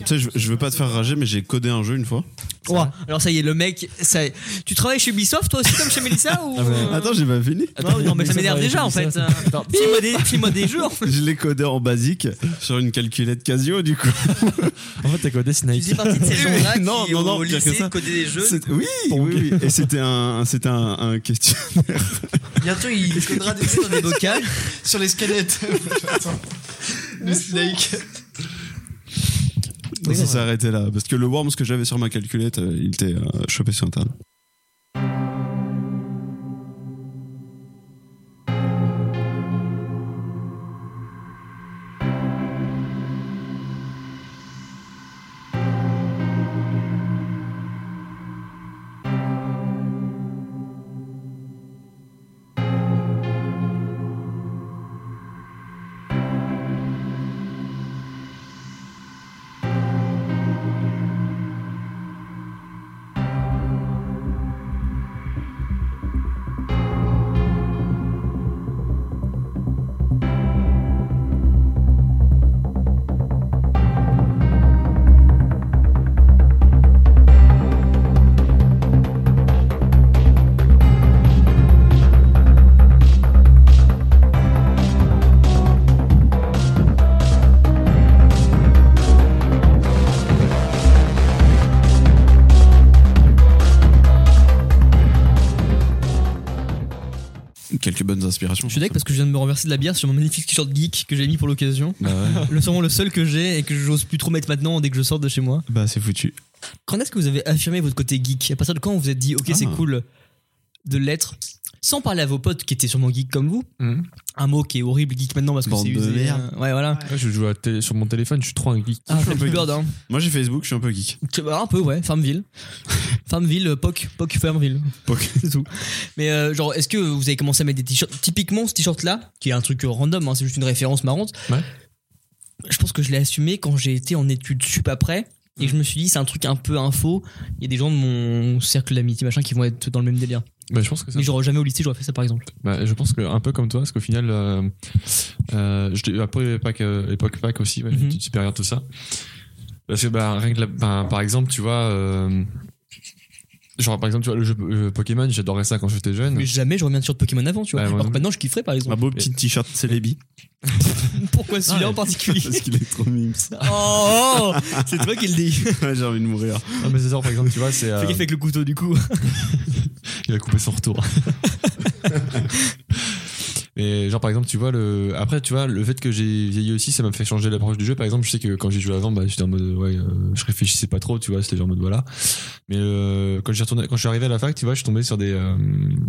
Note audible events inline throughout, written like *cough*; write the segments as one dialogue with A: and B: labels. A: Tu sais, je, je veux pas te faire rager, mais j'ai codé un jeu une fois.
B: Ouah, alors ça y est, le mec, ça... tu travailles chez Ubisoft toi aussi comme chez Melissa ou...
C: Ah ouais.
B: euh,
A: Attends, j'ai pas fini.
B: non, non, mais ça m'énerve déjà en fait.
C: Attends,
B: File-moi des, file-moi des jeux. en fait.
A: Je l'ai codé en basique sur une calculette Casio, du coup.
C: en fait, t'as codé
B: Tu
C: Snake.
B: faisais partie *laughs* de ces gens-là
A: Non,
B: qui
A: non, non,
B: au
A: pire que
B: lycée
A: ça.
B: codaient des jeux.
A: C'est- Oui, oui, oui. Et c'était un, c'était un, un question.
B: Bientôt il codera des jeux dans des bocaux. *laughs*
D: Sur les squelettes. Attends. Le snake.
A: Non, ça s'est arrêté là. Parce que le worms que j'avais sur ma calculette, euh, il était euh, chopé sur internet. Quelques bonnes inspirations.
B: Je suis deck parce que je viens de me renverser de la bière sur mon magnifique t-shirt geek que j'ai mis pour l'occasion.
A: Bah, ouais.
B: Le sûrement le seul que j'ai et que j'ose plus trop mettre maintenant dès que je sors de chez moi.
A: bah c'est foutu.
B: Quand est-ce que vous avez affirmé votre côté geek À partir de quand vous vous êtes dit, ok, c'est
A: Ah.
B: cool de l'être Sans parler à vos potes qui étaient sûrement geeks comme vous.
C: Mhm.
B: Un mot qui est horrible, geek maintenant, parce que
A: Bande
B: c'est
A: de
B: usé.
A: merde.
B: euh, ouais, voilà.
C: Ouais, je joue à télé- sur mon téléphone, je suis trop un geek.
B: Ah,
A: suis un peu
B: Flappy Bird, hein.
A: Moi j'ai Facebook, je suis un peu geek.
B: Que- bah, un peu, ouais. Farmville. *laughs* Farmville, euh, POC, POC Farmville.
A: Poc.
B: C'est tout. Mais euh, genre, est-ce que vous avez commencé à mettre des t-shirts Typiquement, ce t-shirt-là, qui est un truc euh, random, hein, c'est juste une référence marrante.
C: Ouais.
B: Je pense que je l'ai assumé quand j'ai été en études sup après. Et je me suis dit, c'est un truc un peu info. Il y a des gens de mon cercle d'amitié, machin, qui vont être dans le même délire.
C: Bah, je pense que ça
B: Mais j'aurais jamais au lycée, j'aurais fait ça par exemple.
C: Bah, je pense que un peu comme toi, parce qu'au final, euh, euh, j'étais- après l'époque euh, l'époque fac aussi, ouais,
B: Mhm.
C: études supérieures, tout ça. Parce que bah, rien que la- bah, par exemple, tu vois, euh, genre par exemple, tu vois le jeu euh, Pokémon, j'adorais ça quand j'étais jeune.
B: Mais jamais j'aurais bien sur de Pokémon avant, tu vois.
C: Ouais, moi
B: Alors
C: non
B: que maintenant, je kifferais par
A: Un
B: exemple.
A: beau petit t-shirt
B: *laughs*
A: Celebi.
B: Pourquoi celui-là
C: Ah,
B: en
C: ouais.
B: particulier *laughs*
A: Parce qu'il est trop mimes.
B: Oh C'est toi qui le dis.
A: *laughs* Ouais, j'ai envie de mourir.
C: Ah, mais c'est ça, par exemple, tu vois, c'est euh,
B: Fais gaffe avec le couteau du coup.
C: il a coupé son retour. *laughs* Mais genre par exemple, tu vois le après, tu vois le fait que j'ai vieilli aussi, ça m'a fait changer l'approche du jeu. Par exemple, je sais que quand j'ai joué avant, bah, j'étais en mode ouais, euh, je réfléchissais pas trop, tu vois, c'était genre en mode voilà. Mais euh, quand j'ai retourné, quand je suis arrivé à la fac, tu vois, je suis tombé sur des euh,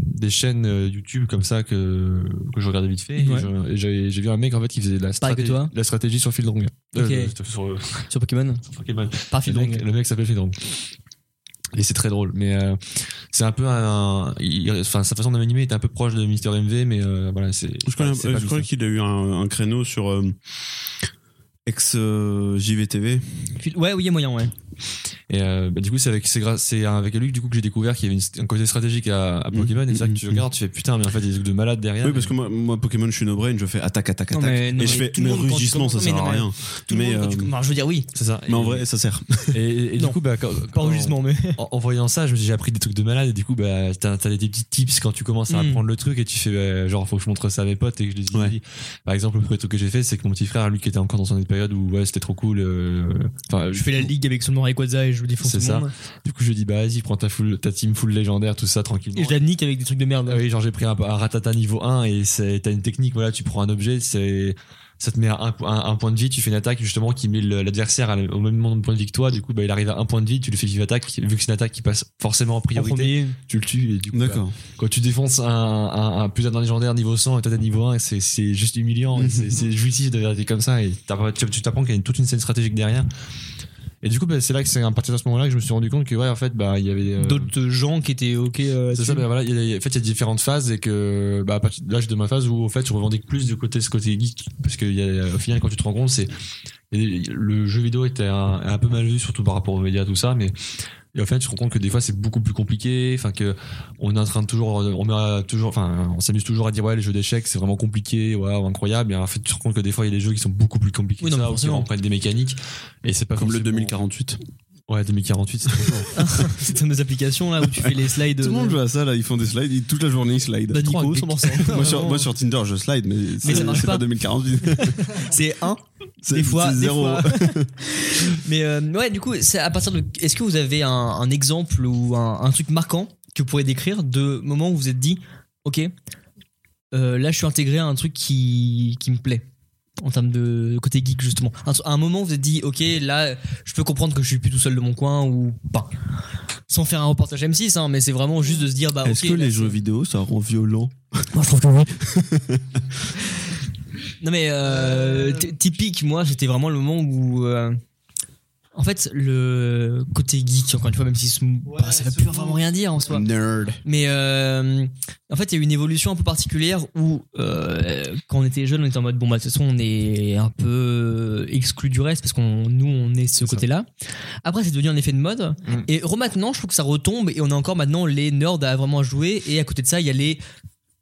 C: des chaînes euh, YouTube comme ça que que je regardais vite fait. Et
B: Ouais.
C: je- Et j'ai j'ai vu un mec en fait qui faisait de la
B: Pareil que
C: stratégie,
B: toi.
C: la stratégie sur Field Drong. Euh, sur, euh,
B: Sur Pokémon
C: sur Pokémon.
B: Par
C: Le
B: Fidong.
C: mec, le mec s'appelle Fidron. Et c'est très drôle. Mais euh, c'est un peu un. il- Enfin, sa façon d'animer était un peu proche de Mister MV, mais euh, voilà, c'est.
A: Ah, Je crois,
C: c'est pas
A: je crois
C: Mister.
A: qu'il a eu un, un créneau sur euh, ex euh, JVTV.
B: Fil- Ouais, oui, il y a moyen, ouais.
C: Et euh, bah, du coup, c'est avec, c'est grâce- c'est avec lui du coup, que j'ai découvert qu'il y avait une- un côté stratégique à, à
A: Mhm.
C: Pokémon. Et c'est ça que
A: Mhm.
C: tu regardes, tu fais putain, mais en fait, il y a des trucs de malades derrière.
A: Oui, parce que moi, moi, Pokémon, je suis no brain, je fais attaque, attaque,
B: Non,
A: attaque.
B: mais- non,
A: et je
B: mais
A: fais,
B: tout le
A: mais
B: monde, quand tu
A: rugissement, ça
B: commences- mais
A: sert
B: non,
A: à
B: mais-
A: rien.
B: Tout
A: Mais,
B: le monde, quand tu-
A: euh,
B: Enfin, je veux dire, oui.
C: C'est ça.
A: mais en
C: Et-
A: vrai, ça sert.
C: Et, et- et du
B: Non.
C: coup, bah, quand,
B: Pas
A: oh.
C: quand-
B: enregistrement, mais.
A: Bah,
C: en, en voyant ça, je me suis- j'ai appris des trucs de malade. Et du coup, bah, t'as t'as des petits tips quand tu commences à
B: Mm.
C: apprendre le truc et tu fais bah, genre, faut que je montre ça à mes potes et que je les ai
A: Ouais.
C: dit. Par exemple, le premier truc que j'ai fait, c'est que mon petit frère, lui qui était encore dans une période où ouais, c'était trop cool. euh, Enfin,
B: Je fais la
C: du coup-
B: ligue avec Solomon Rayquaza et je défonce
C: C'est
B: tout
C: ça.
B: le monde.
C: Du coup, je lui dis, bah vas-y, prends ta, full, ta team full légendaire, tout ça tranquillement.
B: Et je la nique avec des trucs de merde.
C: Ah Oui, genre j'ai pris un, un ratata niveau 1 et c'est- t'as une technique, voilà, tu prends un objet, c'est ça te met à un, po- un- un point de vie, tu fais une attaque justement qui met le- l'adversaire à la- au même nombre de points de vie que toi, du coup bah, il arrive à un point de vie, tu lui fais vive attaque, vu que c'est une attaque qui passe forcément en
B: En
C: priorité,
B: premier.
C: tu le tues et du coup bah,
A: D'accord.
C: quand tu défonces un, un, un putain d'un légendaire niveau 100 et toi t'es niveau 1, c'est- c'est juste humiliant, et c'est c'est jouissif de vérité comme ça, et t'apprends- tu tu t'apprends qu'il y a une- toute une scène stratégique derrière. Et du coup, bah, c'est là que c'est à partir de ce moment-là que je me suis rendu compte que ouais, en fait, bah, il y avait euh,
B: D'autres gens qui étaient ok. euh,
C: c'est
B: là-dessus.
C: ça, bah voilà, il y a- il y a- en fait, il y a différentes phases et que, bah, à partir de l'âge de ma phase où, en fait, je revendique plus du côté, ce côté geek, parce que, il y a- au final, quand tu te rends compte, c'est, et le jeu vidéo était un, un peu mal vu, surtout par rapport aux médias, tout ça, mais et au final, tu te rends compte que des fois, c'est beaucoup plus compliqué. Enfin, que on est en train de toujours, on met à- toujours, enfin, on s'amuse toujours à dire ouais, les jeux d'échecs, c'est vraiment compliqué, waouh, incroyable. Et en fait, tu te rends compte que des fois, il y a des jeux qui sont beaucoup plus compliqués
B: Oui,
C: que
B: non,
C: ça,
B: mais
C: ou qui
B: forcément.
C: reprennent des mécaniques. Et c'est pas
A: Comme le
C: forcément-
A: 2048.
C: Ouais, 2048, c'est trop chaud.
B: *laughs* Cette fameuse application là où tu fais les slides.
A: Tout le monde joue à ça, là. Ils font des slides. ils- Toute la journée, ils slide.
B: Bah, Nico,
C: Trois
B: 100%.
A: *laughs* moi, sur,
B: Vraiment.
A: moi, sur Tinder, je slide, mais, c'est-
B: ça
A: *laughs*
B: marche
A: c'est pas
B: pas.
A: 2048.
B: C'est un.
A: C'est-
B: des fois, Ah,
A: c'est
B: des
A: zéro. *laughs*
B: fois. Mais euh, ouais, du coup, c'est à partir de. Est-ce que vous avez un, un exemple ou un, un truc marquant que vous pourrez décrire de moments où vous êtes dit, ok, euh, là je suis intégré à un truc qui, qui me plaît en termes de côté geek justement. Un, à un moment, vous vous êtes dit, ok, là je peux comprendre que je suis plus tout seul de mon coin ou pas. Sans faire un reportage M6, hein, mais c'est vraiment juste de se dire, bah ok.
A: Est-ce que
B: là,
A: les jeux vidéo, ça rend violent
B: moi, je trouve que oui. *laughs* non, mais euh, ty- typique, moi, c'était vraiment le moment où. euh, en fait, le côté geek, encore une fois, même si ce- bah, ça ne
D: ce
B: veut plus
D: moment.
B: vraiment rien dire en soi.
A: Nerd.
B: Mais euh, en fait, il y a eu une évolution un peu particulière où, euh, quand on était jeune, on était en mode bon, bah, de toute façon, on est un peu exclu du reste parce qu'on nous, on est ce
C: C'est ça.
B: côté-là. Après, c'est devenu un effet de mode.
C: Mm.
B: Et re maintenant, je trouve que ça retombe et on a encore maintenant les nerds à vraiment jouer. Et à côté de ça, il y a les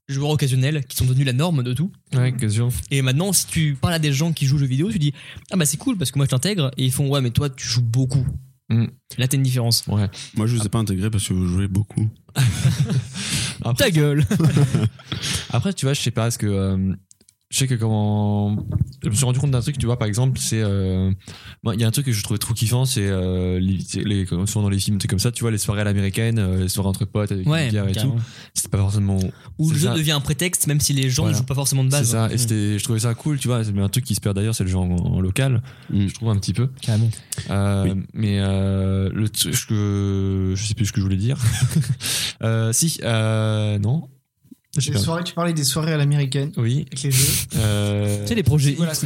B: joueurs occasionnels qui sont devenus la norme de tout.
C: Ouais, question.
B: Et maintenant, si tu parles à des gens qui jouent aux jeux vidéo, tu dis ah bah c'est cool parce que moi je t'intègre et ils font ouais mais toi tu joues beaucoup.
C: Mm.
B: Là t'as une différence.
C: Ouais.
A: Moi, je vous ai pas intégré parce que vous jouez beaucoup.
C: Après,
B: Ta gueule.
C: Après, tu vois, je sais pas, parce que euh, je sais que comment. Je me suis rendu compte d'un truc, tu vois, par exemple, c'est. euh, moi, Il y a un truc que je trouvais trop kiffant, c'est. euh, les, c'est les- comme souvent dans les films, c'est comme ça, tu vois, les soirées à l'américaine, euh, les soirées entre potes avec
B: Ouais,
C: une bière et tout.
B: carrément.
C: C'était pas forcément.
B: Où le
C: C'est
B: jeu
C: ça.
B: devient un prétexte même si les gens
C: Voilà.
B: ne jouent pas forcément de
C: C'est
B: base. hein.
C: ça, et c'était, je trouvais ça cool, tu vois. Mais un truc qui se perd d'ailleurs, c'est le jeu en, en local,
A: Mm.
C: je trouve un petit peu.
B: Carrément.
C: Euh, Mais euh, le truc que. Je sais plus ce que je voulais dire. *laughs* euh, si, euh, non. Je sais
D: Les
C: pas.
D: soirées, tu parlais des soirées à l'américaine
C: Oui.
D: avec
B: *laughs*
D: les jeux.
C: euh,
B: Tu sais, les projets
D: Voilà,
B: X,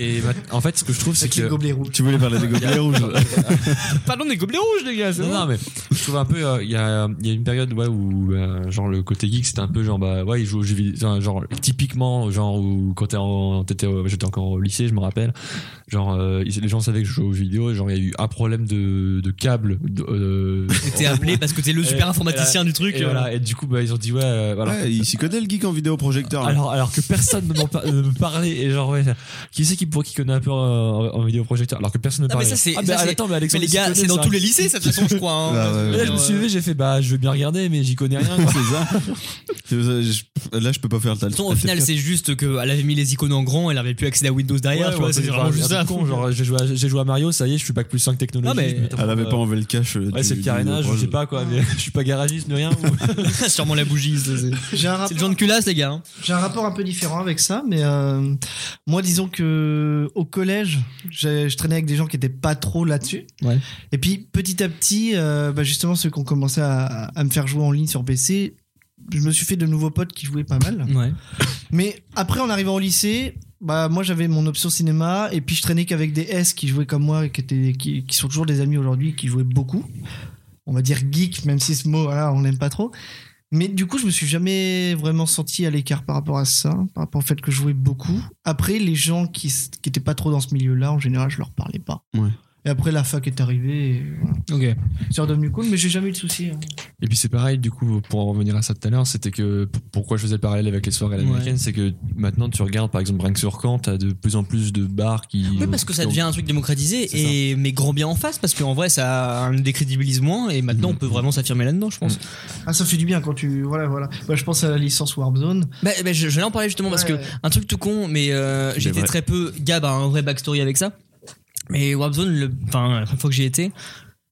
C: *laughs* Et ma- en fait, ce que je trouve, c'est
D: avec
C: que.
D: les gobelets rouges.
B: *laughs*
A: Tu voulais parler des *laughs* gobelets rouges
B: *laughs* Parlons des gobelets rouges, les gars.
C: *laughs* Non, non, mais je trouve un peu, euh, il y, a, il y a une période ouais, où, euh, genre, le côté geek, c'était un peu genre, bah, ouais, ils jouent aux jeux vidéo, enfin, genre, typiquement, genre, où quand t'es en- t'étais au- j'étais encore au lycée, je me rappelle, genre, euh, ils- les gens savaient que je jouais aux jeux vidéo, et genre, il y a eu un problème de, de câble. de-
D: *laughs*
C: euh,
B: T'es appelé parce que t'es le
C: Et-
B: super informaticien du truc. euh.
C: et, voilà, et du coup, bah, ils ont dit, ouais, euh, voilà.
A: Ouais, il s'y connaît le geek en
B: Ah
A: vidéoprojecteur. là.
C: Alors, alors que personne ne m'en par- ne me parlait, et genre, ouais, qui c'est qui, pour, qui connaît un peu en, en vidéoprojecteur, alors que personne ne me
B: Ah, mais
C: parlait.
B: ça, c'est-
C: ah, mais
B: ça, c'est-
C: attends, mais
B: Mais
C: Alexandre,
B: les
C: il s'y
B: gars,
C: connaît,
B: c'est dans
C: ça.
B: tous les lycées, ça, de toute façon, je crois. hein.
C: *laughs*
A: Ah, ouais,
C: Et
A: ouais.
C: Là, je me suis levé, j'ai fait, bah, je veux bien regarder, mais j'y connais rien. quoi.
A: *laughs* C'est ça. C'est ça, je- Là, je peux pas faire le tal.
B: De toute façon, au final, c'est juste qu'elle avait mis les icônes en grand, elle avait plus accès à Windows derrière. tu vois, c'est vraiment juste ça.
C: Con, genre, j'ai joué, à, j'ai joué à Mario, ça y est, je suis bac plus 5 technologie.
B: Non, mais-
C: je me tape,
A: Elle
B: *laughs*
A: avait
C: euh,
A: pas enlevé le cache.
C: Ouais, c'est le carénage, je sais pas quoi, mais *laughs* je suis pas garagiste ni rien. ou-
B: Sûrement la bougie. ça,
C: *laughs*
B: C'est
D: J'ai
B: c'est le
D: un, rapport-
B: genre de culasse, les gars. hein.
D: j'ai un rapport un peu différent avec ça, mais euh, moi, disons que au collège, j'ai- je traînais avec des gens qui étaient pas trop là-dessus.
B: Ouais.
D: Et puis, petit à petit, euh, bah, justement, ceux qui ont commencé à, à me faire jouer en ligne sur PC, je me suis fait de nouveaux potes qui jouaient pas mal.
B: Ouais.
D: Mais après, en arrivant au lycée, bah moi j'avais mon option cinéma et puis je traînais qu'avec des S qui jouaient comme moi, qui étaient, qui, qui sont toujours des amis aujourd'hui, qui jouaient beaucoup. On va dire geek, même si ce mot, voilà, on l'aime pas trop. Mais du coup, je me suis jamais vraiment senti à l'écart par rapport à ça, par rapport au fait que je jouais beaucoup. Après, les gens qui s- qui étaient pas trop dans ce milieu-là, en général, je leur parlais pas.
A: Ouais.
D: Et après, la fac est arrivée, et voilà.
B: Ok.
D: c'est redevenu cool, mais j'ai jamais eu de soucis. hein.
C: Et puis c'est pareil, du coup, pour en revenir à ça tout à l'heure, c'était que p- pourquoi je faisais le parallèle avec les soirées à l'américaine, c'est que maintenant tu regardes par exemple Rank sur Camp, t'as de plus en plus de bars qui.
B: Oui, parce que ça
C: qui ont-
B: devient un truc démocratisé,
C: C'est ça.
B: et mais grand bien en face, parce qu'en vrai, ça nous décrédibilise moins, et maintenant,
C: Mm.
B: on peut vraiment s'affirmer là-dedans, je pense.
D: Ah, ça fait du bien quand tu. Voilà, voilà. Bah, je pense à la licence Warzone.
B: Bah, bah, je- J'allais en parler justement, parce que
D: Ouais.
B: Un truc tout con, mais euh,
A: C'est
B: j'étais
A: vrai.
B: très peu. Gab a un vrai backstory avec ça. Mais Warzone, le, enfin, la première fois que j'y étais,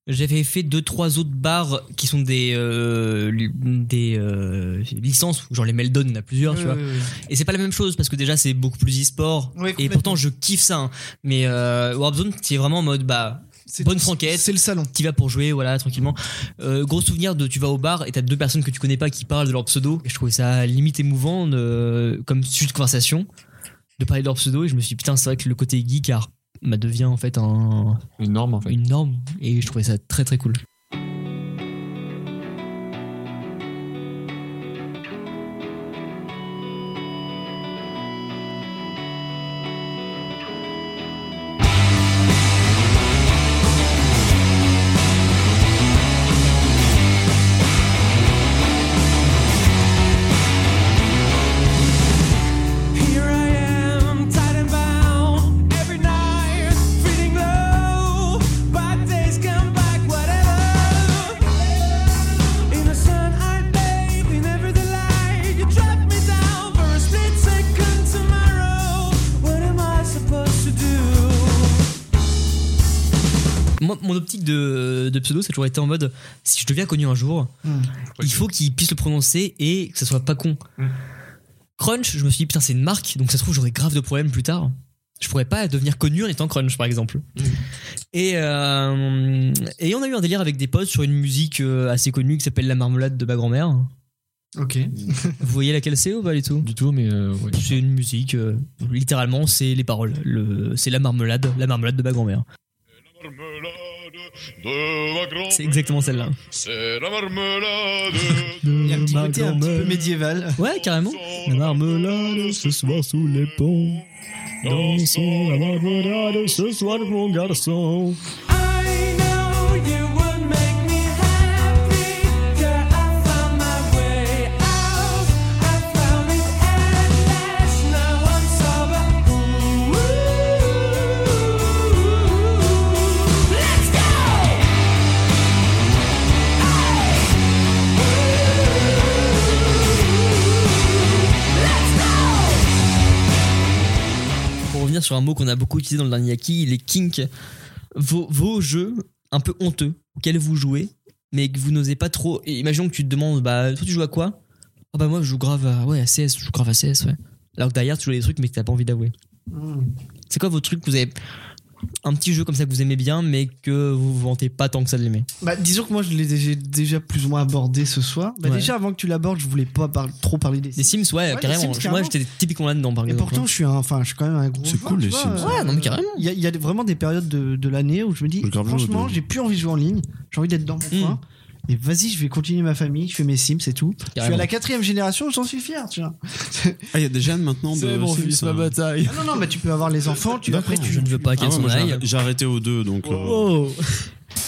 B: j'avais fait deux trois autres bars qui sont des euh, li- des euh, licences, genre les Meldon, il y en a plusieurs, tu vois.
D: Ouais, ouais, ouais.
B: Et c'est pas la même chose parce que déjà c'est beaucoup plus e-sport.
D: Ouais,
B: et
D: complètement.
B: pourtant je kiffe ça. hein. Mais euh, Warzone, c'est vraiment en mode bah
D: C'est-
B: Bonne franquette.
D: C'est le salon.
B: t'y vas pour jouer, voilà, tranquillement. Euh, gros souvenir de tu vas au bar et t'as deux personnes que tu connais pas qui parlent de leur pseudo. Et je trouvais ça limite émouvant de- comme sujet de conversation de parler de leur pseudo. Et je me suis dit, putain, c'est vrai que le côté geek a- bah, devient en fait un,
C: Une norme en fait.
B: une norme. Et je trouvais ça très très cool. moi, mon optique de, de pseudo, ça a toujours été en mode si je deviens connu un jour,
D: Hmm.
C: Ouais,
B: il faut qu'il puisse le prononcer et que ça soit pas con.
C: Mm.
B: Crunch, je me suis dit, putain, c'est une marque, donc ça se trouve, j'aurais grave de problèmes plus tard. Je pourrais pas devenir connu en étant Crunch, par exemple. Et, euh, et on a eu un délire avec des potes sur une musique euh, assez connue qui s'appelle La marmelade de ma *laughs* grand-mère.
D: Ok.
B: Vous voyez laquelle c'est ou pas du tout
C: Du tout, mais euh, ouais.
B: C'est une musique, euh, littéralement, c'est les paroles. Le- C'est la marmelade, la marmelade de ma grand-mère. C'est exactement celle-là.
E: C'est la marmelade.
B: *laughs*
D: Il y a un petit
B: Ma
D: côté un petit peu
B: grand-mère.
D: médiéval.
B: Ouais, Ah, carrément. bah,
E: La marmelade ce soir sous les ponts. Dansons la marmelade ce soir, mon garçon.
B: Pour revenir sur un mot qu'on a beaucoup utilisé dans le dernier Yaki, les kinks. Vos, vos jeux un peu honteux auxquels vous jouez, mais que vous n'osez pas trop. Et imaginons que tu te demandes, bah, toi tu joues à quoi Ah bah moi je joue grave à, ouais, à CS, je joue grave à CS, ouais. Alors que derrière tu joues à des trucs mais que t'as pas envie d'avouer.
D: Mmh.
B: C'est quoi vos trucs que vous avez. Un petit jeu comme ça que vous aimez bien, mais que vous vous vantez pas tant que ça de l'aimer.
D: Bah, disons que moi, je l'ai déjà- déjà plus ou moins abordé ce soir. Bah,
B: Ouais.
D: Déjà, avant que tu l'abordes, je voulais pas par- trop parler des
B: Les Sims, ouais,
D: Ouais,
B: carrément.
D: les Sims,
B: Moi
D: carrément.
B: j'étais typiquement là-dedans par
D: Et
B: exemple. hein.
D: pourtant, je suis, un- enfin, je suis quand même un gros.
A: C'est
D: joueur,
A: cool,
D: tu
A: les
D: vois,
A: Sims.
D: euh,
B: Ouais, non, mais carrément.
D: Il y, a- il y a vraiment des périodes de, de l'année où je me dis,
A: Je grave joué,
D: franchement,
A: je-
D: j'ai plus envie de jouer en ligne. J'ai envie d'être dans mon
B: Mm.
D: coin. Et vas-y, je vais continuer ma famille, je fais mes Sims et tout. Je suis
B: Carrément.
D: à la quatrième génération, j'en suis fier, tu vois.
A: Ah, il y a des jeunes maintenant de. Sims, hein.
C: bataille.
D: Ah non, non, bah tu peux avoir les enfants, tu
A: D'accord.
D: après tu
B: Je ne veux pas
A: Ah
B: qu'elle
A: ouais,
B: s'en
A: moi, j'ai
B: aille.
A: arrêté- j'ai arrêté aux deux, donc. euh,
B: Oh,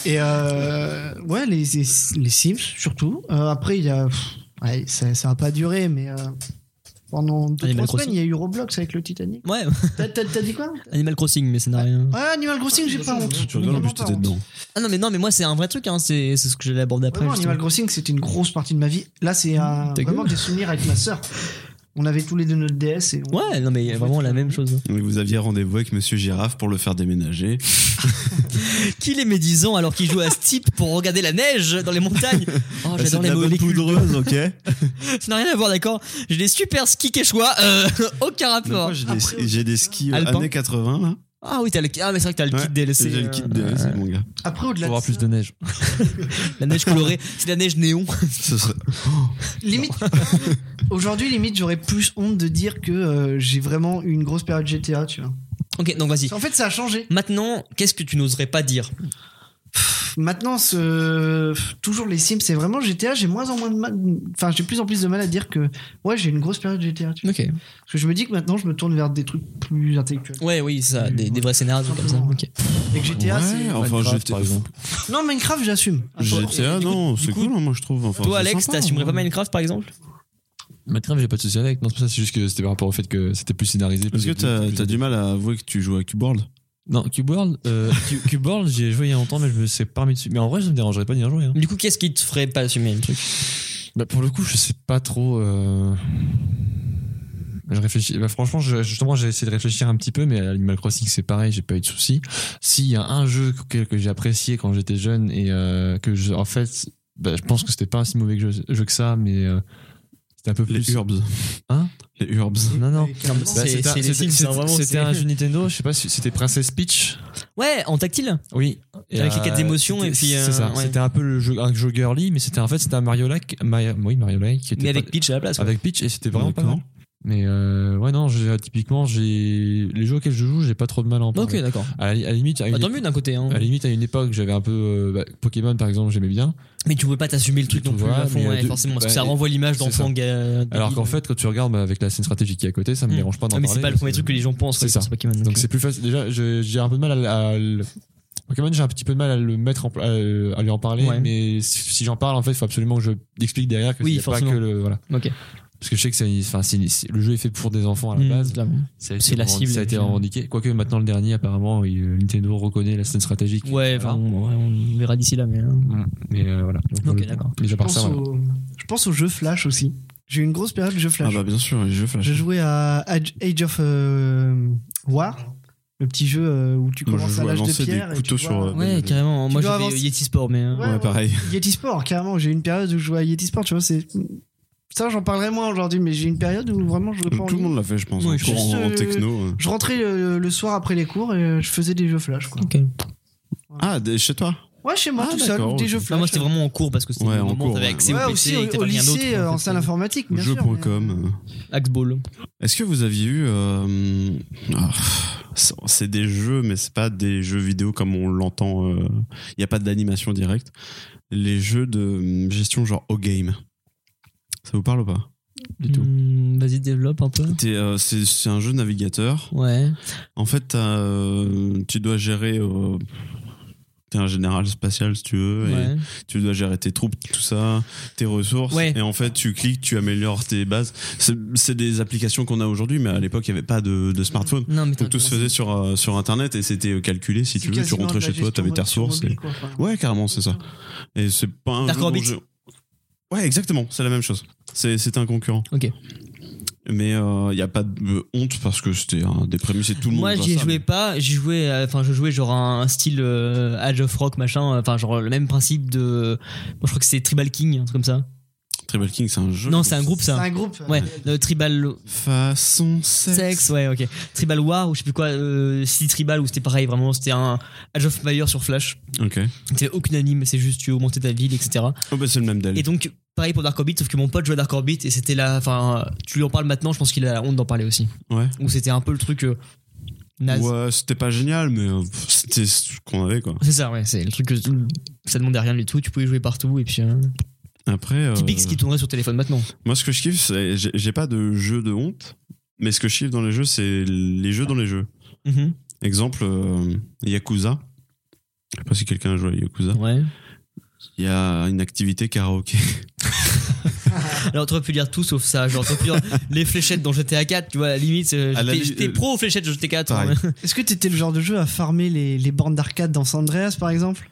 D: Et euh, ouais, les, les, les Sims surtout. Euh, après, il y a. pff, ouais, ça, ça a pas duré, mais euh, pendant deux,
B: Animal
D: trois semaines,
B: Crossing.
D: il y a eu Roblox avec le Titanic.
B: Ouais, *laughs*
D: T'as, t'as- t'as dit quoi
B: Animal Crossing, mais ça n'a rien.
D: Ouais, Animal Crossing, j'ai pas honte.
A: Tu rigoles, en plus, t'étais dedans.
B: Ah non, mais non, mais moi c'est un vrai truc, hein. c'est c'est ce que j'allais aborder après.
D: Vraiment,
B: justement.
D: Animal Crossing, c'était une grosse partie de ma vie. Là, c'est un-
B: Ta
D: vraiment des souvenirs avec ma sœur. On avait tous les deux notre DS et on-
B: Ouais, non, mais vraiment la même chose.
A: Donc, Vous aviez rendez-vous avec Monsieur Girafe pour le faire déménager.
B: Qui les médisant alors qu'ils jouent à ce type pour regarder la neige dans
A: *laughs*
B: les montagnes Oh,
A: Ah, Bah, C'est
B: j'adore
A: de
B: les
A: la
B: mots.
A: bonne
B: les cultes.
A: poudreuse, ok
B: Ça n'a rien à voir, d'accord J'ai des super skis quechua, euh, *laughs* aucun rapport.
A: Moi, j'ai des, j'ai des skis euh,
B: Alpin.
A: années 80, là.
B: Ah oui, t'as le... ah, mais c'est vrai que t'as le
A: Ouais,
B: kit DLC.
A: J'ai le kit DLC, mon gars.
D: Après, au-delà
C: Pour
D: de
C: avoir
D: ça,
C: plus de neige.
B: euh, la neige colorée, c'est la neige néon. *laughs*
A: Ce serait-
D: limite,
A: *laughs*
D: *laughs* aujourd'hui, limite, j'aurais plus honte de dire que euh, j'ai vraiment eu une grosse période GTA, tu vois.
B: ok, donc vas-y.
D: En fait, ça a changé.
B: Maintenant, qu'est-ce que tu n'oserais pas dire
D: Maintenant, ce... toujours les Sims, c'est vraiment GTA. J'ai moins en moins de mal. Enfin, j'ai plus en plus de mal à dire que ouais, j'ai une grosse période GTA. Tu vois.
B: Ok.
D: Parce que je me dis que maintenant, je me tourne vers des trucs plus intellectuels.
B: Ouais, oui, c'est ça, des, des vrais scénarios comme ça. ok.
D: Et que GTA,
A: Ouais, enfin,
C: Minecraft,
A: j'étais-
C: par exemple.
D: c'est non Minecraft, j'assume.
A: GTA, non, c'est cool, hein, moi, je trouve. Enfin,
B: Toi,
A: c'est
B: Alex,
A: sympa,
B: t'assumerais
A: hein.
B: pas Minecraft par exemple
C: Minecraft, j'ai pas de souci avec. Non, c'est pour ça, c'est juste que c'était par rapport au fait que c'était plus scénarisé.
A: Parce que
C: plus-
A: t'as
C: plus-
A: t'as du mal à avouer que tu joues à Cube World.
C: Non, Cube World, *laughs* euh, Cu- Cube World, j'ai joué il y a longtemps, mais je me suis pas remis dessus. Mais en vrai, ça me dérangerait pas d'y rejouer. Hein.
B: Du coup, qu'est-ce qui te ferait pas assumer le truc
C: Bah, pour le coup, je sais pas trop. euh, Je réfléchis. Bah, franchement, je- justement, j'ai essayé de réfléchir un petit peu, mais Animal Crossing, c'est pareil, j'ai pas eu de soucis. S'il y a un jeu que, que j'ai apprécié quand j'étais jeune et euh, que je, en fait, bah, je pense que c'était pas un si mauvais jeu, jeu que ça, mais euh, c'était un peu plus.
A: Les Urbs.
C: Hein
A: Les Urbs.
C: Non, non.
B: Bah,
C: Bah,
B: c'est-
C: c'était un-
B: c'est les
C: c'était-
B: films, c'est vraiment-
C: c'était-
B: c'est-
C: c'était un jeu Nintendo, je sais pas si c'était Princess Peach.
B: Ouais, en tactile
C: Oui. Euh,
B: Avec les quatre émotions
C: c'était-
B: et puis, euh,
C: C'est ça.
B: ouais.
C: C'était un peu le jeu, un jeu girly, mais c'était en fait c'était un Mario Like. Mario, oui, Mario Like. qui était
B: Mais
C: pas-
B: avec Peach à la place. quoi.
C: avec Peach et c'était vraiment pas
A: D'accord.
C: mal. Mais euh, ouais, non, j'ai- typiquement, j'ai les jeux auxquels je joue, j'ai pas trop de mal à en
B: Ok,
C: parler.
B: d'accord.
C: À, la, à la limite, à une,
B: Bah, tant mieux d'un côté. Hein.
C: à la limite, à une époque, j'avais un peu euh, bah, Pokémon par exemple, j'aimais bien.
B: Mais tu pouvais pas t'assumer le truc
C: Tu
B: non plus
C: vois,
B: à fond,
C: mais
B: ouais,
C: de-
B: forcément, parce que
C: bah,
B: ça renvoie l'image
C: c'est
B: d'enfant. ga-
C: Alors qu'en
B: débile.
C: fait, quand tu regardes bah, avec la scène stratégique qui est à côté, ça me
B: Hmm.
C: dérange pas d'en
B: Ah, mais
C: parler.
B: c'est pas le premier truc que les gens pensent
C: C'est
B: ouais,
C: ça.
B: sur Pokémon.
C: Donc
B: ok.
C: c'est plus facile. Déjà, je- j'ai un peu de mal à, à le- Pokémon, j'ai un petit peu de mal à le mettre en, pla- euh, à, à lui en parler,
B: Ouais.
C: mais si, si j'en parle, en fait, il faut absolument que je l'explique derrière que
B: Oui,
C: c'est pas
B: forcément.
C: que le voilà.
B: Ok.
C: Parce que je sais que c'est, enfin, c'est- c'est- le jeu est fait pour des enfants à la
B: Hmm,
C: base.
B: clairement.
C: Ça a
B: C'est
C: été
B: la
C: revend-
B: cible,
C: Ça a été
B: finalement.
C: revendiqué. Quoique maintenant, le dernier, apparemment, il- euh, Nintendo reconnaît la scène stratégique.
B: Ouais,
C: Voilà.
B: enfin, bon, ouais, on verra d'ici là, mais. hein.
C: Mm. Mais euh, voilà. Donc,
B: Ok,
C: pour le-
B: d'accord.
C: Déjà
D: Je
C: par
D: pense,
C: ça, voilà.
D: au... je pense aux jeux Flash aussi. J'ai eu une grosse période de jeux
A: Ah
D: Flash.
A: bah bien sûr, les jeux flash.
D: Je jouais à Age Age of euh, War. le petit jeu euh, où tu
A: Moi, je
D: commences à
A: joue à
D: l'âge de
A: lancer des
D: pierre. et tu
A: couteaux
D: vois-
A: sur, euh,
B: Ouais, carrément.
D: Tu
B: Moi,
D: dois
B: j'avais
D: avoir-
B: Yeti Sport, mais. euh,
D: Ouais,
A: Ouais,
D: ouais.
A: pareil.
D: Yeti Sport, carrément. J'ai eu une période où je jouais à Yeti Sport, tu vois, c'est. Ça, j'en parlerai moins aujourd'hui, mais j'ai eu une période où vraiment je jouais pas en
A: Tout le
D: ligne.
A: monde l'a fait, je pense.
B: Ouais,
A: en
B: je
A: cours,
D: pense,
A: en, en
D: euh,
A: techno. euh.
D: Je rentrais euh, le soir après les cours et euh, je faisais des jeux flash, quoi.
B: Ok.
A: Ah, des- chez toi
D: Ouais, chez moi,
A: Ah,
D: tout seul, des
A: d'accord, ok.
D: jeux
B: Non,
D: flash.
B: moi, c'était vraiment en cours parce que c'était
A: Ouais,
B: le
A: en
B: moment où
A: cours,
B: t'avais
A: ouais.
B: accès
D: Ouais,
B: au
D: aussi
B: PC
D: au,
B: et que t'as
D: au
B: pas rien d'autre.
D: lycée, euh, en salle informatique, bien sûr. mais, euh,
A: Jeux.com. euh.
B: Axeball.
A: Est-ce que vous aviez eu. euh, ah, c'est- c'est des jeux, mais c'est pas des jeux vidéo comme on l'entend. Il n'y a pas d'animation directe. Les jeux de hum, gestion genre O-Game. Ça vous parle ou pas
C: Du tout.
B: Hmm, Vas-y, développe un peu.
A: T'es, euh, C'est c'est un jeu navigateur.
B: Ouais.
A: En fait, t'as, euh, tu dois gérer. euh, T'es un général spatial si tu veux. et
B: Ouais.
A: tu dois gérer tes troupes, tout ça, tes ressources.
B: Ouais.
A: Et en fait, tu cliques, tu améliores tes bases. C'est- C'est des applications qu'on a aujourd'hui, mais à l'époque, il n'y avait pas de, de smartphone.
B: Non, mais
A: Donc tout se faisait sur, euh, sur Internet et c'était calculé. Si
D: c'est
A: tu veux, tu
D: quasiment
A: rentrais
D: de la
A: chez toi, tu avais tes
D: gestion
A: ressources.
D: mobile, quoi, enfin.
A: et- Ouais, carrément, c'est ça. Et c'est pas un
B: Dark
A: jeu dont
B: Orbit.
A: je- Ouais, exactement, c'est la même chose. C'est c'est un concurrent.
B: Ok.
A: Mais il n'y a pas de euh, honte parce que c'était un des prémices et tout le
B: Moi,
A: monde. voit
B: j'y ai
A: ça,
B: joué pas. J'y jouais, euh, enfin, je jouais genre un, un style euh, Age of Rock, machin. Enfin, genre le même principe de. Bon, je crois que c'est Tribal King, un truc comme ça.
A: mais Tribal King, c'est un jeu.
B: non, c'est un groupe,
D: C'est
B: ça.
D: un groupe. euh,
B: Ouais, le Tribal
A: Façon sexe.
B: Sex, ouais, ok. Tribal War, ou je sais plus quoi, euh, City Tribal, où c'était pareil, vraiment, c'était un Age of Fire sur Flash.
A: Ok.
B: C'était aucune anime, c'est juste tu augmentais ta ville, etc.
A: Oh, bah, c'est le même
B: Et
A: d'ailleurs.
B: donc, pareil pour Dark Orbit, sauf que mon pote jouait à Dark Orbit et c'était là. Enfin, tu lui en parles maintenant, je pense qu'il a la honte d'en parler aussi.
A: Ouais.
B: Où c'était un peu le truc euh, naze.
A: Ouais, c'était pas génial, mais euh, pff, c'était ce qu'on avait, quoi.
B: C'est ça, ouais, c'est le truc que
A: Mm.
B: ça demandait rien du tout, tu pouvais jouer partout et puis. euh,
A: Après, euh,
B: typique ce qui tournerait sur téléphone maintenant.
A: moi, ce que je kiffe, c'est j'ai j'ai pas de jeu de honte, mais ce que je kiffe dans les jeux, c'est les jeux dans les jeux.
B: Mhm.
A: Exemple, euh, Yakuza. Je sais pas si quelqu'un a joué à Yakuza.
B: Ouais.
A: Il y a une activité karaoké. *laughs*
B: Alors, t'aurais pu dire tout sauf ça. Genre, t'aurais pu *laughs* dire les fléchettes dans GTA 4, tu vois, à la limite, euh,
A: À la
B: j'étais
A: li-
B: j'étais
A: euh,
B: pro aux fléchettes de GTA 4.
A: pareil.
B: hein.
D: Est-ce que t'étais le genre de jeu à farmer les, les bandes d'arcade dans San Andreas, par exemple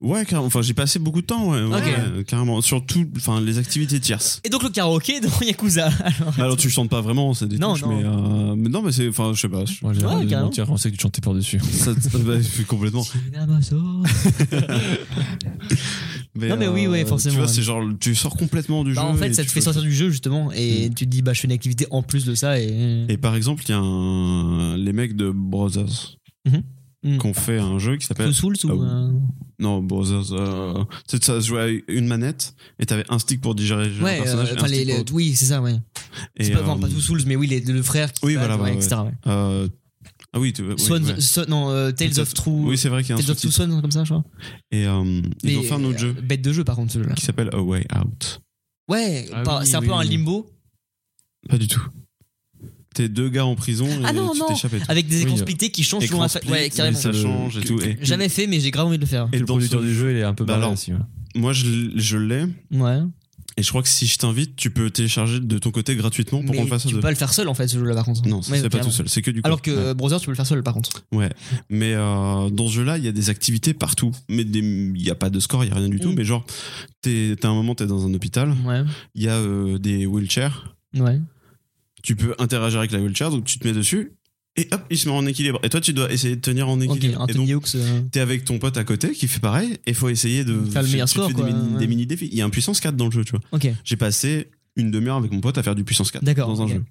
A: Ouais, carrément. Enfin, j'ai passé beaucoup de temps, ouais. ouais,
B: Ok.
A: ouais, carrément. Surtout, enfin, les activités tierces.
B: *laughs* Et donc, le karaoké dans Yakuza. Alors,
A: Alors, tu chantes pas vraiment, c'est des
B: Non,
A: touches,
B: non.
A: mais, euh, mais non, mais c'est, enfin, je sais pas. je-
C: Moi, j'ai
B: Ouais,
C: l'air de
B: carrément.
C: mentir, on sait que tu chantais par-dessus.
A: Ça, *laughs* bah, complètement.
B: Non, mais oui, ouais,
A: euh,
B: forcément,
A: Tu vois,
B: ouais.
A: c'est genre, tu sors complètement du
B: Bah,
A: jeu.
B: en fait,
A: et
B: ça te
A: tu
B: fait
A: fais-
B: sortir du jeu, justement, et tu te dis, bah, je fais une activité en plus de ça. Et,
A: Et par exemple, il y a un- les mecs de Brothers
B: Mhm. Mhm.
A: qui ont fait un jeu qui s'appelle.
B: Two Souls ou.
A: Ah oui.
B: euh,
A: Non, Brothers. euh, tu sais, ça se jouait avec une manette et t'avais un stick pour digérer le
B: Ouais, euh,
A: personnage. et
B: enfin,
A: un
B: les,
A: stick pour
B: les-
A: l'autre.
B: oui, c'est ça, ouais. C'est
A: Et,
B: pas, non,
A: euh,
B: pas Two Souls, mais oui, les, le frère qui.
A: Oui,
B: se bat,
A: voilà,
B: ouais,
A: ouais,
B: etc. ouais.
A: euh, ah oui, tu, oui,
B: Swans-
A: ouais.
B: Swan- non, euh, Tales of True.
A: Oui, c'est vrai qu'il y a un
B: Tales of Two
A: sous-titre.
B: Swan, comme ça, je crois.
A: Et euh, ils ont
B: Mais,
A: fait un autre jeu
B: euh, Bête de jeu, par contre, celui-là.
A: qui s'appelle A Way Out.
B: Ouais,
C: Ah
B: par-
C: oui,
B: c'est un
C: oui,
B: peu un
C: oui.
B: limbo
A: Pas du tout. T'es deux gars en prison et
B: Ah non,
A: tu
B: non.
A: t'échappes et tout.
B: avec des
C: Oui,
B: écrans
C: euh,
B: splittés qui changent selon
A: Écran
B: la fa-
A: split,
B: Ouais, carrément.
A: ça
C: le-
A: change et
C: que-
A: tout. Et
B: Jamais fait, mais j'ai grave envie de le faire.
A: Et
C: le
A: dans
C: producteur
A: ce-
C: du jeu, il est un peu
A: Bah
C: barré
A: alors.
C: aussi. ouais.
A: moi, je, l'- je l'ai.
B: Ouais.
A: Et je crois que si je t'invite, tu peux télécharger de ton côté gratuitement pour
B: Mais
A: qu'on le fasse à
B: tu
A: deux.
B: peux pas le faire seul en fait, ce jeu-là par contre.
A: Non, ça,
B: Ouais,
A: c'est pas
B: carrément.
A: tout seul, c'est que du coup.
B: Alors que euh, Brother, tu peux le faire seul par contre.
A: Ouais. Mais euh, dans ce jeu-là, il y a des activités partout. Mais des- il n'y a pas de score, il n'y a rien du tout.
B: Mm.
A: Mais genre, t'es- t'as un moment, t'es dans un hôpital,
B: Ouais.
A: il y a euh, des wheelchairs.
B: Ouais.
A: Tu peux interagir avec la wheelchair, donc tu te mets dessus. Et hop, il se met en équilibre. Et toi, tu dois essayer de tenir en
B: Ok,
A: équilibre. et donc,
B: Anthony Hawks. euh,
A: t'es avec ton pote à côté qui fait pareil. Et faut essayer de
B: Faire le meilleur
A: tu te fais
B: score,
A: Des,
B: quoi,
A: mini,
B: ouais.
A: des mini-défis. Il y a un puissance 4 dans le jeu, tu vois.
B: Ok.
A: J'ai passé une demi-heure avec mon pote à faire du puissance 4
B: D'accord,
A: dans un
B: ok.
A: jeu.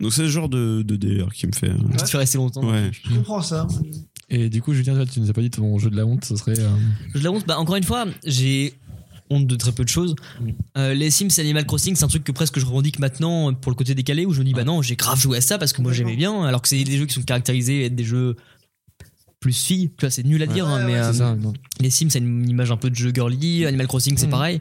A: Donc c'est le genre de, de DR qui me fait. euh,
B: Tu te fais rester longtemps.
A: Ouais.
D: Je comprends ça.
C: Et du coup, Julien, toi, tu nous as pas dit ton jeu de la honte, ça serait. euh,
B: Je la honte, bah encore une fois, j'ai honte de très peu de choses. Euh, les Sims et Animal Crossing, c'est un truc que presque je revendique maintenant euh, pour le côté décalé où je me dis bah non, j'ai grave joué à ça parce que moi j'aimais bien, alors que c'est des jeux qui sont caractérisés être des jeux plus filles, tu vois, c'est nul à dire, hein, mais euh,
C: c'est ça, non.
B: les Sims, c'est une image un peu de jeu girly, Animal Crossing, c'est
D: Mhm.
B: pareil.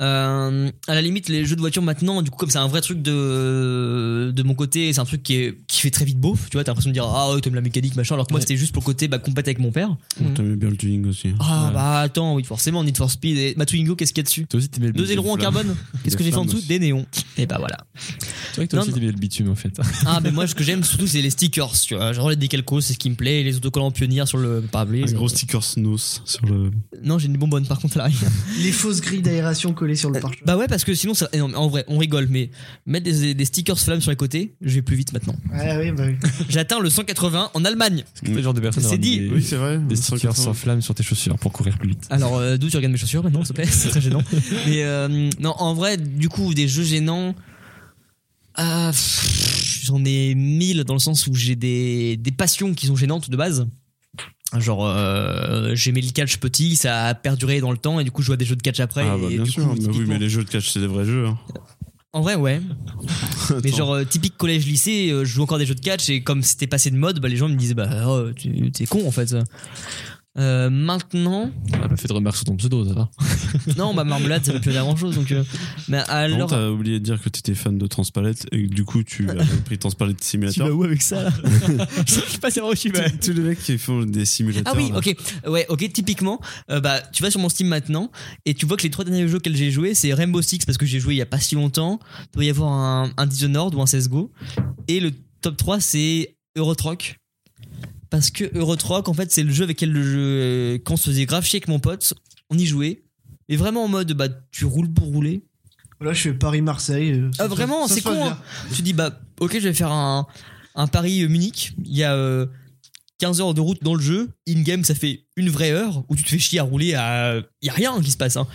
B: Euh, à la limite, les jeux de voiture maintenant, du coup, comme c'est un vrai truc de, de mon côté, c'est un truc qui, est, qui fait très vite beauf, tu vois, t'as l'impression de dire ah, ouais, t'aimes la mécanique, machin, alors que moi c'était juste pour le côté bah, compète avec mon père.
A: Bon, T'aimais bien le tuning aussi. hein.
B: Ah
C: Ouais.
B: bah attends, oui, forcément, Need for Speed et Matwingo, qu'est-ce qu'il y a dessus
C: Toi aussi, t'aimais bien
B: Deux
C: les *laughs*
B: ailerons en
C: flammes.
B: carbone Qu'est-ce que
A: Des
B: j'ai fait en
A: flammes
B: dessous
A: aussi.
B: Des néons. Et bah voilà.
C: C'est vrai que toi
B: Non,
C: aussi
B: non.
C: t'aimais le bitume en fait.
B: *laughs* Ah, mais moi, ce que j'aime surtout, c'est les stickers. Tu vois, genre les décalcos, c'est ce qui me plaît. et les autocollants pionniers sur le parapluie.
A: Un gros sticker snows sur le.
B: *laughs* Non, j'ai une bonbonne par contre à l'arrière.
D: Les fausses grilles d'aération collées sur le pare-choc.
B: Bah ouais, parce que sinon, ça- eh non, mais en vrai, on rigole, mais mettre des, des stickers flammes sur les côtés, je vais plus vite maintenant.
D: Ouais, ouais, bah oui.
B: J'atteins le 180 en Allemagne.
C: Le genre de personne à
B: C'est
C: avoir
B: dit.
C: mis Des,
A: Oui, c'est vrai.
C: des stickers sans flamme sur tes chaussures pour courir plus vite.
B: Alors, euh, d'où tu regardes mes chaussures maintenant, s'il te plaît *laughs* C'est très gênant. Mais euh, non, en vrai, du coup, des jeux gênants. ah, pff, J'en ai mille dans le sens où j'ai des, des passions qui sont gênantes de base. Genre, euh, j'aimais le catch petit, ça a perduré dans le temps et du coup, je vois des jeux de catch après.
A: Ah, bah,
B: et
A: bien
B: du
A: sûr.
B: coup,
A: mais oui,
B: typiquement-
A: mais les jeux de catch, c'est des vrais jeux. hein.
B: En vrai, ouais. *laughs* Mais
A: *laughs* Attends.
B: genre, euh, typique collège-lycée, euh, je joue encore des jeux de catch et comme c'était passé de mode, bah, les gens me disaient, bah, oh, tu- t'es con en fait. Euh, maintenant,
C: On pas fait Ah, bah, de remarques sur ton pseudo, ça va.
B: *laughs* non, bah, marmelade, ça ne plus dire grand chose. Donc, euh, mais
A: Non,
B: alors,
A: t'as oublié de dire que t'étais fan de Transpalette et que du coup, tu
B: *laughs*
A: as pris Transpalette
B: Tu
A: Simulator.
B: vas où avec ça là *laughs* Je sais pas savoir où tu vas.
A: Tous- *laughs* Tous les mecs qui font des simulateurs.
B: Ah oui,
A: là.
B: ok. Ouais, ok. Typiquement, euh, bah, tu vas sur mon Steam maintenant et tu vois que les trois derniers jeux auxquels j'ai joué, c'est Rainbow Six parce que j'ai joué il y a pas si longtemps. Il doit y avoir un, un Dishonored ou un CSGO. Et le top 3, c'est Eurotruck. Parce que Eurotruck, en fait, c'est le jeu avec lequel le jeu, quand on se faisait grave chier avec mon pote, on y jouait. Mais vraiment en mode, bah, tu roules pour rouler.
D: Là, je fais Paris-Marseille. euh,
B: Ah,
D: ça se-
B: vraiment,
D: ça
B: c'est
D: se passe
B: con,
D: bien.
B: hein. Tu dis, bah, ok, je vais faire un, un pari euh, Munich. Il y a euh, 15 heures de route dans le jeu. In-game, ça fait une vraie heure où tu te fais chier à rouler à. Il y a rien qui se passe. hein.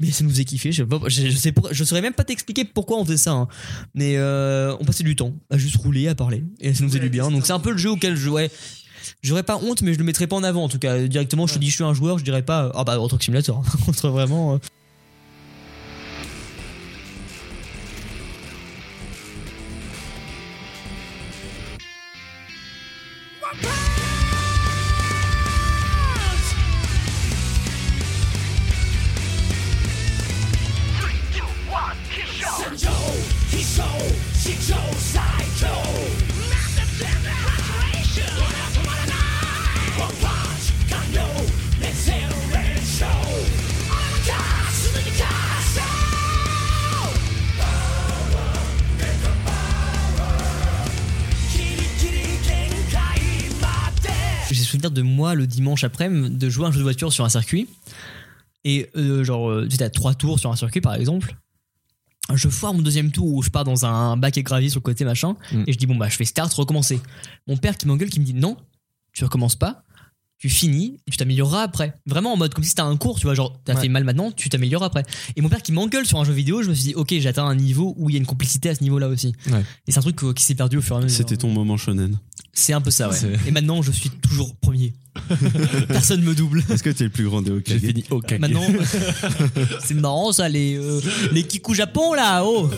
B: Mais ça nous faisait kiffer. Je, sais pas- je, je sais pour- je saurais même pas t'expliquer pourquoi on faisait ça. hein. Mais euh, on passait du temps à juste rouler, à parler. Et ça nous faisait
D: Ouais,
B: du bien. Donc
D: c'est
B: c'est un peu le jeu auquel je jouais. J'aurais pas honte, mais je le mettrais pas en avant. En tout cas, directement, je te dis, je suis un joueur, je dirais pas, ah bah, Rock Simulator. *laughs* Par contre, vraiment. euh, J'ai souvenir de moi le dimanche après de jouer à un jeu de voiture sur un circuit. Et euh, genre, euh, j'étais à trois tours sur un circuit par exemple. Je foire mon deuxième tour où je pars dans un bac à gravier sur le côté machin.
C: Mm.
B: Et je dis, bon bah je fais start, recommencer. Mon père qui m'engueule, qui me dit, non, tu recommences pas. Tu finis et tu t'amélioreras après. Vraiment en mode comme si c'était un cours, tu vois, genre t'as
C: Ouais.
B: fait mal maintenant, tu t'amélioreras après. Et mon père qui m'engueule sur un jeu vidéo, je me suis dit, ok, j'atteins un niveau où il y a une complexité à ce niveau-là aussi.
C: Ouais.
B: Et c'est un truc euh, qui s'est perdu au fur et à mesure.
A: C'était ton moment shonen.
B: C'est un peu ça, ouais.
C: C'est-
B: Et maintenant, je suis toujours premier.
C: *laughs*
B: Personne me double.
A: Est-ce que t'es le plus grand des Hokage
C: J'ai fini au caca.
B: Maintenant, *laughs* c'est marrant ça, les, euh, les Kiku Japon là, oh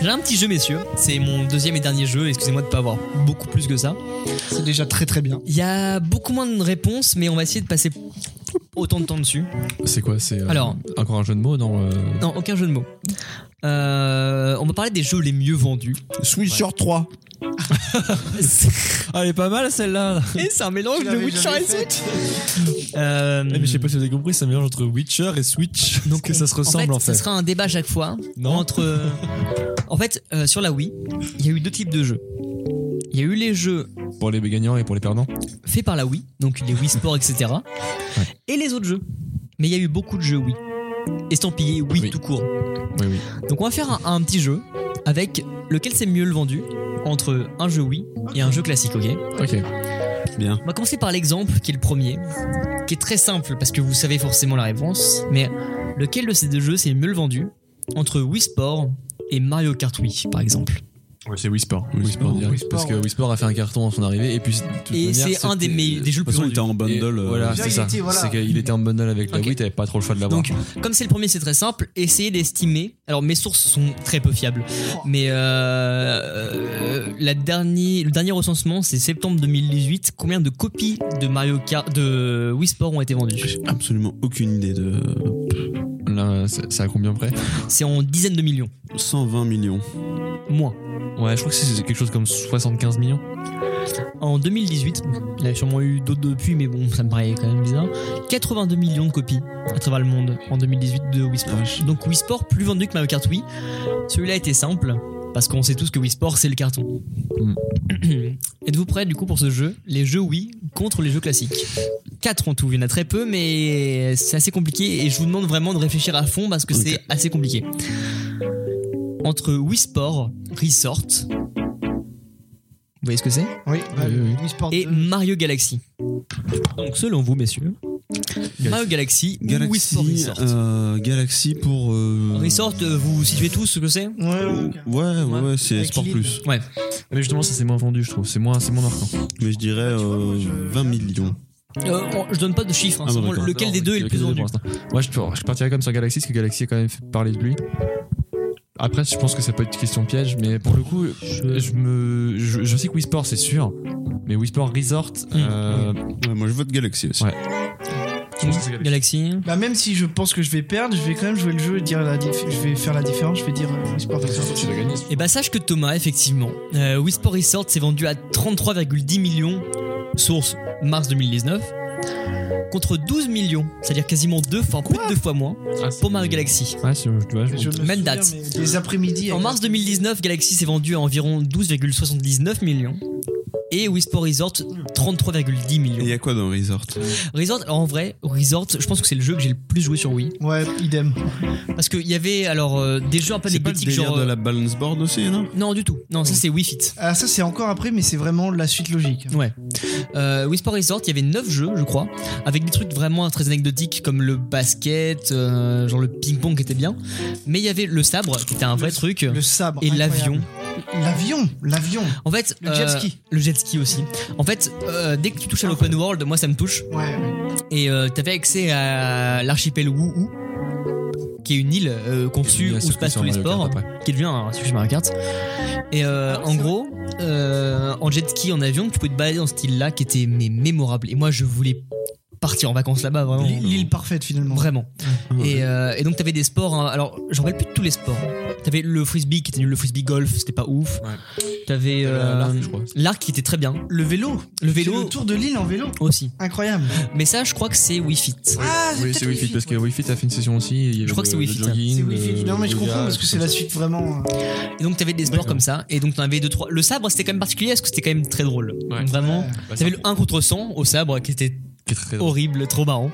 B: J'ai un petit jeu, messieurs. C'est mon deuxième et dernier jeu. Excusez-moi de pas avoir beaucoup plus que ça.
D: C'est déjà très très bien.
B: Il y a beaucoup moins de réponses, mais on va essayer de passer autant de temps dessus.
C: C'est quoi C'est euh,
B: Alors.
C: encore un jeu de mots non euh,
B: Non, aucun jeu de mots. Euh, on va parler des jeux les mieux vendus.
F: Switcher 3.
C: *laughs* Ah, elle est pas mal celle-là.
B: Et c'est un mélange
D: Tu
B: de
D: l'avais
B: Witcher
D: jamais
B: et
D: faite.
B: Switch. Euh,
C: Eh, mais je sais pas si vous avez compris, c'est un mélange entre Witcher
B: *laughs*
C: et Switch. Donc que ça se ressemble en fait.
B: Ce sera un débat à chaque fois.
C: Non.
B: Entre. euh, en fait, euh, sur la Wii, il y a eu deux types de jeux. Il y a eu les jeux
C: Pour les gagnants et pour les perdants.
B: faits par la Wii, donc les Wii Sports, etc. Et les autres jeux. Mais il y a eu beaucoup de jeux Wii. Estampillés Wii
C: Oui.
B: tout court.
C: Oui, oui.
B: Donc on va faire un, un petit jeu avec lequel c'est mieux le vendu entre un jeu Wii et un jeu classique, ok
C: Ok.
A: Bien.
B: On va commencer par l'exemple qui est le premier, qui est très simple parce que vous savez forcément la réponse, mais lequel de ces deux jeux s'est mieux le vendu entre Wii Sport et Mario Kart Wii par exemple
C: Ouais, c'est Wii Sport.
A: Wii Sport,
C: direct.
D: Wii Sport,
C: Parce que
D: ouais.
C: Wii Sport a fait un carton à son arrivée. Et puis, de toute
B: Et
C: manière,
B: c'est un des,
C: c'était-
B: meilleurs- des jeux
A: De
B: le
A: toute
B: plus
A: façon, il
B: vendus.
A: était en
C: Et
A: bundle. euh,
C: voilà,
D: Déjà,
C: c'est
D: il
C: ça.
D: était- voilà.
C: C'est qu'il était en bundle avec la
B: Ok.
C: Wii, t'avais pas trop le choix de l'avoir.
B: Donc, comme c'est le premier, c'est très simple. Essayez d'estimer. Alors, mes sources sont très peu fiables, mais euh, euh, la dernier, le dernier recensement, c'est septembre 2018. Combien de copies de Mario Kart, de Wii Sport ont été vendues
A: J'ai absolument aucune idée de. euh,
C: Là, c'est c'est à combien près
B: C'est en dizaines de millions.
A: 120 millions.
B: Moins.
C: Ouais, je crois que c'est quelque chose comme 75 millions.
B: En 2018, il y a sûrement eu d'autres depuis, mais bon, ça me paraît quand même bizarre. 82 millions de copies à travers le monde en 2018 de Wii Sport. Donc Wii Sport plus vendu que Mario Kart Wii. Celui-là était simple, parce qu'on sait tous que Wii Sport c'est le carton.
C: Mm.
B: *clears throat* Êtes-vous prêts du coup pour ce jeu Les jeux Wii contre les jeux classiques. 4 en tout, il y en a très peu, mais c'est assez compliqué et je vous demande vraiment de réfléchir à fond parce que c'est assez compliqué. Entre Wii Sport, Resort, vous voyez ce que c'est
D: Oui, bah,
C: oui, oui.
D: Wii Sport
B: et
D: 2.
B: Mario Galaxy. Donc selon vous, messieurs, Mario Galaxy, ou Wii
A: Galaxy,
B: Sport Resort.
A: euh, Galaxy pour. euh,
B: Resort, euh, vous vous situez tous ce que c'est
D: Ouais, ouais, ok.
A: Ouais, ouais, ouais, c'est
D: Avec
A: Sport
D: Lille.
A: Plus.
B: Ouais.
C: Mais justement, ça c'est moins vendu, je trouve. C'est moins, c'est moins marquant.
A: Mais je dirais
D: Ah, Tu vois, moi,
A: euh,
D: je-
A: 20 millions.
B: Euh, on- je donne pas de chiffres. hein,
A: Ah, bah,
B: c'est
A: d'accord.
B: vraiment lequel des deux est le plus vendu
C: Moi, je, je partirais comme sur Galaxy, parce que Galaxy a quand même fait parler de lui. Après, je pense que ça peut être question piège, mais pour le coup, je, me, je, je sais que Wii Sport, c'est sûr, mais Wii Sport Resort,
B: Hmm.
C: euh,
A: Ouais, moi, je vote Galaxy aussi.
C: Ouais. je pense que c'est Galaxy.
B: Galaxy.
D: Bah même si je pense que je vais perdre, je vais quand même jouer le jeu et dire la dif- je vais faire la différence, je vais dire euh, Wii Sport Resort.
C: Tu vas gagner.
B: Et bah sache que Thomas, effectivement, euh, Wii Sport Resort s'est vendu à 33,10 millions, source mars 2019, contre 12 millions, c'est-à-dire quasiment deux fois, plus de deux fois moins, Ah, pour Mario Galaxy.
C: Ouais, c'est- tu vois, je-
D: Je me
B: Même
D: souviens,
B: date.
D: mais Des après-midi.
B: En
D: avec-
B: mars 2019, Galaxy s'est vendu à environ 12,79 millions. Et Wii Sport Resort, 33,10
A: Et il
B: millions.
A: y a quoi dans Resort
B: Resort, alors en vrai, Resort, je pense que c'est le jeu que j'ai le plus joué sur Wii.
D: Ouais, idem.
B: Parce qu'il y avait alors euh, des jeux un peu
A: C'est pas le
B: anecdotiques,
A: délire
B: genre.
A: de
B: euh,
A: la Mm. balance board aussi, non
B: Non, du tout. Non, ça c'est Wii Fit.
D: Ah ça c'est encore après, mais c'est vraiment la suite logique.
B: Ouais. Euh, Wii Sport Resort, il y avait 9 jeux, je crois, avec des trucs vraiment très anecdotiques comme le basket, euh, genre le ping-pong qui était bien. Mais il y avait le sabre, qui était un vrai truc,
D: Le sabre.
B: et
D: incroyable.
B: l'avion.
D: L'avion, l'avion.
B: En fait, euh,
D: Le jet ski.
B: Le jet ski aussi. En fait, euh, dès que tu
A: Ah,
B: touches à l'open world, moi ça me touche.
D: Ouais, ouais.
B: Et euh, t'avais accès à l'archipel Wuhu, qui est une île euh, conçue
C: Il y a
B: où
C: surtout
B: se passent
C: sur
B: tous les
C: Mario Kart
B: sports,
C: après.
B: qui devient un sujet Mario Kart. Et euh, en gros, euh, en jet ski, en avion, tu pouvais te balader dans cette île-là qui était mais, mémorable. Et moi, je voulais partir en vacances là-bas, vraiment.
D: L'île l'île parfaite finalement.
B: Vraiment.
A: Ouais.
B: Et, euh, et donc, t'avais des sports. hein. alors, j'en rappelle plus de tous les sports. T'avais le frisbee qui était nul, le frisbee golf, c'était pas ouf. T'avais euh,
C: L'arc, je crois.
B: l'arc qui était très bien.
D: Le vélo.
B: Le
D: C'est
B: vélo
D: Le tour de l'île en vélo.
B: aussi.
D: Incroyable.
B: Mais ça, je crois que c'est Wii Fit.
D: Ah,
C: Oui, c'est Wii Fit, parce que Wii Fit a fait une session aussi. il y avait
B: crois que c'est
C: le-
B: Wii
C: le
B: Fit,
C: jogging,
D: C'est Wii Fit.
C: le-
D: Non mais je
C: le
D: comprends
C: yoga,
D: parce que
C: tout
D: c'est
C: ça.
D: la suite vraiment. euh,
B: Et donc t'avais des sports
C: D'accord.
B: comme ça, et donc t'en avais deux trois. Le sabre c'était quand même particulier parce que c'était quand même très drôle.
C: Ouais.
B: Donc, Vraiment.
D: ouais.
B: T'avais le 1 contre 100 au sabre qui était
C: Qui est très drôle.
B: horrible, trop marrant.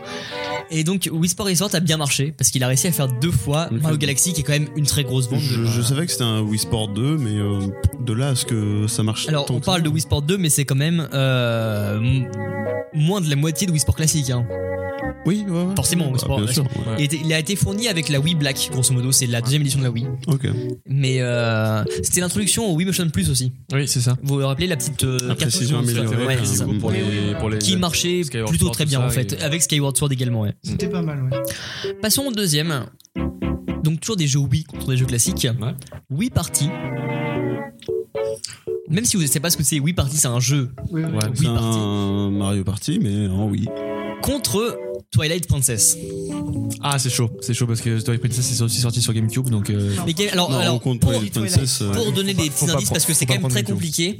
B: Et donc Wii Sport Resort a bien marché parce qu'il a réussi à faire deux fois
A: Ok.
B: Mario Galaxy qui est quand même une très grosse vente.
A: Je, je savais que c'était un Wii Sport 2, mais euh, de là à ce que ça marche.
B: Alors
A: tant Ah,
B: on
A: que ça.
B: parle de Wii Sport 2 mais c'est quand même euh, m- moins de la moitié de Wii Sport classique. hein.
A: Oui, ouais, ouais.
B: Forcément, Wii
A: Ah,
B: Sport.
A: bien sûr. ouais.
B: Il était- il a été fourni avec la Wii Black grosso modo, c'est la deuxième édition de la Wii.
A: Ok.
B: Mais euh, c'était l'introduction au Wii Motion Plus aussi.
C: Oui, c'est ça.
B: Vous vous rappelez la petite euh,
A: La précision
B: cartouche
A: améliorée,
B: Ouais,
A: la
B: c'est ça.
A: précision.
C: pour les, pour les
B: qui marchait
C: Skyward
B: plutôt
C: Sword,
B: très
C: tout
B: bien
C: ça,
B: en fait,
C: et-
B: avec Skyward Sword également. ouais.
D: C'était pas mal. Ouais.
B: Passons au deuxième. Donc toujours des jeux Wii contre des jeux classiques.
C: Ouais.
B: Wii Party. Même si vous ne savez pas ce que c'est, Wii Party c'est un jeu
D: Oui, oui.
C: Ouais.
A: C'est
B: Wii Party
A: un Mario Party, mais en oui.
B: contre Twilight Princess.
C: Ah, c'est chaud, c'est chaud parce que Story Princess c'est aussi sorti sur GameCube donc. euh,
D: Non.
B: Mais quel- alors,
A: non,
B: alors,
A: on compte
B: pour,
A: Twilight Princess. euh,
B: pour donner
C: pas-
B: des petits
C: faut pas
B: indices
C: prendre-
B: parce que c'est
C: faut
B: quand
C: pas
B: même très
C: prendre
B: compliqué.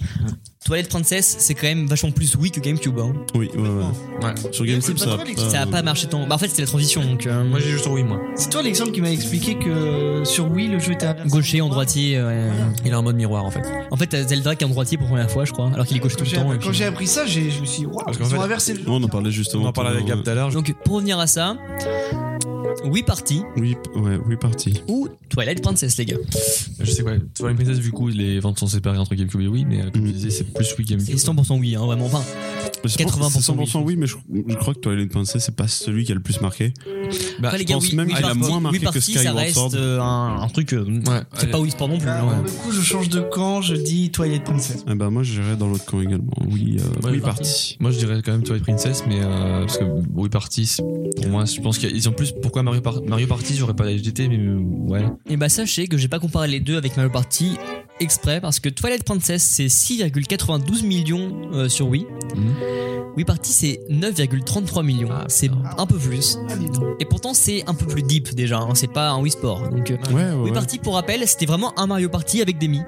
B: Twilight Princess c'est quand même vachement plus Wii que GameCube. hein.
A: Oui, ouais, ouais. Sur
D: C'est
A: GameCube,
D: pas
A: ça. euh,
D: trop
A: a
D: l'ex-
B: Ça a pas marché tant. Bah, en fait c'était la transition donc. euh,
C: Euh, Moi j'ai juste sur Wii moi.
D: C'est toi Alexandre qui m'a expliqué que euh, sur Wii le jeu était inversé.
B: Gaucher en droitier. ouais.
C: Il a un mode miroir en fait.
B: En fait t'as Zelda qui est en droitier pour la première fois je crois alors qu'il est gaucher
D: Quand
B: tout le
D: j'ai-
B: temps. et
D: quand
B: puis-
D: j'ai appris ça, j'ai- je me suis dit, waouh,
C: Parce
D: ils
C: qu'en
D: ont
C: fait,
D: inversé le jeu.
A: On en parlait justement.
C: On en parlait avec
A: tout à
C: Gab tout à l'heure.
B: Donc pour revenir à ça, Wii Party
A: l'heure. Oui, p- euh, ouais, oui, parti.
B: ou Twilight Princess les gars.
C: Je sais quoi. Twilight Princess du coup les ventes sont séparées entre GameCube et Wii mais euh, comme je disais c'est plus Wii
B: C'est
C: GameCube.
B: 100% Wii hein, vraiment. Enfin,
A: Je pense que
B: 80%
A: c'est 100% oui, mais je, je crois que Twilight Princess, c'est pas celui qui a le plus marqué.
C: Bah,
B: après, les
A: je
B: gars,
A: pense
B: Wii,
A: même
B: Wii
A: qu'il a
B: Party-
A: moins marqué
B: Wii
A: que
B: Party, ça
A: Skyward
B: reste
A: Sword.
B: euh, un, un truc. euh,
C: Ouais.
B: C'est pas Wii Sport non plus.
D: Ah,
B: hein.
D: Du coup, je change de camp, je dis Twilight Princess.
A: Eh ben, moi, j'irais dans l'autre camp également. Oui, euh,
C: Ouais,
A: oui,
C: Wii Party.
A: parti.
C: Moi je dirais quand même Twilight Princess mais euh, parce que Wii Party c'est- pour moi je pense qu'ils ont plus pourquoi Mario, Par- Mario Party j'aurais pas la HDT mais euh, ouais.
B: Et bah sachez que j'ai pas comparé les deux avec Mario Party exprès parce que Twilight Princess c'est 6,92 millions euh, sur Wii.
C: Mhm.
B: Party, c'est 9,33 millions.
C: Ah,
B: c'est
C: putain.
B: un peu plus.
D: Ah, dis donc.
B: Et pourtant, c'est un peu plus deep déjà. hein. C'est pas un Wii Sport. Donc, euh,
A: Ouais, Ah, ouais,
B: Wii
A: ouais.
B: Party, pour rappel, c'était vraiment un Mario Party avec des mi.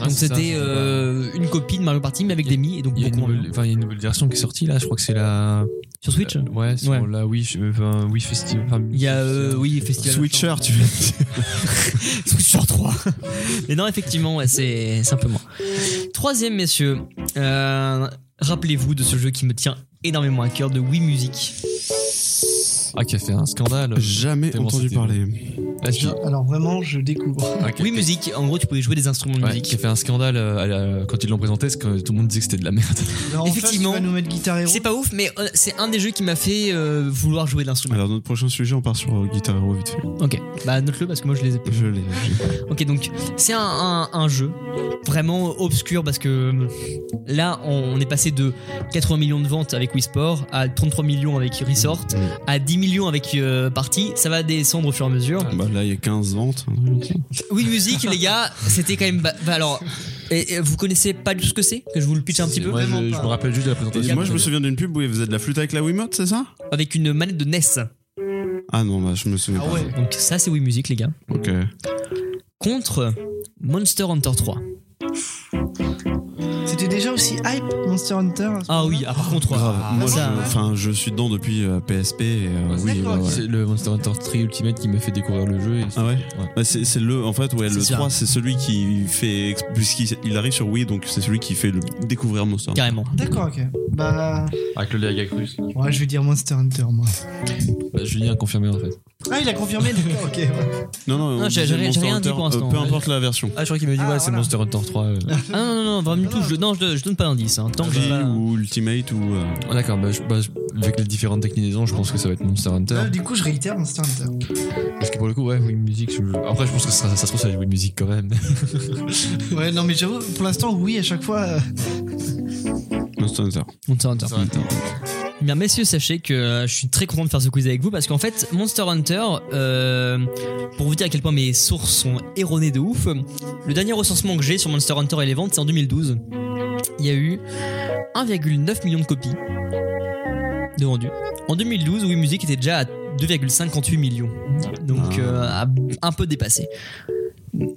C: Ah,
B: donc, c'était euh, une copie de Mario Party, mais avec des mi et donc
C: Il y, a une
B: beaucoup moins
C: nouvelle,
B: bien.
C: enfin, il y a une nouvelle version qui est sortie là, je crois que c'est la.
B: Sur Switch
C: Euh, Ouais, sur
B: Ouais.
C: la Wii, je- enfin, Wii Festival. enfin,
B: Il y a, euh, oui, Festival.
A: Switcher, tu veux dire.
B: sur 3 *laughs* Mais non, effectivement, ouais, c'est c'est un peu moins. Troisième, messieurs, euh, rappelez-vous de ce jeu qui me tient énormément à cœur, de Wii Music.
C: Ah, qui a fait un scandale.
A: Jamais
C: Tellement
A: entendu
C: c'était-
A: parler.
C: Ah, qui-
D: Alors vraiment, je découvre.
C: ah, qui-
B: Wii Music, en gros, tu pouvais jouer des instruments de
C: Ouais, qui a
B: musique.
C: fait un scandale euh, à la- quand ils l'ont présenté, parce que tout le monde disait que c'était de la merde.
D: Là, en
B: Effectivement.
D: face, tu vas nous mettre Guitar Hero.
B: C'est pas ouf, mais euh, c'est un des jeux qui m'a fait euh, vouloir jouer de l'instrument.
A: Alors, notre prochain sujet, on part sur euh, Guitar Hero vite fait.
B: Ok, bah note-le parce que moi je les ai pas.
A: Je l'ai.
B: Ok, donc c'est un, un- un jeu vraiment obscur parce que hum, là on, on est passé de 80 millions de ventes avec Wii Sport à 33 millions avec Resort
A: Mm.
B: à 10 millions avec euh, Party. Ça va descendre au fur et à mesure.
A: Bah, là, il y a 15 ventes.
B: Oui, musique, les gars, c'était quand même. ba- bah alors, et, et vous connaissez pas du tout ce que c'est Que je vous le pitch un petit peu
C: Moi, je,
D: Vraiment
C: je
D: pas.
C: me rappelle juste de la présentation.
A: Et moi, je me souviens d'une pub où il faisait de la flûte avec la Wiimote, c'est ça
B: Avec une manette de NES.
A: Ah non, bah, je me souviens
D: Ah
A: pas.
D: ouais.
B: Donc, ça, c'est Wii Music, les gars.
A: Ok.
B: Contre Monster Hunter 3.
D: C'était déjà aussi hype Monster Hunter. hein. à ce
B: Ah
D: moment-là
B: oui, ah, par contre.
A: Grave.
B: ah,
A: moi,
B: ça,
A: je, enfin, je suis dedans depuis euh, PSP. Et, euh,
C: Ouais,
A: oui,
D: d'accord,
A: ouais, ouais.
C: C'est le Monster Hunter 3 Ultimate qui m'a fait découvrir le jeu. Et...
A: Ah ouais
C: Ouais.
A: Bah, c'est, c'est le en fait ouais le
B: C'est ça.
A: 3 c'est celui qui fait ex- puisqu'il il arrive sur Wii donc c'est celui qui fait le découvrir Monster Hunter.
B: Carrément.
D: D'accord, ok. Bah,
C: Avec le Lagacrus.
D: ouais, je vais dire Monster Hunter, moi.
C: Bah, Julien a confirmé en fait.
D: Ah, il a confirmé, d'accord, ok. ouais.
A: Non non, on
B: Non, j'ai-
A: disait
B: j'ai rien- j'ai
A: Monster
B: rien dit
A: Hunter,
B: pour l'instant.
A: euh, peu importe la version.
C: Ah, je crois qu'il m'a dit,
D: Ah,
C: ouais, c'est
D: voilà.
C: Monster Hunter
A: *laughs*
C: 3. euh.
B: Ah non, non, non, vraiment du tout. Je, non, je, je donne pas d'indice. hein, tant que j'ai
A: Wii
B: pas.
A: ou Ultimate ou euh,
C: Ah, D'accord, bah, je- bah, je- avec les différentes déclinaisons, je pense que ça va être Monster Hunter.
D: Là, du coup, je réitère Monster Hunter.
C: Parce que pour le coup, ouais, Wii Music. je- Après, je pense que ça, ça se trouve, ça va être Wii Music quand même.
D: Ouais, non, mais j'avoue, pour l'instant, oui, à chaque fois. euh,
A: Monster Hunter.
B: Monster Hunter. Eh
C: Monster Hunter.
B: Bien, messieurs, sachez que euh, je suis très content de faire ce quiz avec vous parce qu'en fait, Monster Hunter, euh, pour vous dire à quel point mes sources sont erronées de ouf, euh, le dernier recensement que j'ai sur Monster Hunter et les ventes, c'est en 2012. Il y a eu 1,9 million de copies de vendues. En 2012, Wii Music était déjà à 2,58 millions.
A: Ah.
B: Donc, euh, à- un peu dépassé.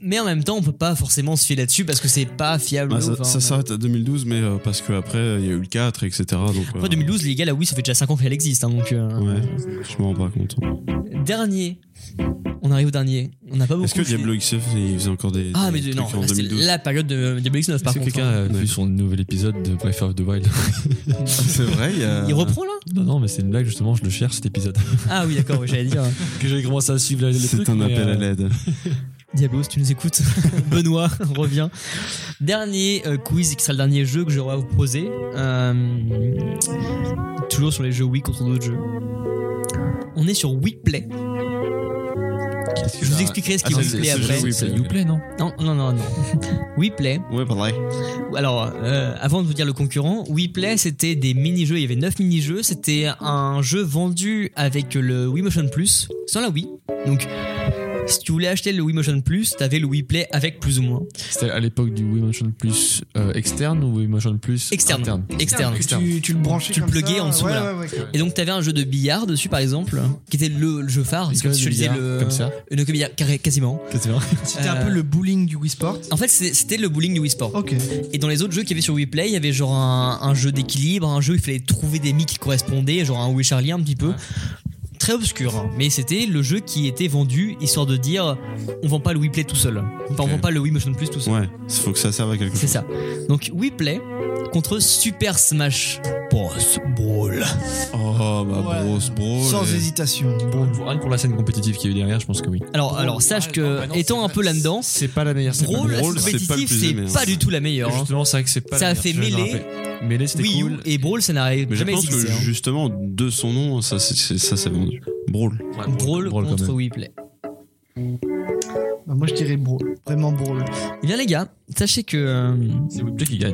B: Mais en même temps, on peut pas forcément se fier là-dessus parce que c'est pas fiable. hein.
A: Ah, ça
B: Enfin,
A: ça s'arrête à 2012 mais euh, parce que après il y a eu le 4 etc donc. euh,
B: Après 2012, les gars, la Wii, ça fait déjà 5 ans qu'elle existe. hein, donc, euh,
A: Ouais, je me rends pas compte.
B: Dernier. On arrive au dernier. On n'a pas beaucoup.
A: Est-ce que
B: fait-
A: Diablo XF il faisait encore des,
B: Ah, mais
A: des
B: non,
A: trucs en
B: là, c'est
A: 2012
B: la période de Diablo X9 par
C: Est-ce
B: contre.
C: que quelqu'un
B: hein.
C: a vu son nouvel épisode de Breath of the Wild *laughs*
A: C'est vrai, il y a euh,
B: Il reprend là
C: Non, non, mais c'est une blague, justement, je le cherche cet épisode.
B: Ah oui, d'accord, oui,
A: *laughs*
B: j'allais dire.
C: que j'ai commencé à suivre les euh,
A: c'est un appel
B: euh,
A: à l'aide.
B: Diablo, si tu nous écoutes, *laughs* Benoît, reviens. Dernier euh, quiz qui sera le dernier jeu que j'aurai à vous poser. Euh, toujours sur les jeux Wii contre d'autres jeux. On est sur Wii Play. Je vous expliquerai ce qui
A: Attends,
B: est Wii Play
A: Ah, c'est- c'est
B: après.
A: jeu Wii
C: C'est
A: Play.
C: Uplay, non
B: Non, non, non,
C: *laughs*
B: non. Wii Play,
A: Ouais, pareil.
B: Alors, euh, avant de vous dire le concurrent, WePlay, c'était des mini-jeux. Il y avait 9 mini-jeux. C'était un jeu vendu avec le Wii Motion Plus, sans la Wii. Donc, si tu voulais acheter le Wii Motion Plus, t'avais le WePlay avec plus ou moins.
C: C'était à l'époque du Wii Motion Plus euh, externe ou Wii Motion Plus
B: Externe.
C: interne
B: Externe.
D: Tu, tu le branchais.
B: Tu
D: comme
B: pluguais
D: ça,
B: en dessous,
D: Ouais,
B: là.
D: ouais, ouais.
B: Et donc, t'avais un jeu de billard dessus, par exemple, qui était le, le jeu phare. C'est comme si je disais le.
C: Comme ça.
B: Une billard, carré- quasiment.
D: C'était
B: Euh,
D: un peu le bowling du Wii Sport.
B: En fait, c'est- c'était le bowling du Wii Sport.
D: Ok.
B: Et dans les autres jeux qu'il y avait sur WePlay, il y avait genre un, un jeu d'équilibre, un jeu où il fallait trouver des mi qui correspondaient, genre un Wii Charlie un petit peu.
C: Ouais.
B: Très obscur, hein. mais c'était le jeu qui était vendu histoire de dire on vend pas le WePlay tout seul. Enfin, on
A: Ok.
B: vend pas le Wii Motion Plus tout seul.
A: Ouais, faut que ça serve à quelque
B: C'est
A: chose.
B: ça. Donc WePlay contre Super Smash Bros. Brawl.
A: Oh, bah,
D: Ouais.
A: Bros Bro.
D: Sans hésitation.
C: Bon, rien que pour la scène compétitive qu'il y a eu derrière, je pense que oui.
B: Alors, alors
A: Ah,
B: sache que,
A: bah
B: étant un peu là-dedans,
C: C'est pas la meilleure. scène.
B: Brawl, la
A: Brawl, c'est pas le
B: compétitive,
A: plus
B: c'est
A: aimé, hein.
B: pas du tout la meilleure. hein.
C: Justement, c'est vrai que c'est pas
B: Ça
C: la
B: a
C: meilleure,
B: fait
C: je me
B: mêlée.
C: rappelle. Mêlée, c'était
B: Wii U
C: cool.
B: et Brawl, ça n'a
A: Mais je
B: jamais
A: pense que
B: existé. hein.
A: justement, de son nom, ça c'est- c'est ça, c'est vendu. Brawl.
C: Ouais,
B: Brawl
C: quand
B: contre
C: même.
B: WePlay.
D: Bah, moi, je dirais brawl. Vraiment brawl.
C: Ah
B: Eh bien les gars, sachez que euh,
C: C'est Wii Play qui gagne.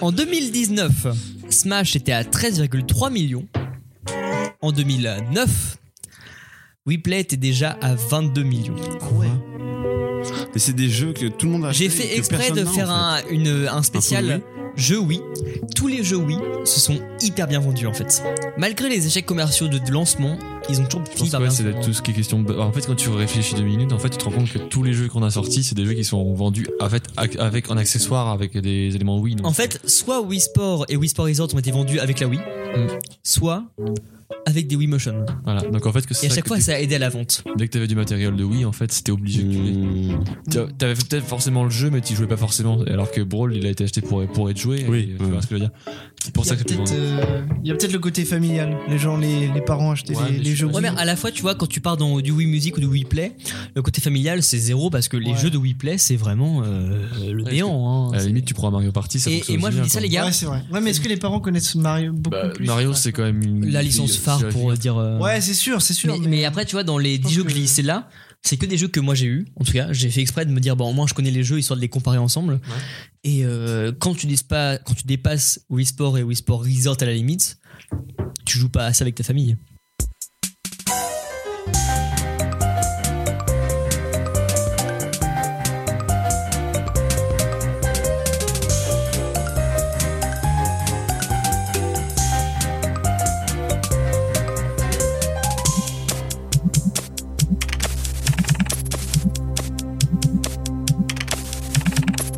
B: en 2019, Smash était à 13,3 millions. En 2009, WePlay était déjà à 22 millions.
D: Ah ouais.
A: Mais Ah, c'est des jeux que tout le monde a
B: J'ai
A: acheté et
B: fait
A: que
B: exprès
A: personne
B: de
A: n'a, en
B: faire
A: fait.
B: un, une- un spécial jeux Wii, tous les jeux Wii se sont hyper bien vendus en fait. Malgré les échecs commerciaux de de lancement, ils ont toujours
C: Je
B: fini
C: pense que
B: par
C: ouais,
B: bien se
C: c'est
B: vendre.
C: tout ce qui est question de. En fait, quand tu réfléchis deux minutes, en fait, tu te rends compte que tous les jeux qu'on a sortis, c'est des jeux qui sont vendus en fait, ac- avec, en accessoire avec des éléments Wii. donc.
B: En fait, soit Wii Sport et Wii Sport Resort ont été vendus avec la Wii, soit avec des Wii Motion.
C: Voilà. Donc en fait, que
B: Et
C: c'est
B: à
C: ça
B: chaque
C: que
B: fois,
C: tu-
B: ça Hmm. a aidé à la vente.
C: dès que t'avais du matériel de Wii, en fait, c'était obligé que tu l'aies.
A: Mmh.
C: T'as- T'avais fait peut-être forcément le jeu, mais tu jouais pas forcément. Alors que Brawl, il a été acheté pour, pour être joué.
A: Oui,
C: et euh, tu
A: ouais.
C: vois ce que je veux dire. C'est pour
D: Il y
C: ça
D: a
C: que c'est
D: peut-être euh, il y a peut-être le côté familial. Les gens, les, les parents achetaient
C: Ouais,
D: les,
C: mais
D: les
C: je-
D: jeux.
B: Ouais, mais à la fois, tu vois, quand tu pars dans du Wii Music ou du Wii Play, le côté familial, c'est zéro parce que les
D: Ouais.
B: jeux de Wii Play, c'est vraiment euh, le
C: Ouais,
B: néant.
C: À
B: hein.
C: la limite, tu prends un Mario Party, ça
B: Et-
C: fonctionne
B: et moi,
C: aussi
B: je
C: bien,
B: dis ça,
C: quoi.
B: les gars.
D: Ouais, c'est vrai. Ouais, mais est-ce que les parents connaissent Mario beaucoup
C: Bah,
D: plus
C: Mario, c'est quand même une.
B: La licence phare
C: c'est-
B: pour euh, dire. euh,
D: Ouais, c'est sûr, c'est sûr.
B: mais, mais après, tu vois, dans les
D: pense
B: 10 jeux que
D: que-
B: j'ai listés là, c'est que des jeux que moi j'ai eu. En tout cas, j'ai fait exprès de me dire, bon, au moins je connais les jeux histoire de les comparer ensemble. Et euh, quand, tu dis pas, quand tu dépasses Wii Sport et Wii Sport Resort à la limite, tu joues pas assez avec ta famille. T'inquiète
F: La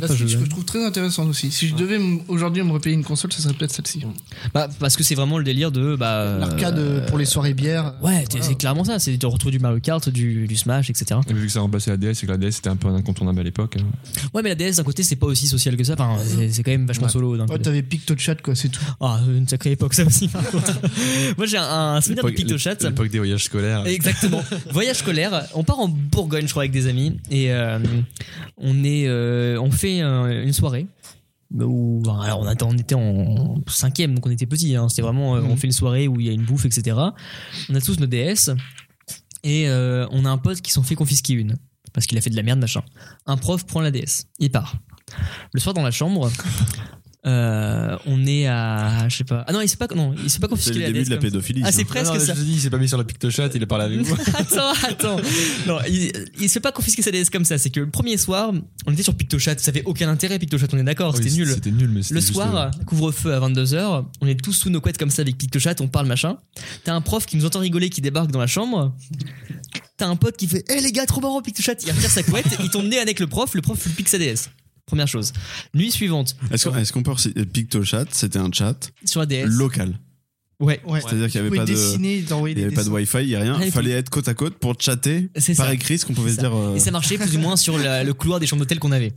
B: pas, je-
F: Switch que je trouve très intéressante aussi. Si je devais m- aujourd'hui me repayer une console, ce serait peut-être celle-ci.
B: Bah, parce que c'est vraiment le délire de. Bah,
D: Euh, L'arcade
B: euh,
D: euh, pour les soirées bières.
B: Ouais, t'es-
D: Voilà.
B: c'est clairement ça. C'est le retour du Mario Kart, du, du Smash, etc.
C: Et vu que ça remplaçait la DS, c'est que la DS c'était un peu un incontournable à l'époque. hein.
B: Ouais, mais la DS d'un côté, c'est pas aussi social que ça. Enfin, c'est- c'est quand même vachement
C: Ouais.
B: solo d'un
D: Ouais,
B: côté.
D: t'avais PictoChat, quoi, c'est tout.
B: Ah, une sacrée époque, ça aussi, par
C: *laughs*
B: contre. Moi, j'ai un, un souvenir de
C: L'époque-
B: PictoChat. ça me-
C: L'époque des voyages scolaires.
A: Ah *laughs*
B: Exactement. Voyage scolaire. On part en Bourgogne, je crois, avec des amis. Et euh, on, est, euh, on fait euh, une soirée. Où, enfin, alors on, était- on était en cinquième, donc on était petits. hein. C'était vraiment, euh,
A: Mhm.
B: on fait une soirée où il y a une bouffe, etc. On a tous nos DS. Et euh, on a un pote qui s'en fait confisquer une. Parce qu'il a fait de la merde, machin. Un prof prend la DS. Il part. Le soir, dans
A: *laughs*
B: la chambre... euh, on est à je sais pas ah non il s'est pas non il s'est pas
A: C'est
B: confisqué
A: le
B: la
A: début
B: DS
A: de la
B: comme ça.
A: pédophilie.
B: ah
A: ça.
B: c'est presque
C: Non, non,
B: ça
C: Je te dis, il s'est pas mis sur la PictoChat, il a parlé
B: *laughs*
C: avec vous.
B: attends, attends. Non, il, il se fait pas confisquer sa DS comme ça. C'est que le premier soir, on était sur PictoChat. Ça avait aucun intérêt, PictoChat, on est d'accord,
C: Oui,
B: Oh, c'était nul.
C: C'était nul, mais
B: Le
C: c'était juste, euh,
B: soir, couvre-feu à 22h, on est tous sous nos couettes comme ça avec PictoChat, on parle machin. T'as un prof qui nous entend rigoler qui débarque dans la chambre. T'as un pote qui fait Eh les gars, trop marrant PictoChat. Il retire sa couette, il tombe nez avec le prof, le prof lui pique sa DS. Première chose. Nuit suivante,
A: Est-ce qu'on est-ce qu'on peut reciter PictoChat C'était un chat
B: sur la DS.
A: local.
B: Ouais.
D: Ouais.
A: C'est-à-dire qu'il n'y
D: Vous
A: avait
D: pouvez
A: pas de.
D: dessiner, d'envoyer
A: Il n'y
D: des
A: avait pas de
D: dessins.
A: wifi, il n'y a rien.
B: Ouais,
A: Il fallait être côte à côte pour chatter
B: C'est
A: par
B: ça.
A: écrit, ce qu'on pouvait
B: C'est
A: se dire. euh,
B: Et ça marchait plus ou moins sur la- le couloir des chambres d'hôtel qu'on avait.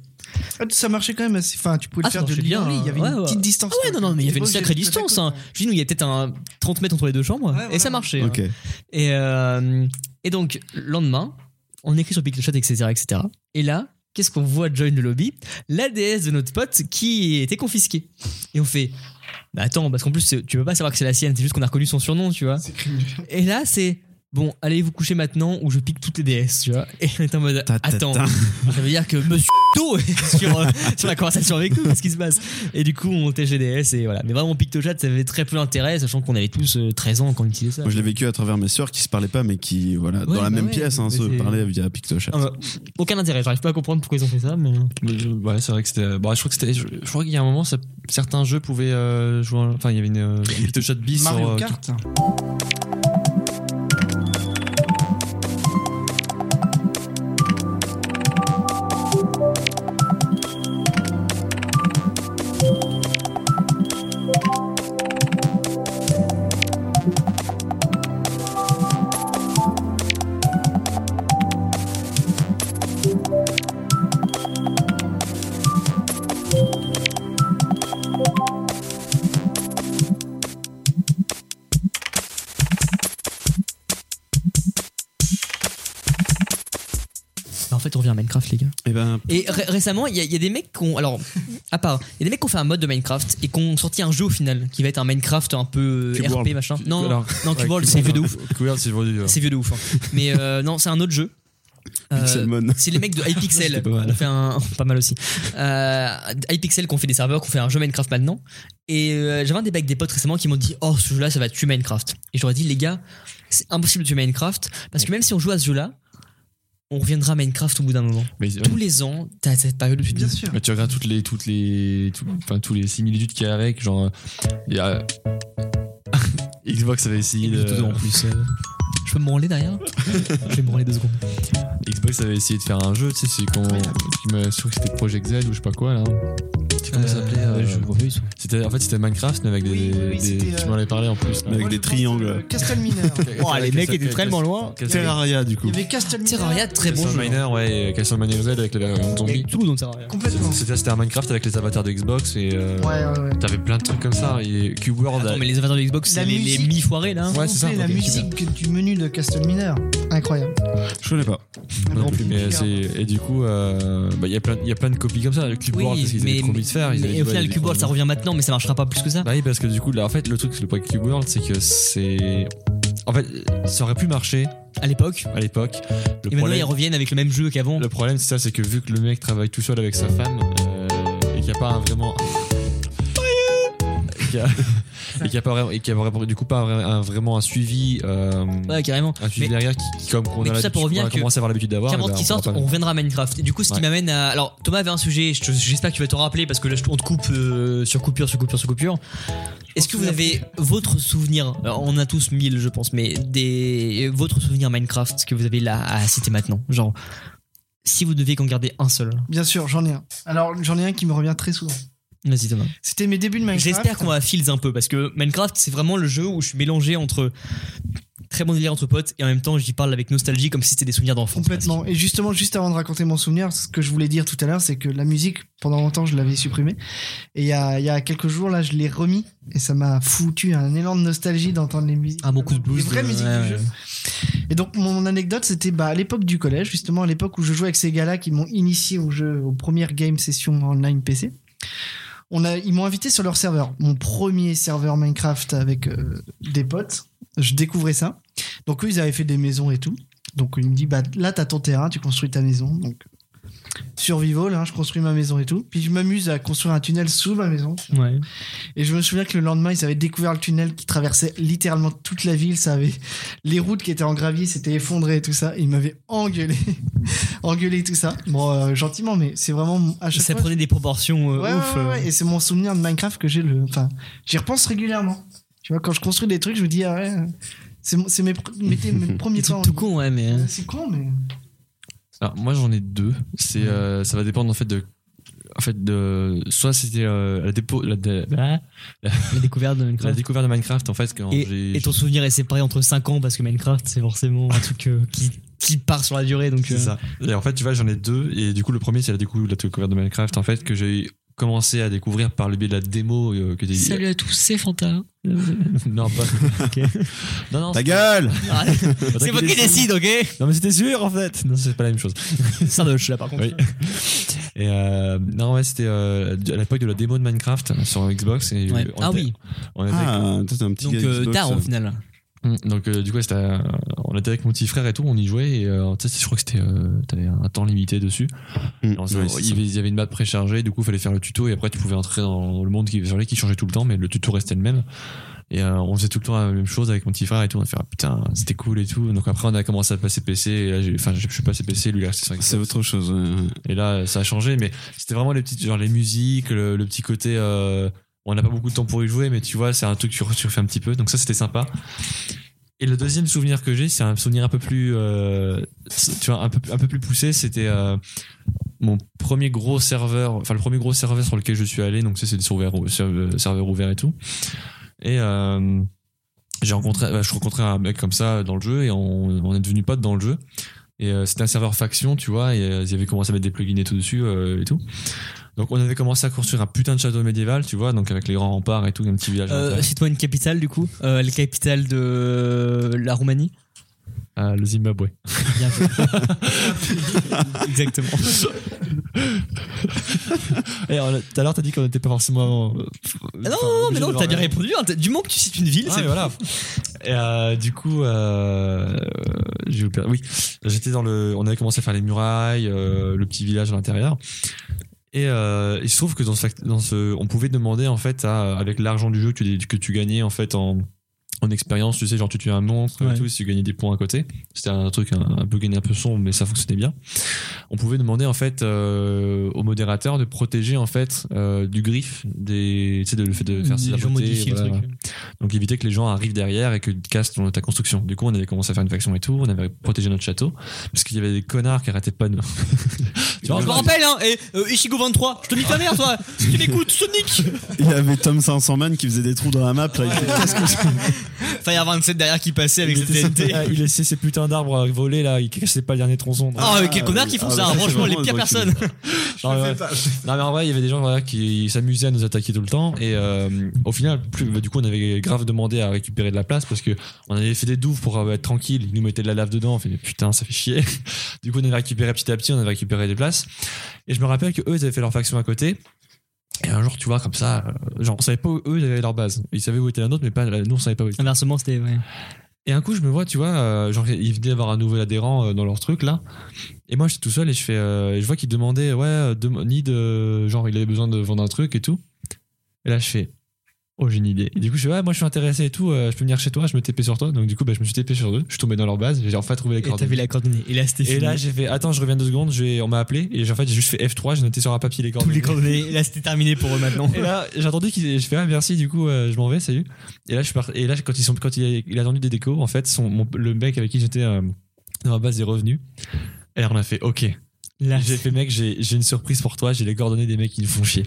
D: Ah, Ça marchait quand même assez. Enfin, tu pouvais le
B: Ah, ça
D: faire de
B: marchait
D: lien.
B: bien,
D: Il y avait
B: ouais,
D: une
B: ouais.
D: petite distance.
B: Ah ouais, non, non, mais il y avait une sacrée distance. Hein. Je dis, nous, il y a peut-être un 30 mètres entre les deux chambres.
D: Ouais,
B: et
D: voilà.
B: ça marchait.
A: Ok.
B: hein. Et, euh, et donc, le lendemain, on écrit sur PictoChat, etc., etc. Et là, qu'est-ce qu'on voit join le lobby La DS de notre pote qui était confisquée. Et on fait... Bah attends, parce qu'en plus, c'est- tu peux pas savoir que c'est la sienne, c'est juste qu'on a reconnu son surnom, tu vois. Et là, c'est... Bon, allez vous coucher maintenant ou je pique toutes les DS, tu vois. Et on est en mode...
A: Ta, ta, ta.
B: Attends, ça veut dire que monsieur tout est *laughs* sur, euh, sur la conversation avec nous, qu'est-ce qui se passe Et du coup, on montait GDS et voilà. Mais vraiment, PictoChat, ça avait très peu d'intérêt, sachant qu'on avait tous euh, 13 ans quand on utilisait ça.
A: Moi, je l'ai vécu à travers mes sœurs qui se parlaient pas, mais qui, voilà, dans
B: Ouais,
A: la
B: bah
A: même
B: ouais,
A: pièce, hein,
B: mais
A: se
B: c'est-
A: parlaient via PictoChat.
B: Ah bah, aucun intérêt, j'arrive pas à comprendre pourquoi ils ont fait ça, mais.
C: euh, je- Ouais, c'est vrai que c'était. Bon, je crois que c'était. Je, je crois qu'il y a un moment, ça- certains jeux pouvaient euh, jouer. en- Enfin, il y avait une euh, une PictoChat bis sur.
D: Mario
C: euh,
D: Kart.
B: Mais en fait, on revient à Minecraft, les gars.
A: Et ben,
B: Et ré- récemment, il y, a- il y a des mecs qui ont. Alors, à part, il y a des mecs qui ont fait un mode de Minecraft et qui ont sorti un jeu au final, qui va être un Minecraft un peu
A: Cube
B: RP,
A: World.
B: machin. Non,
C: alors-
B: non,
C: ouais,
B: Cube World, c'est vieux de ouf.
C: Cube World, c'est vendu. euh,
B: C'est vieux de ouf. hein. Mais euh, non, c'est un autre jeu. Euh,
A: Pixelmon.
B: C'est les mecs de
C: C'était
B: iPixel.
C: pas mal.
B: On fait un *laughs* pas mal aussi. Euh, iPixel qu'on fait des serveurs, qu'on fait un jeu Minecraft maintenant. Et euh, j'avais un débat avec des potes récemment qui m'ont dit "Oh, ce jeu-là, ça va tuer Minecraft." Et j'aurais dit "Les gars, c'est impossible de tuer Minecraft parce que même si on joue à ce jeu-là, on reviendra à Minecraft au bout d'un moment.
C: Mais,
B: Tous les ans, t'as cette période où tu te
D: Bien
B: dis
D: sûr.
C: Mais tu regardes toutes les, toutes les, tout- enfin, tous les similitudes qu'il y a avec, genre, euh, il y a. *laughs* Xbox avait essayé de.
B: en plus. euh, je peux me branler derrière Je vais me branler deux secondes.
C: Xbox avait essayé de faire un jeu, tu sais, c'est quand. Qui me je trouve que c'était Project Z ou je sais pas quoi là. C'est comment ça s'appelait euh, c'était- En fait, c'était Minecraft, mais avec des.
D: Oui, oui, oui,
C: des-
D: c'était,
C: tu
D: euh,
C: m'en avais parlé en plus. là.
A: Avec
D: Moi,
A: des
D: je pense,
A: triangles.
D: euh,
A: *laughs*
D: Castle Miner.
B: Oh, les mecs étaient tellement loin.
A: Terraria, du coup.
D: Il y avait Castle Miner.
B: Terraria, très bon jeu.
C: Castlevania, ouais, et Castlevania Z avec le euh, zombie.
B: tout dans Terraria.
D: Complètement.
C: C'était c'était un Minecraft avec les avatars de Xbox et. euh,
D: Ouais, ouais, ouais.
C: T'avais plein de trucs comme ça. Et Cube World.
B: Attends, mais les avatars de Xbox,
D: Bah, La
B: c'est les, les
D: musique.
B: mi-foirés là. hein.
C: Ouais, c'est ça,
D: la
C: ok,
D: musique du menu de Castle Miner. Incroyable.
A: Je connais pas.
C: Non
D: Vraiment,
C: plus, mais
D: super.
C: c'est- et du coup, euh, bah, il y a plein, il y a plein de copies comme ça. Le Cube World, parce qu'ils avaient trop envie de faire. ils
B: mais
C: avaient
B: au
C: dit, ouais,
B: final,
C: il y a
B: Cube
C: des
B: World, ça
C: trucs.
B: revient maintenant, mais ça marchera pas plus que ça.
C: Bah oui, parce que du coup, là, en fait, le truc, c'est le point Cube World, c'est que c'est, en fait, ça aurait pu marcher
B: À l'époque.
C: à l'époque. Le
B: Et maintenant, ils
C: problème,
B: reviennent avec le même jeu qu'avant.
C: le problème, c'est ça, c'est que vu que le mec travaille tout seul avec sa femme euh, et qu'il n'y a pas un vraiment. *laughs* Et qu'il y a- et qu'il n'y a, pas vraiment- et qu'il y a vraiment- du coup pas un, un- vraiment un suivi, euh,
B: Ouais, carrément.
C: un suivi
B: Mais-
C: derrière qui, qui, comme qu'on
B: mais
C: a,
B: tout ça
C: l'habitude-
B: pour revenir
C: qu'on a
B: que-
C: commencé à avoir l'habitude d'avoir. eh
B: Qu'importe
C: ben,
B: qui
C: on pourra
B: sorte,
C: pas-
B: on reviendra à Minecraft. Et du coup, ce qui
C: Ouais.
B: m'amène à. Alors, Thomas avait un sujet, je te- j'espère que tu vas te rappeler parce que là, je- on te coupe euh, sur coupure, sur coupure, sur coupure. Est-ce que vous avez votre souvenir alors, On a tous mille, je pense, mais des votre souvenir Minecraft que vous avez là à citer maintenant Genre, si vous deviez qu'en garder un seul.
D: Bien sûr, j'en ai un. Alors, j'en ai un qui me revient très souvent.
B: Vas-y, Thomas.
D: C'était mes débuts de Minecraft.
B: J'espère qu'on va fields un peu parce que Minecraft c'est vraiment le jeu où je suis mélangé entre très bon délire entre potes et en même temps j'y parle avec nostalgie comme si c'était des souvenirs d'enfance.
D: Complètement. Et justement, juste avant de raconter mon souvenir, ce que je voulais dire tout à l'heure, c'est que la musique, pendant longtemps, je l'avais supprimée. Et il y a, il y a quelques jours, là, je l'ai remis. Et ça m'a foutu un élan de nostalgie d'entendre les musiques.
B: Un bon coup de blues.
D: Les vraies
B: de-
D: musiques
B: ouais,
D: du jeu.
B: ouais.
D: Et donc, mon anecdote, c'était bah, à l'époque du collège, justement, à l'époque où je jouais avec ces gars-là qui m'ont initié au jeu, aux premières game sessions online PC. On a, ils m'ont invité sur leur serveur, mon premier serveur Minecraft avec euh, des potes. Je découvrais ça. Donc, eux, ils avaient fait des maisons et tout. Donc, ils me disent bah, là, t'as ton terrain, tu construis ta maison. Donc, survival, hein, je construis ma maison et tout. Puis, je m'amuse à construire un tunnel sous ma maison.
B: Ouais.
D: Et je me souviens que le lendemain, ils avaient découvert le tunnel qui traversait littéralement toute la ville. Ça avait les routes qui étaient en gravier, s'étaient effondrées et tout ça. Et ils m'avaient engueulé, *laughs* engueulé tout ça. Bon, euh, gentiment, mais c'est vraiment mon- à chaque
B: Ça
D: fois.
B: prenait des proportions euh,
D: Ouais, ouais,
B: ouf.
D: ouais,
B: euh.
D: ouais. Et c'est mon souvenir de Minecraft que j'ai le. Enfin, j'y repense régulièrement. Tu vois, quand je construis des trucs, je me dis ah ouais, euh, c'est mon- c'est mes, pr- mes,
B: *laughs*
D: mes premiers
B: Des
D: temps.
B: trucs tout con, ouais,
D: *laughs*
B: mais. euh,
D: C'est con, mais
C: Alors, moi j'en ai deux. C'est euh, ça va dépendre en fait de en fait de soit c'était euh, la dépo la, dé- la-
B: La découverte de
C: la
B: Minecraft.
C: découverte de Minecraft en fait quand j'ai
B: Et, et ton souvenir est séparé entre 5 ans parce que Minecraft c'est forcément un truc euh, qui, qui part sur la durée donc.
C: c'est
B: euh,
C: ça. Et en fait tu vois j'en ai deux et du coup le premier c'est la décou- la découverte de Minecraft en fait que j'ai commencé à découvrir par le biais de la démo euh, que j'ai
B: Salut à tous, c'est Fanta.
C: *laughs*
B: *laughs*
C: non pas
B: Ok.
C: non non
A: Ta gueule
B: Ah, c'est moi qui décide, ok
C: non mais c'était sûr en fait non c'est pas la même chose
B: Sardoche là par contre.
C: Oui. Et euh, non, ouais, c'était euh, à l'époque de la démo de Minecraft sur Xbox. Et
B: Ouais.
C: on
B: Ah
C: était-
B: oui,
C: On était
A: Ah, toi, t'es un petit
B: donc
A: gars
B: euh,
A: Xbox,
B: tard au
A: euh.
B: final.
C: Mm. Donc euh, du coup, c'était, euh, on était avec mon petit frère et tout, on y jouait et euh, tu sais, je crois que c'était, euh, t'avais un temps limité dessus.
A: Mm,
C: Alors,
A: ouais,
C: il,
A: c'est
C: y
A: ça.
C: avait- il y avait une map préchargée, du coup, il fallait faire le tuto et après tu pouvais entrer dans le monde qui chargé, qui changeait tout le temps, mais le tuto restait le même. Et euh, on faisait tout le temps la même chose avec mon petit frère et tout. On a fait ah, putain, c'était cool et tout. Donc après, on a commencé à passer PC. Et là, j'ai- enfin, je je suis passé PC, lui il est resté sur Xbox.
A: C'est autre chose. ouais, ouais.
C: Et là, ça a changé, mais c'était vraiment les petites, genre les musiques, le, le petit côté. euh, on n'a pas beaucoup de temps pour y jouer, mais tu vois, c'est un truc que tu re- tu refais un petit peu. Donc ça, c'était sympa. Et le deuxième souvenir que j'ai, c'est un souvenir un peu plus, euh, c'est- tu vois, un peu, un peu plus poussé. C'était euh, mon premier gros serveur, enfin le premier gros serveur sur lequel je suis allé. Donc ça, c'est des serveurs, ou- serve- serveurs ouverts et tout. Et euh, j'ai rencontré, bah, je rencontrais un mec comme ça dans le jeu et on, on est devenu potes dans le jeu. Et euh, c'était un serveur faction, tu vois, et euh, ils avaient commencé à mettre des plugins et tout dessus euh, et tout. Donc on avait commencé à construire un putain de château médiéval, tu vois, donc avec les grands remparts et tout, un petit village. à
B: Euh,
C: l'intérieur.
B: Cite-moi une capitale du coup, euh, la capitale de euh, la Roumanie.
C: Ah, le Zimbabwe.
B: Bien joué. *laughs* Exactement.
C: Et alors, tout à l'heure, t'as dit qu'on n'était pas forcément. euh,
B: Ah non, mais
C: enfin, obligé
B: non,
C: d'avoir
B: t'as bien
C: raison.
B: répondu. hein, t'as- Du moment que tu cites une ville,
C: Ah,
B: c'est
C: mais voilà. Et euh, du coup, euh, j'ai oublié- oui, j'étais dans le. On avait commencé à faire les murailles, euh, le petit village à l'intérieur. Et euh, il se trouve que dans ce, fact- dans ce, on pouvait demander en fait à- avec l'argent du jeu que tu, que tu gagnais en fait en en expérience, tu sais, genre tu tues un monstre
G: Ouais.
C: et tout, si tu gagnais des points à côté. C'était un truc un, un peu gagné un peu sombre, mais ça fonctionnait bien. On pouvait demander en fait euh, au modérateur de protéger en fait euh, du griffe, des, tu sais, de, le fait de faire
G: Les gens modifient
C: saboter.
G: le
C: voilà.
G: truc.
C: Donc éviter que les gens arrivent derrière et que cassent ton- ta construction. Du coup, on avait commencé à faire une faction et tout, on avait protégé notre château, parce qu'il y avait des connards qui arrêtaient pas de... tu
B: je me rappelle, hein, et euh, Ichigo 23, je te nique ta mère, toi Si tu m'écoutes, Sonic
A: Il y avait Tom 500man qui faisait des trous dans la map.
B: *laughs*
A: Là, il-
B: Enfin, il y a 27 derrière qui passait avec
C: *laughs* il,
B: ses TNT.
C: était- il laissait ces putains d'arbres voler là, il cassait pas le dernier tronçon.
B: Oh, mais quel connard qui font
A: ah,
B: ça,
A: bah, c'est
B: franchement, les
A: vraiment
B: pires
A: le
B: personnes.
C: non, mais ouais. Non, mais en vrai, il y avait des gens voilà, qui s'amusaient à nous attaquer tout le temps. Et euh, au final, plus, bah, du coup, on avait grave demandé à récupérer de la place parce que on avait fait des douves pour euh, être tranquille. Ils nous mettaient de la lave dedans. On fait mais putain, ça fait chier. *laughs* Du coup, on avait récupéré petit à petit, on avait récupéré des places. Et je me rappelle que eux, ils avaient fait leur faction à côté. Et un jour, tu vois, comme ça, euh, genre, on savait pas où eux, ils avaient leur base. Ils savaient où était la nôtre, mais pas la- nous, on savait pas où. était.
B: Inversement, c'était. Ouais.
C: Et un coup, je me vois, tu vois, euh, genre, ils venaient d'avoir un nouvel adhérent euh, dans leur truc, là. Et moi, j'étais tout seul et je fais, euh, et je vois qu'ils demandaient, ouais, euh, dem- need, euh, genre, il avait besoin de vendre un truc et tout. Et là, je fais, oh, j'ai une idée. Et du coup, je fais, ouais, moi, je suis intéressé et tout, euh, je peux venir chez toi, je me TP sur toi. Donc, du coup, bah, je me suis TP sur eux, je suis tombé dans leur base, j'ai enfin trouvé les
B: Et t'avais
C: coordonnées.
B: la coordonnée. Et là, c'était
C: Et
B: fini.
C: là, j'ai fait, attends, je reviens deux secondes, je vais- on m'a appelé, et en fait, j'ai juste fait F3, j'ai noté sur
B: *laughs*
C: un papier les
B: tous les
C: coordonnées.
B: coordonnées. Et là, c'était terminé pour eux maintenant.
C: Et là, j'ai entendu qu'ils. Je fais ah, merci, du coup, euh, je m'en vais, salut. Et là, je suis par- Et là, quand ils sont, quand il a, il a attendu des décos, en fait, son, mon- le mec avec qui j'étais euh, dans ma base est revenu. Et là, on a fait OK.
B: Là,
C: J'ai fait mec, j'ai j'ai une surprise pour toi. J'ai les coordonnées des mecs qui nous font chier.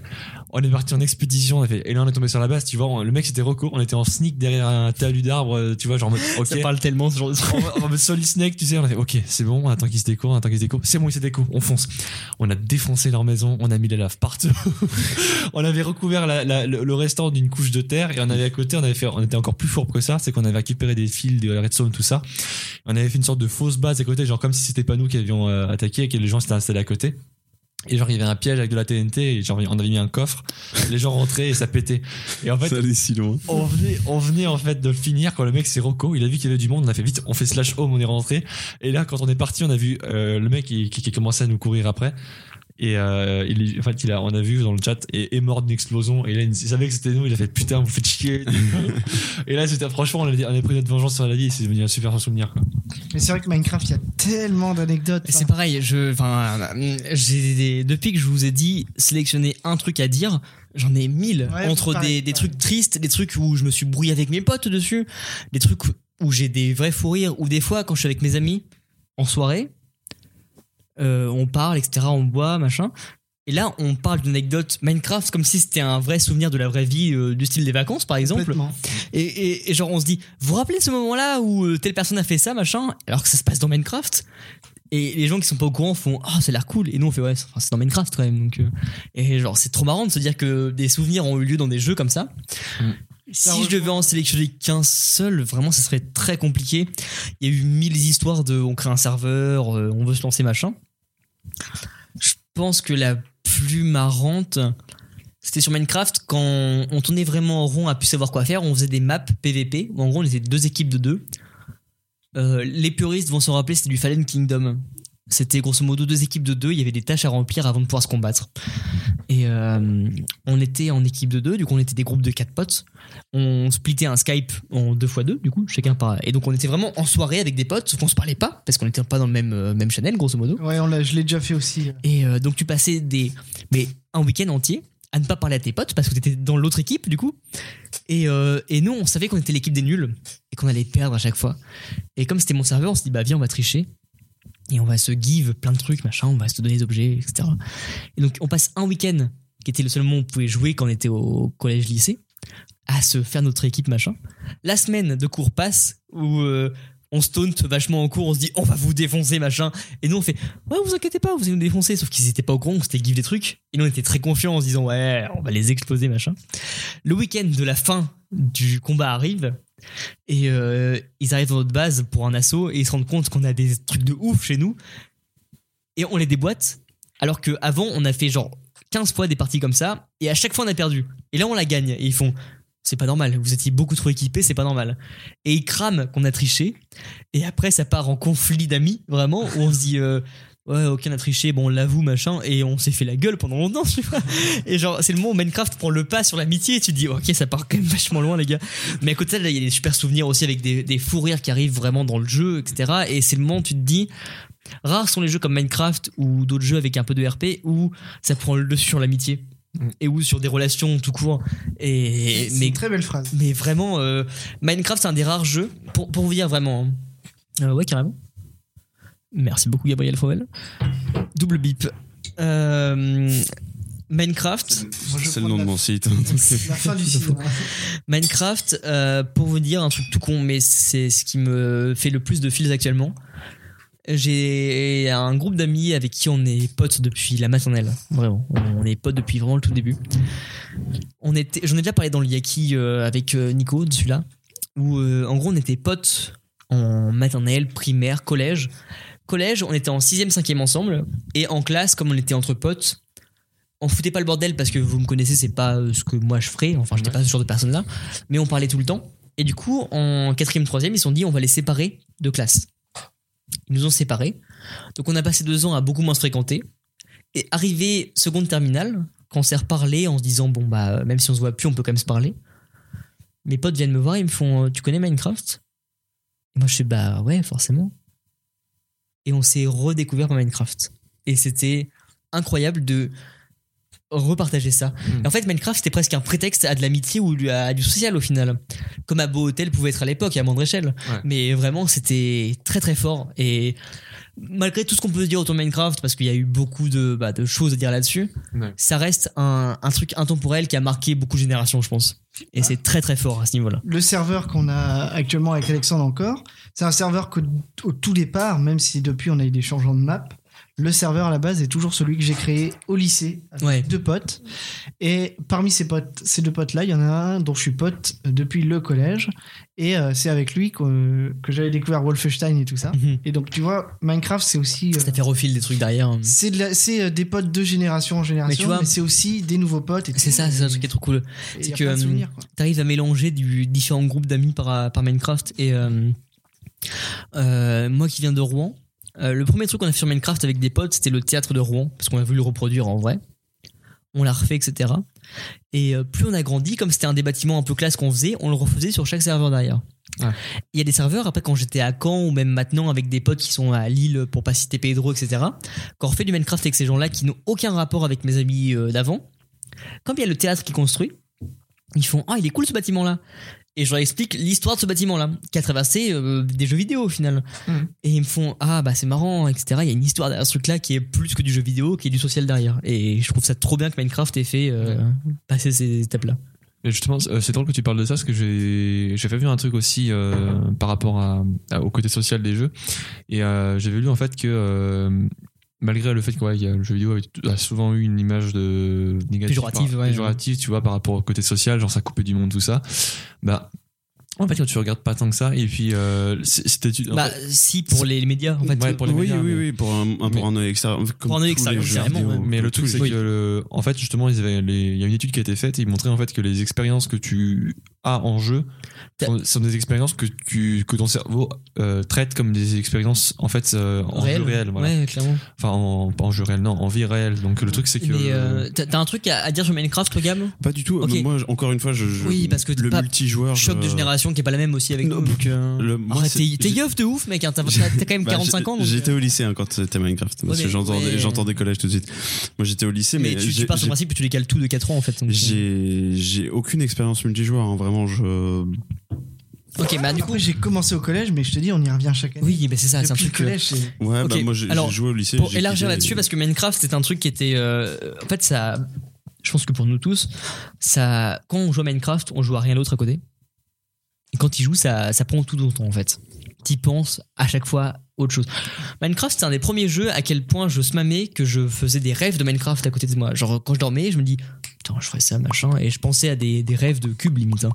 C: On est parti en expédition. On a fait. Et là, on est tombé sur la base. Tu vois, on- le mec c'était Rocco. On était en sneak derrière un talus d'arbres. euh, Tu vois, genre en mode, OK.
B: ça parle tellement ce genre de
C: *laughs* En mode- en mode solid snake, tu sais, on a fait ok, c'est bon, on attend qu'ils se déco, on attend qu'ils se déco, c'est bon, ils se déco, on fonce. On a défoncé leur maison, on a mis la lave partout. *laughs* on avait recouvert la- la- le, le restant d'une couche de terre et on avait à côté, on avait fait, on était encore plus fourbe que ça, c'est qu'on avait récupéré des fils, de redstone, tout ça. On avait fait une sorte de fausse base à côté, genre comme si c'était pas nous qui avions euh, attaqué et que les gens s'étaient installés à côté. Et genre, il y avait un piège avec de la TNT, et genre, on avait mis un coffre, les gens rentraient et ça pétait. Et en fait,
A: Ça allait si loin.
C: *laughs* on venait, on venait en fait de le finir quand le mec c'est Rocco, il a vu qu'il y avait du monde, on a fait vite, on fait slash home, on est rentré. Et là, quand on est parti, on a vu euh, le mec qui, qui, qui commençait à nous courir après. Et euh, il, est- en fait, il a, on a vu dans le chat, et est mort d'une explosion. Et là, il savait que c'était nous, il a fait putain, vous faites chier. et là, c'était franchement, on a, on a pris notre vengeance sur la vie, et c'est devenu un super souvenir. Quoi.
D: Mais c'est vrai que Minecraft, il y a tellement d'anecdotes. hein,
B: C'est pareil, je, enfin, euh, j'ai des- depuis que je vous ai dit sélectionner un truc à dire, j'en ai mille.
D: Ouais,
B: entre
D: pareil,
B: des, des
D: pareil.
B: trucs tristes, des trucs où je me suis brouillé avec mes potes dessus, des trucs où- où j'ai des vrais fous rires, ou des fois quand je suis avec mes amis en soirée, euh, on parle, etc., on boit, machin. Et là, on parle d'une anecdote Minecraft comme si c'était un vrai souvenir de la vraie vie, euh, du style des vacances, par exemple.
D: Complètement.
B: Et, et- et genre, on se dit, vous vous rappelez ce moment-là où euh, telle personne a fait ça, machin, alors que ça se passe dans Minecraft Et les gens qui sont pas au courant font, ah, ça a l'air cool. Et nous, on fait, ouais, c'est enfin, c'est dans Minecraft quand même. Donc, euh, et genre, c'est trop marrant de se dire que des souvenirs ont eu lieu dans des jeux comme ça.
D: Ça
B: Si je
D: rejoint-
B: devais en sélectionner qu'un seul, vraiment, ça serait très compliqué. Il y a eu mille histoires de on crée un serveur, euh, on veut se lancer, machin. Je pense que la plus marrante, c'était sur Minecraft quand on tournait vraiment en rond à plus savoir quoi faire. On faisait des maps PVP où en gros on était deux équipes de deux. Euh, les puristes vont s'en rappeler, c'était du Fallen Kingdom. C'était grosso modo deux équipes de deux. Il y avait des tâches à remplir avant de pouvoir se combattre. Et euh, on était en équipe de deux, du coup on était des groupes de quatre potes. On splittait un Skype en deux fois deux, du coup chacun par. Et donc on était vraiment en soirée avec des potes, sauf qu'on se parlait pas parce qu'on était pas dans le même euh, même channel grosso modo.
D: Ouais, on l'a- je l'ai déjà fait aussi.
B: Et euh, donc tu passais des mais un week-end entier à ne pas parler à tes potes parce que t'étais dans l'autre équipe du coup. Et, euh, et nous on savait qu'on était l'équipe des nuls et qu'on allait perdre à chaque fois. Et comme c'était mon serveur, on se dit bah viens on va tricher et on va se give plein de trucs machin, on va se donner des objets etc. Et donc on passe un week-end qui était le seul moment où on pouvait jouer quand on était au collège lycée à se faire notre équipe machin. La semaine de cours passe où euh, on stone vachement en cours, on se dit on va vous défoncer machin. Et nous on fait Ouais, vous inquiétez pas, vous allez nous défoncer. Sauf qu'ils étaient pas au courant, on s'était give des trucs. Et nous, on était très confiants en se disant, ouais, on va les exploser, machin. Le week-end de la fin du combat arrive. Et euh, ils arrivent dans notre base pour un assaut. Et ils se rendent compte qu'on a des trucs de ouf chez nous. Et on les déboîte. Alors qu'avant, on a fait genre 15 fois des parties comme ça. Et à chaque fois, on a perdu. Et là, on la gagne. Et ils font. C'est pas normal, vous étiez beaucoup trop équipés, c'est pas normal. Et ils crament qu'on a triché, et après ça part en conflit d'amis, vraiment, où on se dit euh, ouais aucun n'a triché bon on l'avoue machin et on s'est fait la gueule pendant longtemps *laughs* tu vois et genre c'est le moment où Minecraft prend le pas sur l'amitié et tu te dis ok ça part quand même vachement loin les gars mais à côté de ça là, il y a des super souvenirs aussi avec des, des fous rires qui arrivent vraiment dans le jeu etc et c'est le moment où tu te dis rares sont les jeux comme Minecraft ou d'autres jeux avec un peu de RP où ça prend le dessus sur l'amitié et ou sur des relations tout court et
D: C'est
B: mais
D: une très belle phrase.
B: mais vraiment, euh, Minecraft, c'est un des rares jeux, pour, pour vous dire vraiment. hein. Euh, ouais, carrément. Merci beaucoup, Gabriel Fauvel. Double bip. Euh, Minecraft,
D: Moi, je
A: C'est le
D: prends
A: nom de
D: la-
A: mon site.
D: La fin du cinéma.
B: Minecraft, euh, pour vous dire un truc tout con, mais c'est ce qui me fait le plus de fils actuellement. J'ai un groupe d'amis avec qui on est potes depuis la maternelle, vraiment. On est potes depuis vraiment le tout début. On était, j'en ai déjà parlé dans le Yaki euh, avec euh, Nico de celui-là, où euh, en gros on était potes en maternelle, primaire, collège. Collège, on était en 6ème, 5ème ensemble, et en classe, comme on était entre potes, on foutait pas le bordel parce que vous me connaissez, c'est pas euh, ce que moi je ferais, enfin j'étais pas ce genre de personne là, mais on parlait tout le temps. Et du coup, en 4ème, 3ème, ils se sont dit on va les séparer de classe. Ils nous ont séparés. Donc on a passé deux ans à beaucoup moins se fréquenter. Et arrivé seconde terminale, quand on s'est reparlé en se disant bon bah euh, même si on se voit plus, on peut quand même se parler. Mes potes viennent me voir, ils me font euh, tu connais Minecraft Et moi je suis bah ouais forcément. Et on s'est redécouvert par Minecraft. Et c'était incroyable de repartager ça.
C: Mm.
B: Et en fait, Minecraft, c'était presque un prétexte à de l'amitié ou à du social au final. Comme à Beau Hôtel pouvait être à l'époque et à moindre échelle.
C: Ouais.
B: Mais vraiment, c'était très très fort. Et malgré tout ce qu'on peut dire autour de Minecraft, parce qu'il y a eu beaucoup de, bah, de choses à dire là-dessus,
C: Ouais.
B: ça reste un, un truc intemporel qui a marqué beaucoup de générations, je pense. Et
D: Ah.
B: c'est très très fort à ce niveau-là.
D: Le serveur qu'on a actuellement avec Alexandre encore, c'est un serveur qu'au au tout départ, même si depuis on a eu des changements de map, le serveur à la base est toujours celui que j'ai créé au lycée avec
B: Ouais.
D: deux potes. Et parmi ces potes, ces deux potes-là, il y en a un dont je suis pote depuis le collège. Et euh, c'est avec lui que, que j'avais découvert Wolfenstein et tout ça.
B: Mhm.
D: Et donc tu vois, Minecraft, c'est aussi... euh,
B: Ça fait refil des trucs derrière.
D: c'est de la- c'est, euh, des potes de génération en génération,
B: tu vois-
D: mais c'est aussi des nouveaux potes. et
B: C'est
D: tout.
B: ça, c'est un truc qui est trop cool.
D: Et
B: c'est
D: y a
B: que,
D: plein de
B: euh,
D: souvenirs, quoi.
B: t'arrives à mélanger du différents groupes d'amis par, par Minecraft et euh, euh, moi qui viens de Rouen euh, le premier truc qu'on a fait sur Minecraft avec des potes c'était le théâtre de Rouen parce qu'on a voulu le reproduire en vrai on l'a refait etc et euh, plus on a grandi comme c'était un des bâtiments un peu classe qu'on faisait on le refaisait sur chaque serveur derrière
C: Ouais.
B: il y a des serveurs après quand j'étais à Caen ou même maintenant avec des potes qui sont à Lille pour pas citer Pedro etc quand on fait du Minecraft avec ces gens là qui n'ont aucun rapport avec mes amis euh, d'avant quand il y a le théâtre qui construit ils font ah il est cool ce bâtiment là et je leur explique l'histoire de ce bâtiment là qui a traversé euh, des jeux vidéo au final
A: Mm.
F: Mhm.
B: et ils me font ah bah c'est marrant etc il y a une histoire derrière ce truc là qui est plus que du jeu vidéo qui est du social derrière et je trouve ça trop bien que Minecraft ait fait euh, passer ces étapes là
C: Et justement, euh, c'est drôle que tu parles de ça, parce que j'ai j'ai fait vu un truc aussi euh, par rapport à, à- au côté social des jeux. Et euh, j'avais lu en fait que euh, malgré le fait que ouais, il y a- le jeu vidéo a- a souvent eu une image de négative,
B: Péjorative,
C: par-
B: ouais.
C: péjorative, tu vois, par rapport au côté social, genre ça coupait du monde, tout ça. Bah, en fait, quand tu regardes pas tant que ça, et puis euh, c'est- c'était en
B: bah
C: fait,
B: si pour les, les médias en fait
C: ouais, pour les
A: oui,
C: médias,
A: oui,
C: mais-
A: oui, pour un, un- pour un œil extérieur. comme
B: Pour un œil
A: tous les
B: extérieur,
A: jeux
B: carrément,
A: vidéo,
B: ouais.
C: Mais
A: comme
C: le truc,
A: tous
C: c'est
A: les-
C: que, le- en fait, justement, ils avaient les- il y a une étude qui a été faite et ils montraient en fait que les expériences que tu as en jeu
B: T'as-
C: sont, sont des expériences que, tu, que ton cerveau euh, traite comme des expériences en fait euh, en
B: Réel.
C: jeu réel. Voilà.
B: ouais clairement
C: Enfin, en, pas en jeu réel, non, en vie réelle. Donc le truc, c'est que.
B: mais euh, t'as t'as un truc à, à dire sur Minecraft toi Gab
A: Pas du tout.
B: Ok.
A: Mais Moi, je- encore une fois, je, je-
B: Oui, parce que t'es
A: le
B: pas
A: multijoueur.
B: choc de
A: je-
B: génération qui est pas la même aussi avec
A: Non,
B: nous donc, euh,
A: Le, moi,
B: arrête,
A: c'est-
B: t'es t'es
A: j'ai-
B: yeuf de ouf mec hein, t'as t'as- t'as quand même
A: bah,
B: 45
A: j'ai-
B: ans donc, euh.
A: J'étais au lycée hein, quand c'était Minecraft. Parce que
B: Ouais, mais- mais-
A: j'entendais j'entendais collège tout de suite. Moi, j'étais au lycée,
B: mais
A: mais,
B: tu, tu
A: j'ai-
B: pars sur
A: j'ai
B: le principe que tu les cales tout de 4 ans en fait donc, euh,
A: J'ai j'ai aucune expérience multijoueur, hein, vraiment. Je...
B: ok bah du coup
D: Après, Ah, j'ai commencé au collège, mais je te dis, on y revient chaque année.
B: oui, mais c'est ça, c'est un
D: Depuis le
B: truc. euh,
D: collège, c'est-
A: Ouais,
B: Ok,
A: bah, moi j'ai
B: alors,
A: j'ai joué au lycée.
B: Pour
A: j'ai
B: élargir
A: kiffé,
B: là-dessus,
A: et-
B: parce que Minecraft, c'est un truc qui était. euh, en fait, ça. Je pense que pour nous tous, ça. Quand on joue à Minecraft, on joue à rien d'autre à côté. Et quand il joue, ça, ça prend tout ton temps, en fait. T'y penses à chaque fois autre chose. Minecraft, c'est un des premiers jeux à quel point je smamais que je faisais des rêves de Minecraft à côté de moi. Genre, quand je dormais, je me dis, putain, je ferais ça, machin. Et je pensais à des, des rêves de cube limite. hein.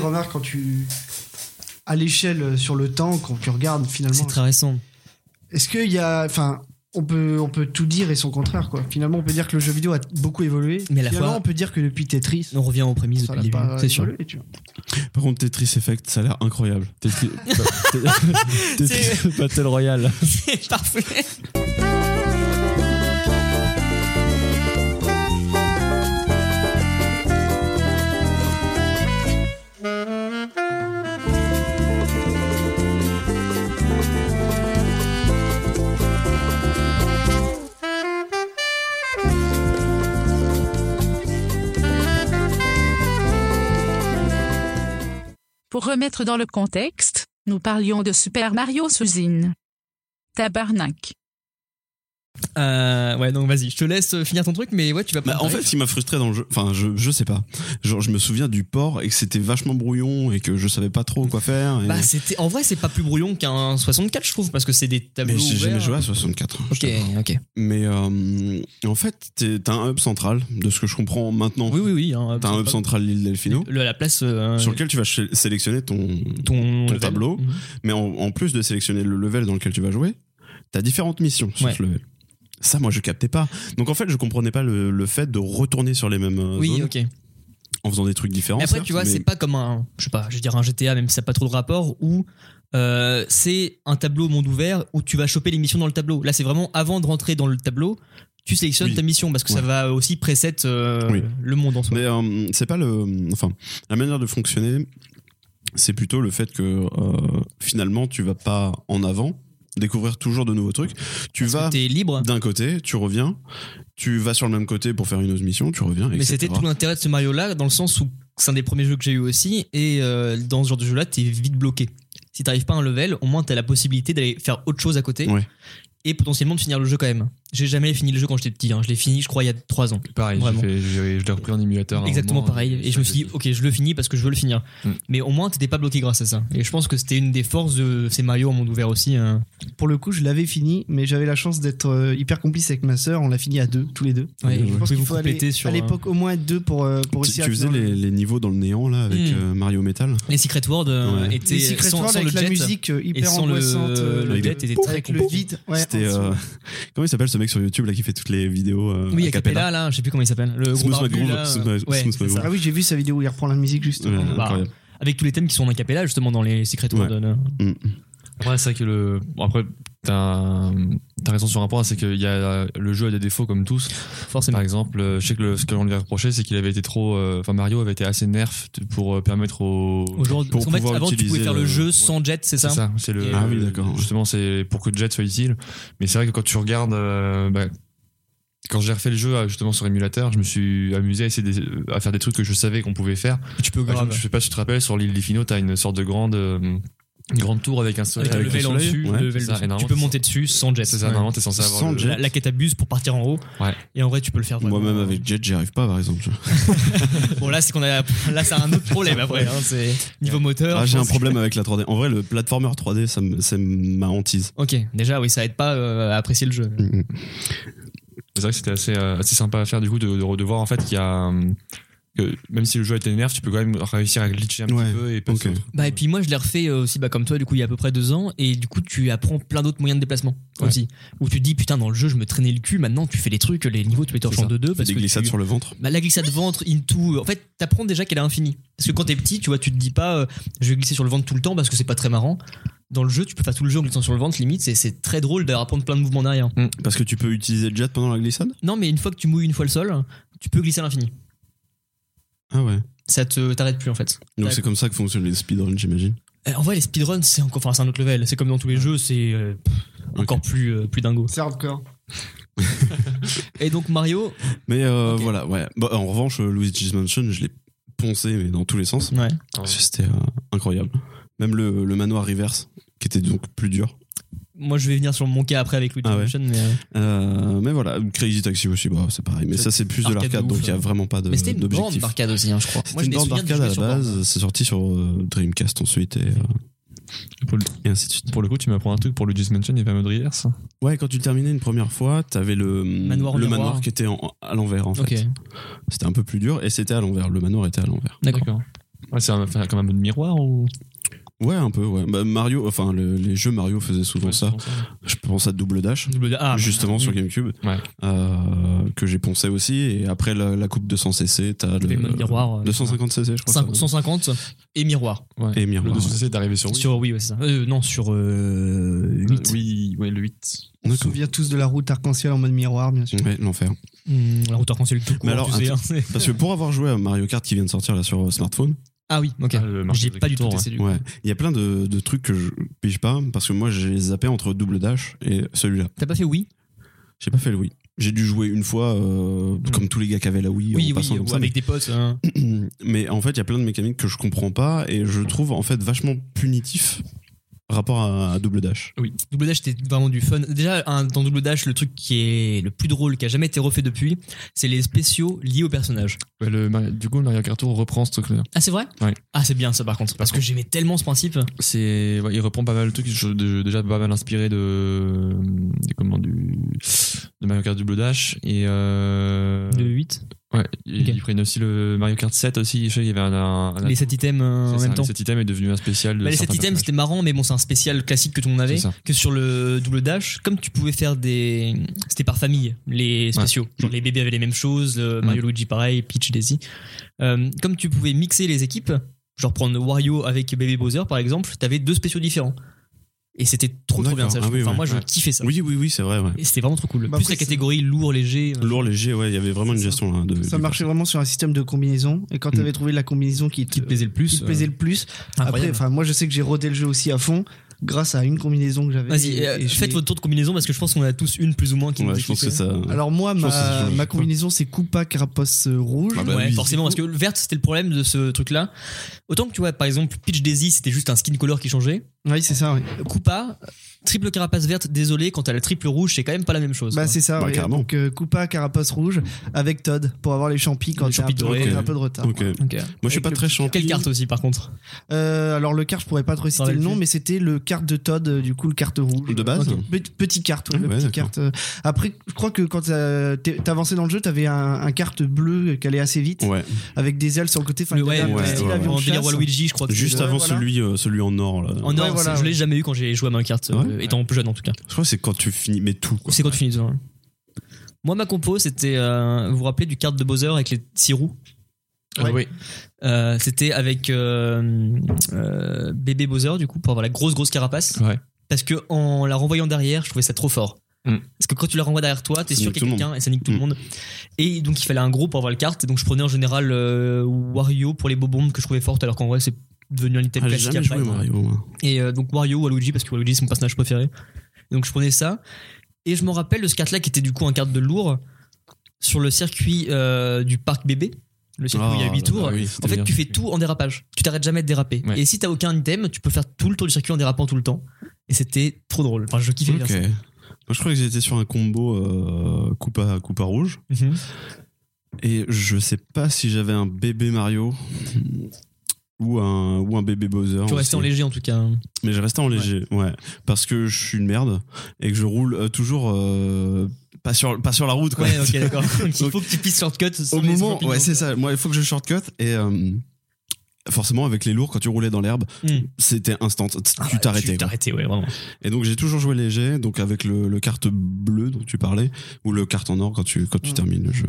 D: remarques quand tu. À l'échelle euh, sur le temps, quand tu regardes finalement.
B: C'est très récent.
D: Est-ce qu'il y a. Enfin, on peut, on peut tout dire et son contraire, quoi. Finalement, on peut dire que le jeu vidéo a beaucoup évolué.
B: Mais à la
D: finalement,
B: fois-
D: on peut dire que depuis Tetris,
B: On revient aux prémices
D: ça
B: depuis le
D: n'a
B: début,
D: pas
B: c'est sûr.
D: évolué, tu vois.
A: Par contre, Tetris Effect, ça a l'air incroyable.
B: *laughs*
C: Tetris Tetris Battle Royale.
B: C'est *laughs* parfait.
G: Pour remettre dans le contexte, nous parlions de Super Mario Suzine. Tabarnak.
B: Euh, ouais, donc vas-y, je te laisse euh, finir ton truc, mais ouais, tu vas pas.
A: Bah, en fait, ce qui m'a frustré dans le jeu, enfin, je, je sais pas. Genre, je me souviens du port et que c'était vachement brouillon et que je savais pas trop quoi faire. et-
B: Bah, c'était en vrai, c'est pas plus brouillon qu'un 64, je trouve, parce que c'est des tableaux.
A: mais j'ai jamais
B: ouverts.
A: joué à 64. je
B: Ok,
A: t'avoue.
B: ok.
A: Mais euh, en fait, t'es- t'as un hub central, de ce que je comprends maintenant.
B: Oui, oui, oui. hein,
A: T'as un hub central l'île Delfino,
B: Le- la place. euh,
A: sur lequel tu vas sé- sélectionner ton.
B: ton,
A: ton
B: level.
A: tableau.
B: Mhm.
A: Mais en, en plus de sélectionner le level dans lequel tu vas jouer, t'as différentes missions sur
B: Ouais.
A: ce level. Ça, moi, je captais pas. Donc, en fait, je comprenais pas le, le fait de retourner sur les mêmes euh,
B: Oui,
A: zones
B: ok.
A: en faisant des trucs différents.
B: Mais après,
A: certes,
B: tu vois,
A: mais-
B: c'est pas comme un, je sais pas, je veux dire un GTA, même si ça n'a pas trop de rapport, où euh, c'est un tableau monde ouvert où tu vas choper les missions dans le tableau. Là, c'est vraiment avant de rentrer dans le tableau, tu sélectionnes
A: Oui.
B: ta mission parce que ça
A: Ouais.
B: va aussi preset euh,
A: Oui.
B: le monde en soi.
A: Mais euh, c'est pas le. Enfin, la manière de fonctionner, c'est plutôt le fait que euh, finalement, tu vas pas en avant découvrir toujours de nouveaux trucs. Tu vas
B: T'es libre.
A: d'un côté, tu reviens, tu vas sur le même côté pour faire une autre mission, tu reviens.
B: Mais
A: etc.
B: c'était tout l'intérêt de ce Mario-là, dans le sens où c'est un des premiers jeux que j'ai eu aussi, et euh, dans ce genre de jeu-là, t'es vite bloqué. Si t'arrives pas à un level, au moins t'as la possibilité d'aller faire autre chose à côté,
A: Ouais.
B: et potentiellement de finir le jeu quand même. J'ai jamais fini le jeu quand j'étais petit, hein. je l'ai fini, je crois, il y a 3 ans.
C: Pareil, j'ai
B: Vraiment.
C: fait- j'ai- je l'ai repris en émulateur. à un
B: Exactement
C: moment,
B: pareil. Et je me suis dit, ok, je le finis parce que je veux le finir.
C: Mm.
B: Mais au moins, t'étais pas bloqué grâce à ça. Et je pense que c'était une des forces de ces Mario en monde ouvert aussi. hein.
D: Pour le coup, je l'avais fini, mais j'avais la chance d'être euh, hyper complice avec ma sœur. On l'a fini à deux, tous les deux.
B: Ouais,
D: Et
B: vous
D: je pense
B: pouvez
D: qu'il
B: vous
D: faut aller-
B: compléter sur,
D: à l'époque au moins être deux pour euh, pour
A: Tu,
D: réussir à
A: tu faisais
D: finir le-
A: les, les niveaux dans le néant là avec
B: Hmm.
A: euh, Mario Metal.
B: Les Secret World euh,
A: Ouais.
B: étaient
D: les Secret
B: sans,
D: World
B: sans
D: avec
B: le
D: la
B: jet.
D: musique euh, hyper
B: sans le-
D: angoissante. euh,
B: le jet était très
D: avec le
B: compliqué.
D: vide. Ouais,
A: C'était
D: en dessous.
A: euh, *laughs* comment il s'appelle ce mec sur YouTube là qui fait toutes les vidéos euh,
B: Oui,
A: a
B: à Capella, là, je sais plus comment il s'appelle. Le gros
A: Smooth
B: barbu,
A: McGroove,
B: là,
A: Smooth-
B: euh,
A: Smooth
B: ouais, c'est
A: McGroove.
B: ça.
D: Ah oui, j'ai vu sa vidéo où il reprend la musique juste.
A: Ouais,
B: Bah,
A: incroyable.
B: Avec tous les thèmes qui sont en acapella justement dans les Secret
A: Ouais.
B: World. là.
C: capté. Ouais, c'est vrai que le. Bon, après, t'as t'as raison sur un point, c'est que il y a, le jeu a des défauts comme tous.
B: Forcément.
C: Par exemple, euh, je sais que le- ce que l'on lui a reproché, c'est qu'il avait été trop. euh, Enfin, Mario avait été assez nerf pour euh, permettre aux.
B: Aujourd'hui,
A: Pour
B: parce qu'en fait,
A: pouvoir
B: avant, tu pouvais
A: utiliser
B: faire le
A: le-
B: jeu sans jet, c'est
C: C'est
B: ça hein.
C: ça, c'est le.
A: Ah oui, d'accord.
C: Justement, c'est pour que Jet soit utile. Mais c'est vrai que quand tu regardes. euh, bah, quand j'ai refait le jeu euh, justement sur émulateur, je me suis amusé à essayer de- à faire des trucs que je savais qu'on pouvait faire.
B: Tu peux
C: Par exemple,
B: grave.
C: Ah, Bah, je sais pas si tu te rappelles, sur l'île des Finaux, t'as une sorte de grande, euh, une grande tour avec un soleil.
B: Avec un
A: Avec le
B: level en
A: soleil,
B: dessus,
A: ouais.
B: le level
C: C'est ça,
B: dessus. tu
C: énormément.
B: peux monter dessus sans jet.
C: C'est ça,
B: Ouais.
C: normalement, t'es censé avoir.
A: Sans
C: le-
A: jet.
B: La, la quête abuse pour partir en haut.
C: Ouais.
B: Et en vrai, tu peux le faire. vraiment.
A: Moi-même avec Jet, j'y arrive pas par exemple.
B: Bon là c'est qu'on a là c'est un autre problème après hein, c'est niveau moteur.
A: Ah, j'ai
B: je
A: un
B: pense que-
A: problème avec la 3D. En vrai, le platformer 3D, ça me- c'est ma hantise.
B: Ok déjà oui ça aide pas euh, à apprécier le jeu.
C: C'est vrai que c'était assez, euh, assez sympa à faire du coup de, de redevoir en fait qu'il y a. euh, que même si le jeu a été nerf, tu peux quand même réussir à glitcher un
A: Ouais,
C: petit peu et passer
A: ok.
C: au truc.
B: Bah et puis moi je l'ai refait euh, aussi bah comme toi du coup il y a à peu près deux ans et du coup tu apprends plein d'autres moyens de déplacement
C: Ouais.
B: aussi où tu te dis putain dans le jeu je me traînais le cul maintenant tu fais les trucs les niveaux tu les torches
C: C'est
B: en
C: ça.
B: deux deux
A: Fais
B: parce
A: des
B: que
A: glissades
B: tu-
A: sur le ventre.
B: Bah, la glissade ventre into en fait t'apprends déjà qu'elle est infinie parce que quand t'es petit tu vois tu te dis pas euh, je vais glisser sur le ventre tout le temps parce que c'est pas très marrant dans le jeu tu peux faire tout le jeu en glissant sur le ventre limite c'est- c'est très drôle d'apprendre plein de mouvements derrière
A: Parce que tu peux utiliser le jet pendant la glissade
B: non mais une fois que tu mouilles une fois le sol tu peux glisser à l'infini
A: Ah ouais.
B: ça te t'arrête plus en fait.
A: Donc c'est comme ça que fonctionnent les speedruns, j'imagine.
B: Euh, En vrai, les speedruns, c'est encore, enfin, c'est un autre level. C'est comme dans tous les jeux, c'est euh, pff, encore plus, euh, plus dingo.
D: C'est hardcore.
B: Et donc Mario,
A: Mais euh,
B: Ok.
A: voilà, ouais. Bah, en revanche, euh, Luigi's Mansion, je l'ai poncé, mais dans tous les sens.
B: ouais.
A: Parce que C'était euh, incroyable. Même le, le manoir reverse, qui était donc plus dur.
B: Moi, je vais venir sur mon cas après avec Luigi
A: Ah ouais.
B: Mansion, mais, euh,
A: Euh, mais voilà, Crazy Taxi aussi, bah, c'est pareil. Mais
B: C'est
A: ça, c'est plus de
B: arcade de
A: l'arcade, donc
B: ouf,
A: il n'y a
B: ouais.
A: vraiment pas de-
B: mais c'était une borne
A: d'objectif.
B: d'arcade aussi, hein, je crois.
A: C'était
B: Moi, je
A: une
B: me
A: borne
B: souviens de
A: d'arcade à
B: jouer
A: la
B: sur borne.
A: base, c'est sorti sur euh, Dreamcast ensuite et, euh,
C: Pour le-
A: et ainsi de suite.
C: Pour le coup, tu m'apprends un truc pour Luigi's Mansion et Fameux Reverse.
A: Ouais, quand tu le terminais une première fois, t'avais le
B: Manoir au
A: le
B: miroir.
A: manoir qui était en- à l'envers en fait.
B: Ok,
A: C'était un peu plus dur et c'était à l'envers. Le manoir était à l'envers.
B: d'accord.
C: Ouais, c'est un, c'est comme un mode miroir ou.
A: Ouais, un peu, ouais. Bah, Mario, enfin, le- les jeux Mario faisaient souvent ça. Je pense à Double Dash,
B: Ah,
A: justement sur GameCube,
C: Ouais.
A: euh, que j'ai poncé aussi. Et après la, la coupe 200 cc, t'as
B: Des modes
A: le
B: miroirs, euh,
A: 250 cc, je crois. ça.
B: Cinq- 150 et miroir.
C: Ouais.
A: Et
C: Le
A: miroir.
C: 200 cc est arrivé sur Wii.
B: Sur oui, ouais, c'est ça. Euh, non, sur 8.
C: Oui, ouais, le 8.
A: ouais.
D: On se
A: D'accord.
D: souvient tous de la route arc-en-ciel en mode miroir, bien sûr.
A: Ouais, l'enfer.
B: Mmh, la route arc-en-ciel tout court.
A: Mais alors,
B: tu sais,
A: attends.
B: hein, c'est-
A: Parce que pour avoir joué à Mario Kart qui vient de sortir là sur euh, smartphone,
B: ah oui, ok.
C: Ah, le Mario
B: J'ai
C: Kart
B: pas du tout
C: Tour,
B: testé du coup.
A: ouais, il y a plein de, de trucs que je pige pas parce que moi j'ai zappé entre Double Dash et celui-là.
B: T'as pas fait oui
A: J'ai pas fait le Wii. J'ai dû jouer une fois, euh, comme tous les gars qui avaient la Wii,
B: Mm. Oui,
A: en
B: oui,
A: passant comme
B: ou
A: ça.
B: avec des potes. hein.
A: Mais, *clears throat* mais en fait, il y a plein de mécaniques que je comprends pas et je trouve en fait vachement punitif rapport à, à Double Dash.
B: Double Dash, c'était vraiment du fun. Déjà, un- dans Double Dash, le truc qui est le plus drôle, qui a jamais été refait depuis, c'est les spéciaux liés au personnage.
C: Ouais, le Mario- du coup, le Mario Kart Tour reprend ce truc-là.
B: Ah, c'est vrai
C: Ouais.
B: Ah, c'est bien ça par contre. Parce que j'aimais tellement ce principe.
C: C'est, ouais, il reprend pas mal de trucs, je- de- déjà pas mal inspiré de, de comment du, de Mario Kart Double Dash et euh,
B: 8.
C: ouais, et
B: Ok.
C: ils prennent aussi le Mario Kart 7 aussi. Je sais, il y avait un, un- un-
B: Les 7 items euh,
C: c'est
B: en
C: ça,
B: même temps.
C: Les 7 items est devenu un spécial. de
B: Bah, les 7
C: certains
B: items c'était marrant mais bon c'est un spécial classique que tout le monde avait
C: C'est ça.
B: que sur le double dash comme tu pouvais faire des c'était par famille les spéciaux genre les bébés avaient les mêmes choses le Mario Luigi pareil Peach Daisy Euh, comme tu pouvais mixer les équipes genre prendre Wario avec bébé Bowser par exemple t'avais deux spéciaux différents et c'était trop trop
A: D'accord.
B: bien ça je
A: Ah oui,
B: trouve. enfin
A: ouais,
B: moi je
C: ouais.
B: kiffais ça
A: Oui, oui, oui, c'est vrai. Ouais.
B: et c'était vraiment trop cool
D: Bah,
B: plus
D: après,
B: la catégorie lourd léger euh,
A: Lourd, léger, ouais, il y avait vraiment une
D: Ça-
A: gestion là, de.
D: Ça
A: du-
D: marchait vraiment sur un système de combinaison. Et quand
A: Mm.
D: t'avais trouvé la combinaison qui te,
B: qui te plaisait le
D: qui
B: plus
D: te plaisait le plus,
B: euh,
D: après,
B: incroyable
D: enfin, moi je sais que j'ai rodé le jeu aussi à fond grâce à une combinaison que j'avais.
B: vas-y
D: Et-
B: euh,
D: et je
B: faites
D: l'ai-
B: votre tour de combinaison parce que je pense qu'on a tous une plus ou moins qui nous
A: Ouais,
B: a
A: je pense
B: kiffé.
A: que ça.
D: Alors moi,
A: pense que ça
D: ma,
A: change.
D: ma combinaison c'est Koopa, Carapace euh, rouge.
A: Ah bah
B: ouais,
A: oui.
B: forcément, parce que le vert, c'était le problème de ce truc-là. Autant que tu vois, par exemple, Peach Daisy, c'était juste un skin color qui changeait.
D: Oui, c'est ça. oui.
B: Koopa, triple carapace verte, désolé, quand t'as la triple rouge, c'est quand même pas la même chose.
D: Bah
B: quoi.
D: c'est ça.
A: Bah,
D: oui.
A: carrément.
D: Donc euh, Koopa, Carapace rouge avec Todd pour avoir les champis quand
B: Les
D: t'es un,
B: champis
D: peu-
B: dorés,
D: quand t'as
A: euh.
D: un peu de retard.
A: Ok. Moi,
B: Ok.
A: je suis
D: Avec
A: pas
D: le
A: très
D: petit
A: champion.
B: Quelle carte aussi, par contre
D: Euh, alors le carte, je pourrais pas trop citer
B: Dans
D: le
B: la
D: nom,
B: vue.
D: mais c'était le carte de Todd, euh, du coup le carte rouge.
A: De base
D: Ok. Pe- Petite carte, ouais,
A: Ah
D: le
A: ouais,
D: petit
A: d'accord.
D: carte. euh. Après, je crois que quand t'as- t'es- t'avançais dans le jeu, t'avais un, un carte bleu qui allait assez vite,
A: Ouais.
D: avec des ailes sur le côté. Enfin,
B: Le
D: t'avais
B: ouais,
D: un
A: ouais,
D: style
A: ouais,
D: avion
B: en
D: de
B: délire
D: chasse.
B: Waluigi, je crois. que
A: Juste
B: c'est-
A: avant
D: ben voilà.
A: celui, euh, celui en or là.
B: En or,
D: Ouais, voilà,
B: je
D: ouais.
B: l'ai jamais eu quand j'ai joué à Mario Kart, euh,
A: Ah ouais
B: étant plus jeune en tout cas.
A: Je crois que c'est quand tu finis, mais tout. Quoi.
B: C'est quand tu finis. ouais. Moi, ma compo, c'était. euh, vous vous rappelez du carte de Bowser avec les six roues
C: Ah oui.
B: Euh, C'était avec euh, euh, bébé Bowser, du coup, pour avoir la grosse, grosse carapace.
C: Ouais.
B: parce que en la renvoyant derrière, je trouvais ça trop fort.
C: Mm.
B: Parce que quand tu la renvoies derrière toi, t'es
A: Ça
B: sûr
A: nique
B: qu'il y a
A: tout le
B: quelqu'un et ça nique tout le
A: Mm.
B: monde. Et donc il fallait un gros pour avoir le carte. Et donc je prenais en général euh, Wario pour les bobombes que je trouvais fortes, alors qu'en vrai c'est devenu un item
A: Ah, j'ai
B: classique
A: jamais joué
B: après.
A: Mario. moi.
B: Et euh, donc Wario, Waluigi, parce que Waluigi c'est mon personnage préféré. Donc je prenais ça. Et je me rappelle de ce carte-là qui était du coup un carte de lourd sur le circuit euh, du parc bébé. Le circuit où il y a
A: Ah,
B: 8
A: bah,
B: tours.
C: Ah oui,
B: En
C: c'était
B: fait,
C: bien.
B: tu fais tout en dérapage. Tu t'arrêtes jamais de déraper.
C: Ouais.
B: Et si t'as aucun item, tu peux faire tout le tour du circuit en dérapant tout le temps. Et c'était trop drôle. Enfin, je kiffais bien
A: Ok.
B: ça.
A: Moi, je crois que j'étais sur un combo euh, Koopa, Koopa rouge.
B: Mhm.
A: Et je sais pas si j'avais un bébé
D: *laughs*
A: Mario ou un, ou un bébé Bowser.
B: Tu restais en
A: aussi.
B: léger en tout cas.
A: Mais je restais en léger, ouais. Parce que je suis une merde et que je roule euh, toujours euh, pas, sur, pas sur la route, quoi.
B: Ouais, ok, d'accord. Donc, il faut que tu pisses shortcut.
A: *laughs*
B: sans
A: Au
B: les- sans
A: moment,
B: piquer
A: ouais,
B: dans-
A: c'est ça. Moi, il faut que je shortcut et. euh, Forcément, avec les lourds, quand tu roulais dans l'herbe,
B: Hmm.
A: c'était instant. Tu
B: Ah,
A: t'arrêtais.
B: Tu
A: quoi.
B: t'arrêtais, ouais, vraiment.
A: Et donc, j'ai toujours joué léger, donc avec le, le carte bleu dont tu parlais, ou le carte en or quand tu, quand tu
D: Hmm.
A: termines le jeu.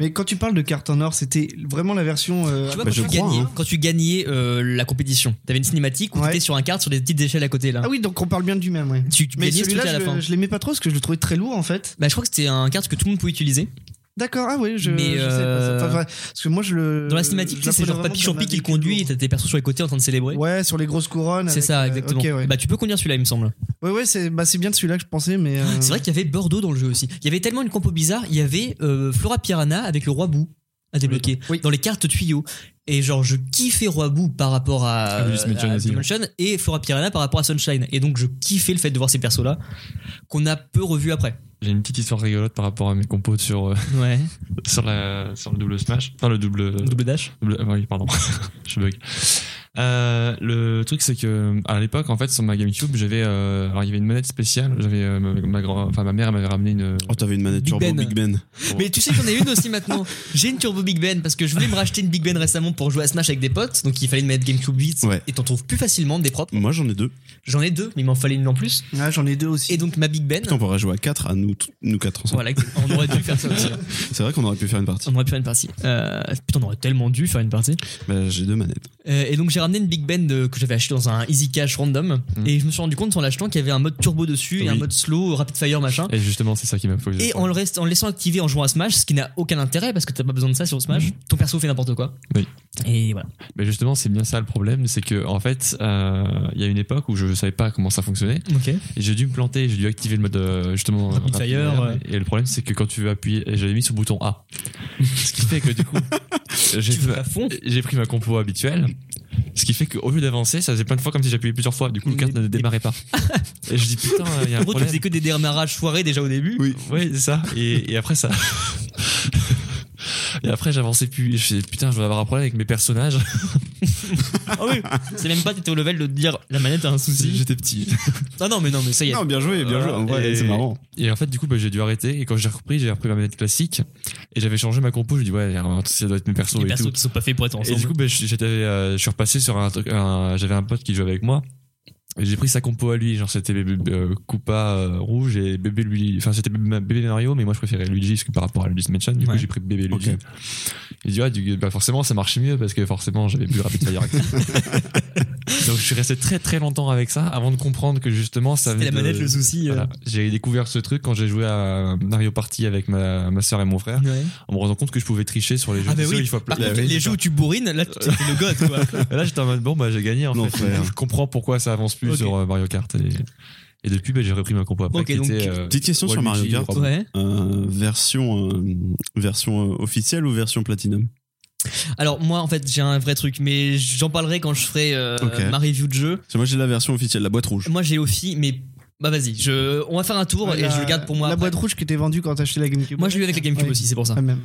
D: Mais quand tu parles de carte en or, c'était vraiment la version. euh,
B: Tu vois,
A: bah,
B: quand,
A: je
B: tu
A: crois,
B: gagnais,
A: hein.
B: quand tu gagnais euh, la compétition, t'avais une cinématique où
D: Ouais.
B: t'étais sur un carte sur des petites échelles à côté là.
D: Ah oui, donc on parle bien du même. ouais.
B: Tu, tu
D: Mais
B: gagnais ce truc à
D: celui-là,
B: la fin.
D: je, je l'aimais pas trop parce que je le trouvais très lourd en fait.
B: Bah, je crois que c'était un carte que tout le monde pouvait utiliser.
D: D'accord, ah oui, je,
B: Mais,
D: je sais pas. ça. Enfin,
B: euh,
D: vrai, parce que moi je le.
B: Dans la
D: Euh, je
B: cinématique, c'est
D: l'apprenais
B: genre
D: vraiment
B: Papy
D: comme un
B: Champi qui le
D: véhicule
B: conduit et
D: lourd.
B: t'as tes persos sur les côtés en train de célébrer.
D: Ouais, sur les grosses couronnes.
B: C'est
D: avec,
B: ça,
D: euh,
B: exactement.
D: ok, ouais.
B: Bah, tu peux conduire celui-là, il me semble.
D: Ouais, ouais, c'est bah, c'est bien de celui-là que je pensais, mais. euh,
B: C'est vrai qu'il y avait Bordeaux dans le jeu aussi. Il y avait tellement une compo bizarre. Il y avait euh, Flora Piranha avec le roi Bou à débloquer
D: Oui.
B: dans les cartes tuyaux. Et genre, je kiffais roi Bou par rapport à,
C: Ah, Luigi's Mansion
B: à
C: aussi.
B: Mansion et Flora Piranha par rapport à Sunshine. Et donc, je kiffais le fait de voir ces persos-là qu'on a peu revus après.
C: J'ai une petite histoire rigolote par rapport à mes compos sur euh, *laughs*
B: Ouais.
C: sur la sur le double smash, enfin le double
B: *laughs* Double dash.
C: Double- ah oui, pardon, *laughs* je bug. Euh, le truc, c'est que à l'époque, en fait, sur ma GameCube, j'avais. euh, alors, il y avait une manette spéciale. J'avais. euh, ma, ma grand- enfin, ma mère m'avait ramené une.
A: Oh, t'avais une manette
B: Big
A: Turbo
B: Ben.
A: Big Ben.
B: Mais tu sais qu'on a une aussi maintenant. J'ai une Turbo Big Ben parce que je voulais me racheter une Big Ben récemment pour jouer à Smash avec des potes. Donc il fallait une manette GameCube vite.
A: Ouais.
B: Et t'en trouves plus facilement des propres.
A: Moi, j'en ai deux.
B: J'en ai deux, mais il m'en fallait une en plus.
D: Ah, j'en ai deux aussi.
B: Et donc ma Big Ben.
A: Putain, on pourrait jouer à 4 à nous, t- nous 4 ensemble.
B: Voilà, on aurait dû faire ça aussi.
A: C'est vrai qu'on aurait pu faire une partie.
B: On aurait pu faire une partie. Euh, putain, on aurait tellement dû faire une partie.
A: Bah, j'ai deux manettes.
B: Euh, et donc j'ai ramené une Big Ben de- que j'avais acheté dans un Easy Cash random.
C: Mm.
B: Et je me suis rendu compte en l'achetant qu'il y avait un mode turbo dessus et un
C: Oui.
B: mode slow, rapid fire, machin.
C: Et justement, c'est ça qui m'a posé.
B: Et en le, reste, en le laissant activer en jouant à Smash, ce qui n'a aucun intérêt parce que t'as pas besoin de ça sur Smash, ton perso fait n'importe quoi.
C: Mm. Oui.
B: Et voilà.
C: Mais justement, c'est bien ça le problème, c'est que en fait, euh, il y a une époque où je ne savais pas comment ça fonctionnait.
B: Ok.
C: Et j'ai dû me planter, j'ai dû activer le mode euh, justement
B: Rapid
C: euh,
B: fire, ouais.
C: Et le problème, c'est que quand tu veux appuyer, et j'avais mis sur le bouton A, ce qui fait que
B: *laughs*
C: du coup, j'ai
B: Tu
C: fait
B: vas à fond.
C: j'ai pris ma compo habituelle. Ce qui fait qu'au lieu d'avancer, ça faisait plein de fois comme si j'appuyais plusieurs fois. Du coup, le carte ne démarrait pas. Et je dis putain, il y a
B: En
C: un
B: gros, tu
C: problème.
B: faisais que des démarrages foirés déjà au début.
C: Oui, ouais, c'est ça. Et, et après ça. *laughs* Et après, j'avançais plus. Et Je faisais, putain, je vais avoir un problème avec mes personnages.
B: Ah oui. C'est même pas, t'étais au level de dire la manette a un souci.
C: *laughs*
B: Ah
C: J'étais petit.
B: Non, non, mais non, mais ça y est.
A: Non, bien joué,
B: Euh,
A: bien joué. En vrai,
C: Et-
A: c'est marrant.
C: Et en fait, du coup, bah, j'ai dû arrêter. Et quand j'ai repris, j'ai repris ma manette classique. Et j'avais changé ma compo. Je me dis, ouais, ça doit être mes persos
B: les
C: et
B: persos
C: tout.
B: qui sont pas faits pour être
C: Et
B: ensemble.
C: du coup, bah, je- j'étais, euh, je suis repassé sur un truc. un- J'avais un pote qui jouait avec moi. Et j'ai pris sa compo à lui. Genre, c'était bébé euh, Koopa euh, rouge et bébé Luigi. Enfin, c'était bébé, bébé Mario, mais moi, je préférais Luigi parce que par rapport à Luigi's Mansion. Du
B: Ouais.
C: coup, j'ai pris bébé Luigi.
A: Ok.
C: Il dit, ouais, du- bah, forcément, ça marchait mieux parce que forcément, j'avais plus Rapid Fire. Active. Donc, je suis resté très très longtemps avec ça avant de comprendre que justement, ça
B: C'était
C: venait
B: la manette
C: de-
B: le souci. euh.
C: voilà. J'ai découvert ce truc quand j'ai joué à Mario Party avec ma, ma soeur et mon frère,
B: Ouais.
C: en me rendant compte que je pouvais tricher sur les jeux.
B: Ah bah
C: vidéo,
B: oui.
C: il faut appeler-
B: Par contre,
A: Bah oui,
B: les
A: c'est
B: jeux où tu bourrines, là, t'es le god,
A: *laughs*
B: quoi.
C: Et Là, j'étais en mode bon, bah j'ai gagné en fait.
A: L'enfer.
C: Je comprends pourquoi ça avance plus
B: Ok.
C: sur euh, Mario Kart. Et, et depuis, bah, j'ai repris ma compo après.
B: Ok,
C: qui
B: donc,
C: était, euh,
A: Petite question sur
C: Waluigi,
A: Mario Kart.
C: Robin.
B: Ouais.
A: Euh, version euh, version euh, officielle ou version platinum
B: Alors, moi, en fait, j'ai un vrai truc, mais j'en parlerai quand je ferai euh,
A: Ok.
B: ma review de jeu.
A: Parce que moi j'ai la version officielle, la boîte rouge.
B: Moi, j'ai aussi, mais. Bah, vas-y, je... on va faire un tour et
D: La-
B: je le garde pour moi.
D: La
B: après.
D: boîte rouge qui était vendue quand t'as acheté la GameCube.
B: Moi, je l'ai eu avec la Gamecube
D: Ouais.
B: aussi, c'est pour ça. *laughs*
D: Ah, même.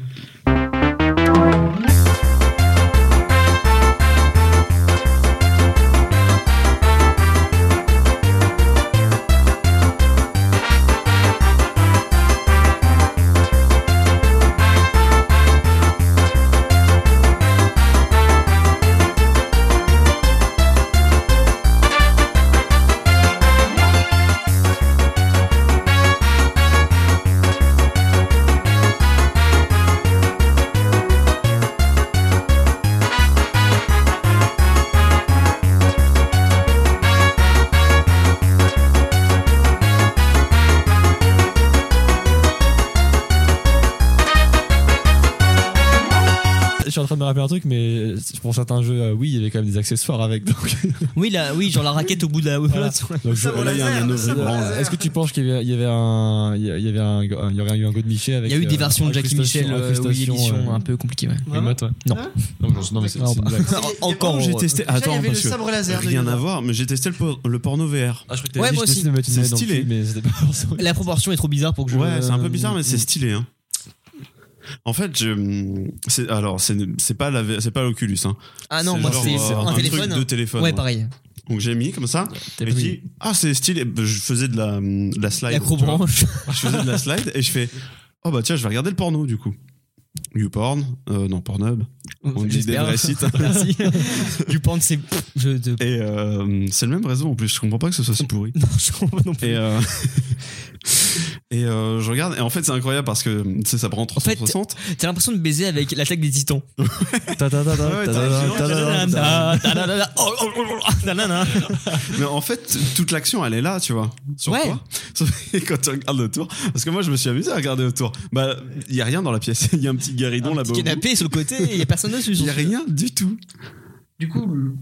C: Je suis en train de me rappeler un truc, mais pour certains jeux, euh, oui, il y avait quand même des accessoires avec. Donc,
B: Oui, là, oui, genre la raquette au bout de la. euh,
C: Voilà. Donc, je-
A: Là il y a un anneau vibrant. là.
C: Est-ce que tu penses qu'il y avait, il y avait un, il y avait un, il y aurait eu un God Michel avec
B: Il y a eu des
C: euh,
B: versions de Jackie
C: incrustation-
B: Michel, euh, oui,
C: incrustation,
B: édition
C: euh,
B: un peu Hein compliquée, ouais.
C: remote, ouais.
B: Non.
C: Non, mais- non, mais c'est c'est une blague.
B: Encore.
A: j'ai
B: heureux.
A: testé.
D: Déjà, il y
A: Attends,
D: avait
A: parce
D: le
A: que
D: sabre laser.
A: rien
D: dedans.
A: à voir, mais j'ai testé le, por- le porno VR.
C: Ah, je crois que
B: Ouais,
C: t'avais dit,
B: moi
C: je
B: aussi.
C: décide de mettre une
A: C'est
C: manette dans le
A: stylé.
C: cul, mais c'était pas forcément-
B: La proportion est trop bizarre pour que je.
A: Ouais, c'est un peu bizarre, mais
B: euh,
A: c'est stylé. hein. En fait, je, c'est, alors c'est, c'est pas la, c'est pas l'Oculus. Hein.
B: Ah non,
A: C'est
B: moi
A: genre,
B: c'est
A: euh,
B: un,
A: truc
B: téléphone. hein.
A: de téléphone. hein.
B: ouais,
A: ouais.
B: pareil.
A: Donc j'ai mis comme ça.
C: T'as
A: Et
C: pas
A: je
C: mis-
A: dis ah c'est stylé. Je faisais de la, de la slide. tu vois.
B: L'acrobranche.
A: je faisais de la slide et je fais oh bah tiens je vais regarder le porno du coup YouPorn euh, non Pornhub on dit des
B: J'espère.
A: vrais sites
B: *laughs* Merci. Du pan de
A: *laughs*
B: ces. Je te.
A: et euh, c'est le même réseau en plus je comprends pas que ce soit si pourri
B: Non, je comprends pas non plus.
A: et euh, et euh, je regarde et en fait c'est incroyable parce que tu sais ça prend
B: fait,
A: 360
B: T'as l'impression de baiser avec l'attaque des titans.
C: Ta- ta- ta- ta-
A: Ouais, t'as-
C: ta- ta- ta- ta- ta-
B: Ta-da-da-da, ta-da-da-da, oh, oh, oh, oh, ta-da-da-da.
A: mais en fait toute l'action elle est là tu vois sur
B: Ouais.
A: toi *laughs* Sauf que quand tu regardes autour parce que moi je me suis amusé à regarder autour bah il y a rien dans la pièce *laughs* il y a un petit guéridon là-bas
B: Petit
A: au bout.
B: canapé sur le côté, y a personne dessus.
A: il y a rien du tout
D: Du coup, le-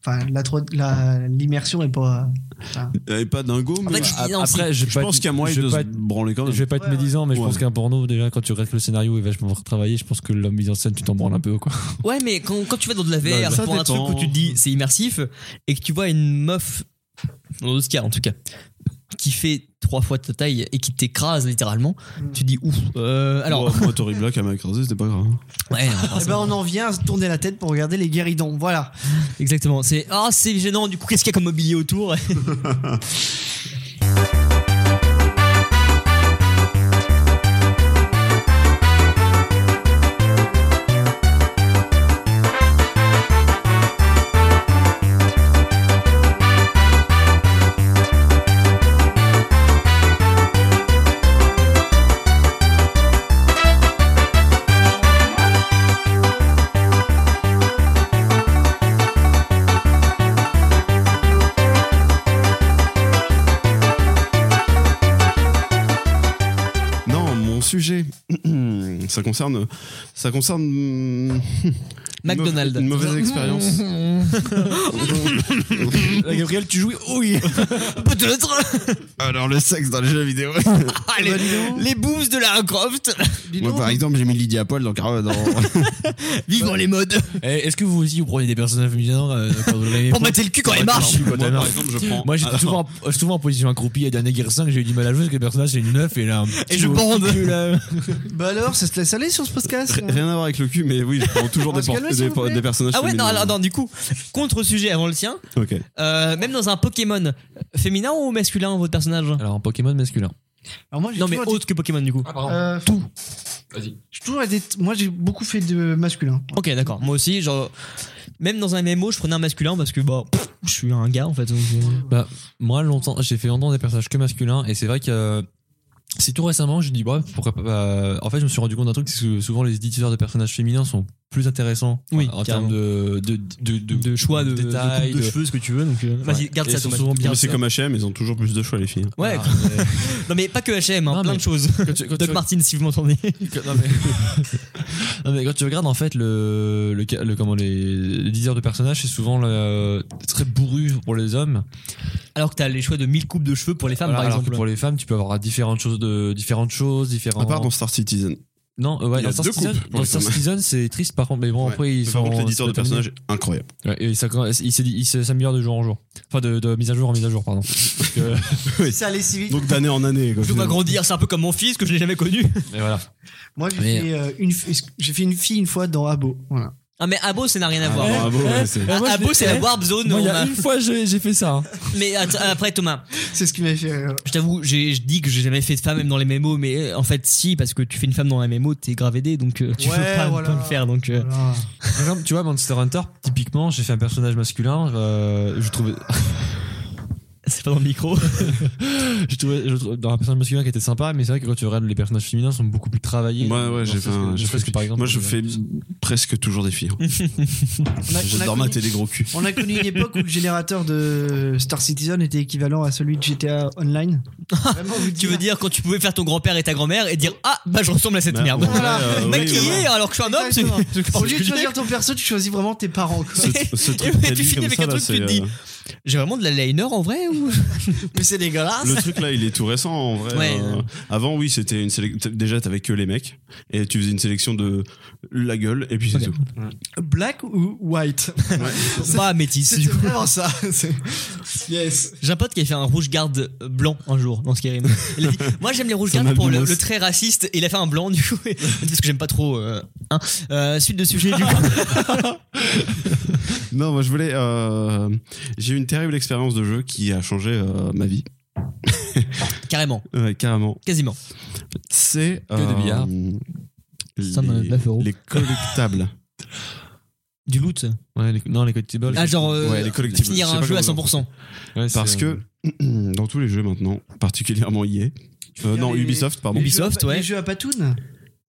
D: enfin, la trois- la- l'immersion est pas.
B: Ah,
A: et pas dingo mais
B: fait, je-
A: ap-
B: non,
C: Après, je vais
A: je
C: pas
A: pense
C: être-
A: qu'il y a moyen
C: je vais
A: de
C: pas
A: se
C: être-
A: branler quand même
C: Je vais pas être
D: Ouais, ouais.
C: médisant, mais je
A: Ouais.
C: pense qu'un porno, déjà, quand tu restes le scénario est vachement retravaillé, je pense que la mise en scène, tu t'en branles un peu, quoi.
B: Ouais, mais quand, quand tu vas dans de la
A: Ouais,
B: VR,
A: ça
B: pour un truc
A: dépend.
B: où tu te dis c'est immersif et que tu vois une meuf, dans d'autres cas en tout cas, qui fait trois fois ta taille et qui t'écrase littéralement, tu dis ouf. Euh, alors,
A: Alors, moi, Tori Black, elle m'a écrasé, c'était pas grave. hein.
B: ouais, on va pas
D: Eh ben, on en vient à se tourner la tête pour regarder les guéridons. Voilà.
B: Exactement. C'est ah c'est gênant. Du coup, qu'est-ce qu'il y a comme mobilier autour
A: Non, mon sujet, *clears throat* ça concerne, ça concerne hmm,
B: McDonald's.
A: une mauvaise expérience.
C: Gabriel, tu joues Oui
B: Peut-être.
A: *laughs* Alors le sexe dans les jeux vidéo.
B: Ah, les, les boobs de Lara Croft.
A: Moi, par exemple, j'ai mis Lydia Paul dans Caro- dans-
B: Vivant les modes.
C: Eh, Est-ce que vous aussi vous prenez des personnages féminins euh, quand vous *laughs* les-
B: Pour mater le cul quand elle marche.
C: Quand
A: Moi, par
C: elle marche.
A: exemple, je prends.
C: Moi j'étais souvent, en- euh, souvent en position accroupie à Dernier Gear 5, j'ai eu du mal à jouer parce que le personnage c'est une meuf et là. un petit
B: Et je
C: au
B: bande.
C: cul, là.
D: Bah alors, ça se laisse aller sur ce podcast
A: R- Rien à voir avec le cul, mais oui, je prends toujours
D: On
A: des,
D: se
A: por-
D: calme,
A: des
D: s'il vous
A: por-
D: plaît.
A: des personnages.
B: Ah ouais, non,
A: féminins.
B: alors, non, du coup, contre sujet avant le sien,
A: Ok.
B: euh, même dans un Pokémon, féminin ou masculin, votre personnage
C: Alors en Pokémon masculin.
D: Alors moi, j'ai
B: Non, mais
D: toujours été-
B: autre que Pokémon, du
C: Ah
B: coup.
D: Euh, tout.
C: Vas-y.
D: J'ai toujours été- Moi, j'ai beaucoup fait de masculin.
B: Ok, d'accord. Moi aussi, genre, même dans un MMO, je prenais un masculin parce que, bah, pff, je suis un gars en fait. donc, euh,
C: Moi longtemps, j'ai fait longtemps des personnages que masculins et c'est vrai que. euh, C'est tout récemment, je me dis, bah, pourquoi pas. bah, en fait, je me suis rendu compte d'un truc, c'est que souvent les éditeurs de personnages féminins sont plus intéressants
B: Oui,
C: en
B: carrément.
C: termes de, de, de, de-
B: de choix de,
C: détails,
B: de coupe de cheveux, ce que tu veux. donc, euh, Vas-y, garde
C: Et
B: ça,
C: ils sont
B: Thomas.
C: souvent bien
A: Mais c'est comme HM, ils ont toujours plus de choix, les filles.
B: Ouais, *laughs*
C: Ah,
B: non mais pas que HM, hein,
C: Non,
B: plein
C: mais-
B: de choses.
C: quand tu- quand
B: Doc
C: tu-
B: Martin, si vous m'entendez.
C: Que- non, mais... Non, mais quand tu regardes en fait le, le, ca- le- comment les, les leaders de personnages c'est souvent le- très bourru pour les hommes
B: Alors que t'as les choix de 1000 coupes de cheveux pour les femmes,
C: Voilà,
B: par
C: alors que
B: exemple.
C: pour les femmes tu peux avoir différentes choses de différentes choses différents
A: À part dans Star Citizen.
C: non euh, ouais,
A: Ah, Il y
C: dans
A: a
C: Star
A: deux
C: Citizen,
A: coupes pour
C: dans
A: les
C: Star
A: femmes.
C: Citizen, c'est triste par contre mais bon
A: Ouais.
C: après ils
A: Mais Par
C: sont
A: contre, l'éditeur de
C: c'est terminé.
A: personnage est incroyable.
C: Ouais, et ça, il s'est dit- il s'est- s'améliore de jour en jour enfin de, de mise à jour en mise à jour pardon Parce que-
D: Ça allait si vite.
A: Donc d'année en année. quoi,
B: Je vois
A: finalement.
B: grandir, c'est un peu comme mon fils que je n'ai jamais connu.
C: mais voilà
D: Moi, j'ai
C: Mais-
D: fait, euh, une... fi- j'ai fait une fille une fois dans Abo. Voilà. *laughs*
B: Ah mais Abo, ça n'a rien à
A: Ah,
B: voir.
A: bravo, ouais,
B: *laughs*
A: c'est-
B: Ah, Abo, c'est la Warp Zone.
C: Moi, il y
B: on
C: a
B: a-
C: une fois j'ai j'ai fait ça hein.
B: Mais att- après, Thomas,
D: C'est ce qui m'avait fait rire.
B: je t'avoue, j'ai- je dis que j'ai jamais fait de femme, même dans les mémos, mais euh, en fait, si, parce que tu fais une femme dans un mémo, t'es grave aidé, donc euh, tu
D: Ouais,
B: peux pas,
D: voilà.
B: pas le faire. Donc, euh,
D: Voilà.
C: Par exemple, tu vois, Monster Hunter, typiquement, j'ai fait un personnage masculin. euh, je trouvais, *laughs*
B: c'est pas dans le *laughs* micro.
C: je trouvais, je trouvais- dans un personnage masculin qui était sympa, mais c'est vrai que quand tu regardes les personnages féminins, sont beaucoup plus travaillés.
A: Ouais, ouais, j'ai fait. un- j'ai
C: Je
A: fait-
C: que par exemple.
A: Moi, je
C: euh,
A: fais presque toujours des filles.
D: On a- on a
A: J'adore
D: connu-
A: mater des gros culs.
D: On a connu une époque où le générateur de Star Citizen était équivalent à celui de GTA Online. Vraiment, vous
B: tu veux dire quand tu pouvais faire ton grand-père et ta grand-mère et dire Ah, bah je ressemble à cette
A: Bah,
B: merde.
A: en vrai,
D: Voilà.
A: euh, oui,
B: Maquillé
A: ouais.
B: alors que je suis un homme, c'est.
D: Exactement. Au lieu de choisir ton perso, tu choisis vraiment tes parents. quoi.
A: Ce- ce truc qu'a
B: Et tu
A: dit
B: finis
A: comme
B: avec
A: ça,
B: un
A: là,
B: truc, tu te
A: c'est,
B: dis,
A: euh,
B: J'ai vraiment de la liner en vrai ou *laughs* Mais c'est
A: *laughs*
B: dégueulasse.
A: Le truc là, il est tout récent en vrai.
B: Ouais,
A: Euh,
B: ouais.
A: Avant, oui, c'était une sélection. Déjà, t'avais que les mecs et tu faisais une sélection de la gueule et puis c'est tout.
B: Ok.
D: Black ou white
B: Pas métisse.
D: C'est vraiment ça. C'est- Yes.
B: J'ai un pote qui a fait un rouge garde blanc un jour dans Skyrim. Il a
A: *laughs*
B: dit, Moi j'aime les rouges
A: C'est un
B: gardes pour le,
A: albinos.
B: le trait raciste et il a fait un blanc du coup. *laughs* Parce que j'aime pas trop. euh, hein. Euh, suite de sujet du coup.
A: *laughs* Non, moi je voulais. euh, J'ai eu une terrible expérience de jeu qui a changé euh, ma vie.
B: Carrément,
A: Ouais, carrément.
B: quasiment.
A: C'est.
C: de billard.
B: Ça me-
A: Les,
B: 9 euros.
A: les collectables.
B: Du loot.
C: Ouais, les- non, les collectibles.
B: Ah genre euh,
A: ouais, les collectibles.
B: finir
A: Je sais
B: un
A: pas
B: jeu à
A: comment
B: 100%.
C: Ouais, c'est,
A: Parce
C: euh,
A: que *clears throat* dans tous les jeux maintenant, particulièrement EA,
D: veux
A: euh,
D: dire
A: non
D: les-
A: Ubisoft, pardon.
D: Les jeux
B: Ubisoft,
D: à-
B: ouais.
D: Les jeux à patoun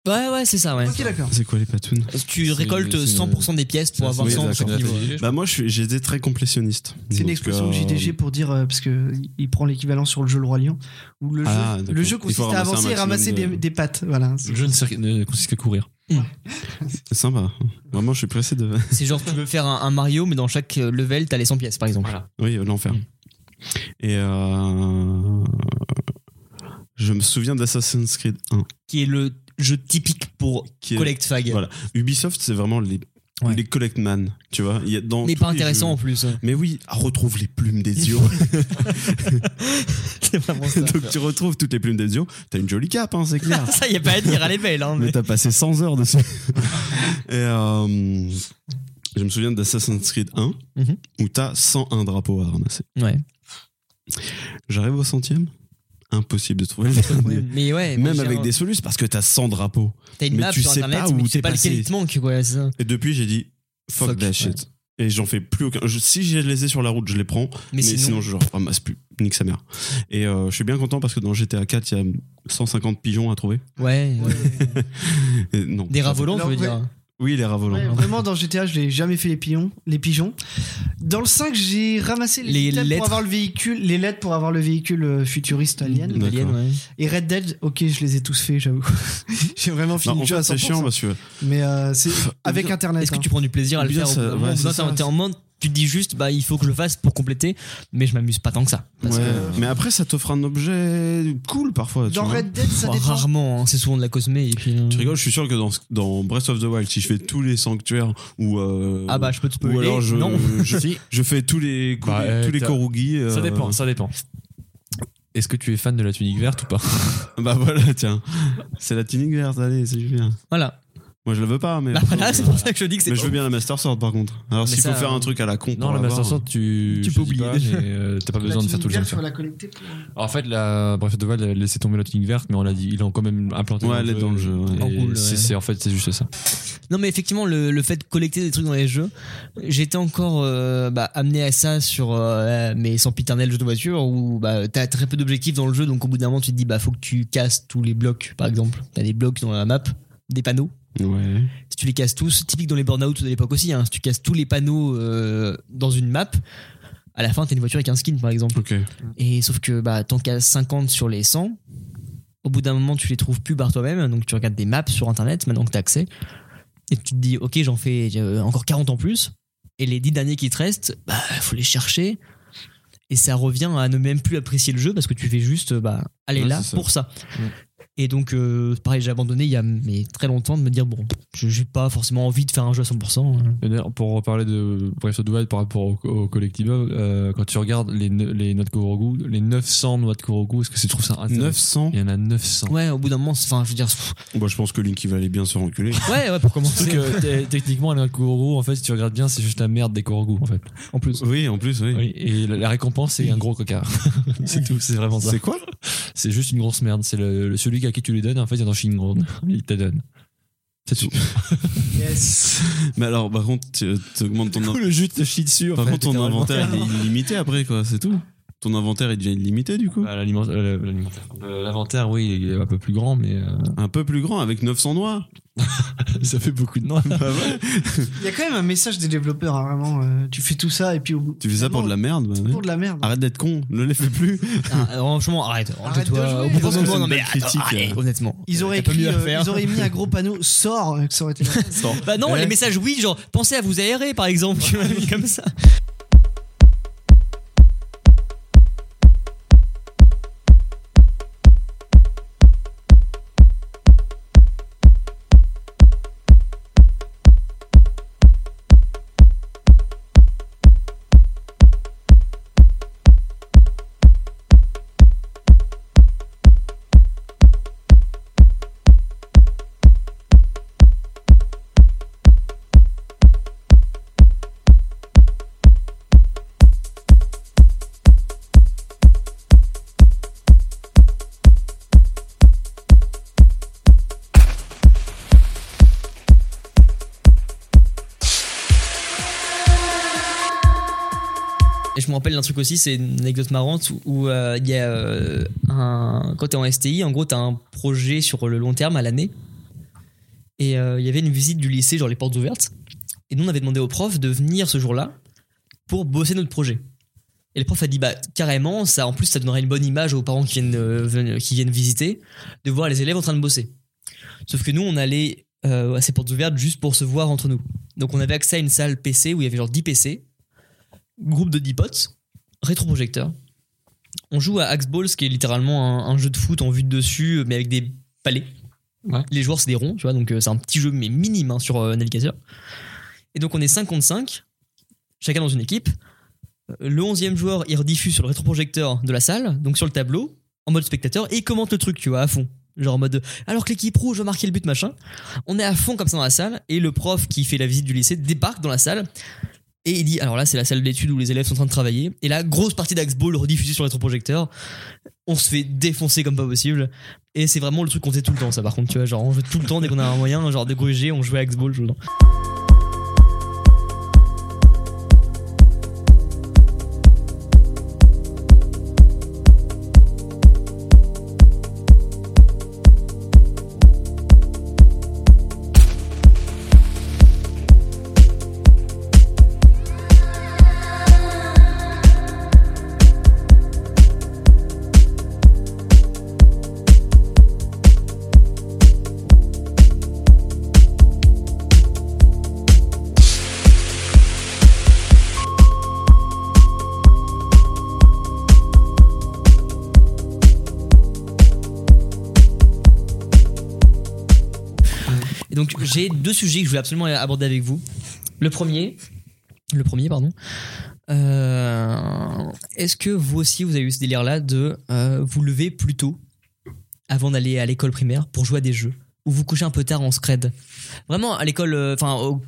B: Ouais ouais c'est ça ouais.
D: Ok, d'accord.
A: C'est quoi les patounes
B: Tu
C: C'est-
B: récoltes
C: c'est-
B: 100% des pièces pour
C: c'est-
B: avoir
A: oui,
B: 100%
A: d'accord.
B: de niveau.
C: C'est-
A: Bah moi je suis- j'étais très complétionniste.
D: C'est une
A: Donc,
D: expression
A: euh,
D: de JDG pour dire, euh, parce que il prend l'équivalent sur le jeu Le Roi Lion, où le jeu,
A: Ah, d'accord.
D: le jeu
A: Il faut
D: consiste à
A: ramasser un
D: avancer et ramasser
A: maximum de-
D: des, des pattes. Voilà.
C: Le jeu ne, sert- ne consiste qu'à courir.
A: C'est sympa. Vraiment, je suis pressé de. *laughs*
B: C'est genre tu veux faire un, un Mario mais dans chaque euh, level t'as les 100 pièces par exemple.
A: Oui, euh,
B: Mm.
A: l'enfer. Et euh, je me souviens d'Assassin's Creed 1.
B: Qui est le jeu typique pour
A: Qui est-
B: collect fag.
A: Voilà. Ubisoft, c'est vraiment les,
B: Ouais.
A: les collect man, tu vois. Il y a dans
B: Mais
A: tous
B: pas
A: *laughs* les ah,
B: intéressant en
A: jeux-
B: plus. *laughs*
A: Mais oui, retrouve les plumes des yeux.
B: c'est vraiment ça.
A: Donc tu retrouves toutes les plumes d'Ezio. T'as une jolie cape, hein, c'est clair.
B: *laughs* ça, y a pas à dire, elle est belle, hein,
A: *laughs* mais
B: mais-
A: t'as passé 100 heures dessus. *laughs* Et euh, je me souviens d'Assassin's Creed 1,
B: Mhm.
A: où t'as 101 drapeaux à ramasser. *laughs*
B: Ouais.
A: J'arrive au centième Impossible de trouver le dernier.
B: *laughs* Ouais, mais ouais.
A: Même
B: moi, j'ai
A: avec
B: un-
A: des solus, parce que t'as 100 drapeaux.
B: T'as une
A: mais
B: map
A: tu
B: sur
A: sais
B: internet,
A: pas
B: mais
A: où
B: tu sais
A: t'es
B: pas lequel
A: passé.
B: il te manque, quoi. c'est ça.
A: Et depuis, j'ai dit fuck,
B: Fuck,
A: that
B: ouais.
A: shit. Et j'en fais plus aucun. Je- si j'ai laissé sur la route, je les prends.
B: Mais,
A: Mais, sinon,
B: sinon,
A: je ramasse plus. Nique sa mère. Et euh, je suis bien content parce que dans GTA 4, il y a 150 pigeons à trouver.
B: ouais.
A: Et non.
B: Des rats volants,
D: Non,
B: tu veux
D: ouais.
B: dire.
A: Oui, les rats volants.
D: Ouais, vraiment, dans GTA, je n'ai jamais fait les pions, les pigeons. Dans le 5, j'ai ramassé les,
B: Les
D: items
B: lettres.
D: pour avoir le véhicule, les lettres pour avoir le véhicule euh, futuriste alien.
A: D'accord.
B: Alien, ouais.
D: Et Red Dead, ok, je les ai tous faits, j'avoue. *laughs* j'ai vraiment
A: Non,
D: fini
A: en
D: le jeu
A: fait,
D: à
A: c'est
D: 100%.
A: chiant parce que
D: Mais euh, c'est avec
A: bien-
D: Internet.
B: Est-ce que
D: hein.
B: tu prends du plaisir à le
A: Bien,
B: faire au
A: ça-
B: bout d'un
A: ouais,
B: moment,
A: c'est
B: t'es
A: ça,
B: en- t'es en mode, tu te dis juste, bah, il faut que je le fasse pour compléter, mais je m'amuse pas tant que ça. Parce
A: Ouais,
B: que-
A: Mais après, ça t'offre un objet cool parfois. tu
D: Dans
A: vois.
D: Red Dead, ça
B: Oh,
D: dépend.
B: rarement, hein, c'est souvent de la cosmée. Et puis, euh,
A: Tu rigoles, je suis sûr que dans, dans Breath of the Wild, si je fais tous les sanctuaires ou. euh,
B: Ah bah, je peux te spoiler.
A: ou alors je,
B: Non.
A: *laughs* je, je fais tous les,
C: Bah,
A: tous les-
C: euh,
A: tous les
C: t'as-
A: corugis. euh,
C: Ça dépend, ça dépend. Est-ce que tu es fan de la tunique verte ou pas
A: Bah voilà, *laughs* tiens. C'est la tunique verte, allez, c'est bien.
B: Voilà.
A: Moi, je la veux pas, mais.
B: Bah, *laughs* voilà, c'est pour ça que je dis que c'est.
A: Mais je veux bien la Master Sword par contre. Alors
B: Mais
A: s'il
B: ça,
A: faut faire
B: euh,
A: un truc à la con.
C: Non,
A: pour
C: la Master
A: l'avoir,
C: Sword, tu,
B: Tu
C: je
B: peux
C: dis pas,
B: oublier.
C: mais, euh, T'as pas
D: La
C: besoin de faire tout le jeu.
D: Tunic Vert, faut la collecter pour-
C: En fait, la Breath of the Wild a laissé tomber la tunique verte, mais on l'a dit, ils l'ont quand même implanté
A: Ouais, elle est dans le jeu, ouais.
C: Et
B: En cool,
C: c'est-
B: ouais.
C: c'est- en fait, c'est juste ça.
B: Non, mais effectivement, le, le fait de collecter des trucs dans les jeux, j'étais encore euh, bah, amené à ça sur euh, mes sempiternels jeux de voiture où bah, t'as très peu d'objectifs dans le jeu, donc au bout d'un moment, tu te dis, bah, faut que tu casses tous les blocs, par exemple. T'as des blocs dans la map, des panneaux.
A: Ouais.
B: Si tu les casses tous, typique dans les burn-out de l'époque aussi, hein, si tu casses tous les panneaux euh, dans une map, à la fin, t'as une voiture avec un skin, par exemple.
A: Ok.
B: Et sauf que bah, t'en casses 50 sur les 100. Au bout d'un moment, tu les trouves plus par toi-même. Donc tu regardes des maps sur internet maintenant que t'as accès. Et tu te dis, ok, j'en fais euh, encore 40 en plus. Et les 10 derniers qui te restent, bah, faut les chercher. Et ça revient à ne même plus apprécier le jeu parce que tu fais juste, euh, bah, aller
A: Ouais,
B: là
A: c'est ça.
B: pour ça. Et donc, euh, pareil, j'ai abandonné il y a mais, très longtemps de me dire, bon, je j'ai pas forcément envie de faire un jeu à 100%. hein.
C: Et d'ailleurs, Pour reparler de Breath of the Wild par rapport au, au collectible, euh, quand tu regardes les, ne- les noix de Korogu, les 900 noix de Korogu, est-ce que tu trouves ça
A: 900.
C: intéressant Il y en a 900.
B: Ouais, au bout d'un moment, c'est- enfin, je veux dire, pff,
A: Bah, je pense que Link il va aller bien se renculer.
B: ouais, ouais, pour
C: Surtout
B: commencer.
C: que t'es- techniquement, les noix de Korogu, en fait, si tu regardes bien, c'est juste la merde des Korogu, en fait.
B: En plus.
A: oui, en plus, oui.
C: Oui, et la, la récompense, c'est un gros cocard. *laughs* c'est tout, c'est vraiment ça.
A: C'est quoi
C: C'est juste une grosse merde. C'est le, le- celui à qui tu les donnes, en fait, il en chie
A: *laughs*
C: une grande. Il te donne. C'est tout.
D: Yes.
A: Mais alors, par contre, tu augmentes ton. in-
C: le jus te chie dessus.
A: Par contre, ton inventaire il est illimité après, quoi, c'est tout. Ton inventaire est déjà illimité du *laughs* coup.
C: L'inventaire, Euh, oui, il est un peu plus grand, mais euh,
A: Un peu plus grand avec 900 noix.
C: ça fait beaucoup de noix.
A: Bah ouais.
D: Il y a quand même un message des développeurs, hein, vraiment. euh, tu fais tout ça et puis au bout.
A: Tu fais ça pour de la merde. bah ouais.
D: Pour de la merde.
A: Arrête d'être con, ne les fais plus.
B: Ah, euh, franchement, arrête,
D: Arrête de jouer.
B: toi Au bout d'un
D: Parce que
B: moment,
A: c'est
B: non,
A: une
B: mais
A: belle
B: attends,
A: critique,
B: allez,
A: euh.
B: honnêtement.
D: hein. Ils auraient,
B: T'as pas
D: écrit,
B: mieux à
D: euh,
B: faire.
D: ils auraient mis un gros panneau sort euh, que ça aurait été.
B: Bah non,
C: Ouais.
B: les messages, oui, genre, pensez à vous aérer, par exemple, tu m'as mis comme ça. Et je me rappelle d'un truc aussi, c'est une anecdote marrante où- où euh, il y a euh, un. Quand t'es en STI, en gros, t'as un projet sur le long terme à l'année. Et euh, il y avait une visite du lycée, genre les portes ouvertes. Et nous, on avait demandé au prof de venir ce jour-là pour bosser notre projet. Et le prof a dit, bah, carrément, ça, en plus, ça donnerait une bonne image aux parents qui viennent, euh, ven- qui viennent visiter, de voir les élèves en train de bosser. Sauf que nous, on allait euh, à ces portes ouvertes juste pour se voir entre nous. Donc, on avait accès à une salle PC où il y avait genre 10 PC groupe de 10 potes, rétroprojecteur. On joue à Axeball, ce qui est littéralement un, un jeu de foot en vue de dessus, euh, mais avec des palais.
C: Ouais.
B: Les joueurs, c'est des ronds, tu vois, donc euh, c'est un petit jeu, mais minime hein, sur euh, navigateur. Et donc on est 5 contre 5, chacun dans une équipe. Le 11e joueur, il rediffuse sur le rétroprojecteur de la salle, donc sur le tableau, en mode spectateur, et il commente le truc, tu vois, à fond. Genre en mode, alors que l'équipe rouge a marqué le but, machin. On est à fond comme ça dans la salle, et le prof qui fait la visite du lycée débarque dans la salle, et il dit, alors là, c'est la salle d'études où les élèves sont en train de travailler, et la grosse partie d'Axe Ball rediffusée sur le rétroprojecteur. On se fait défoncer comme pas possible. Et c'est vraiment le truc qu'on faisait tout le temps, ça par contre, tu vois. Genre, on jouait tout le temps dès qu'on a un moyen, genre de gruger, on jouait à Axe Ball tout le temps. Et donc j'ai deux sujets que je voulais absolument aborder avec vous. Le premier, le premier pardon. Euh, Est-ce que vous aussi vous avez eu ce délire là de euh, vous lever plus tôt avant d'aller à l'école primaire pour jouer à des jeux ou vous couchez un peu tard en scred Vraiment à l'école, euh, enfin au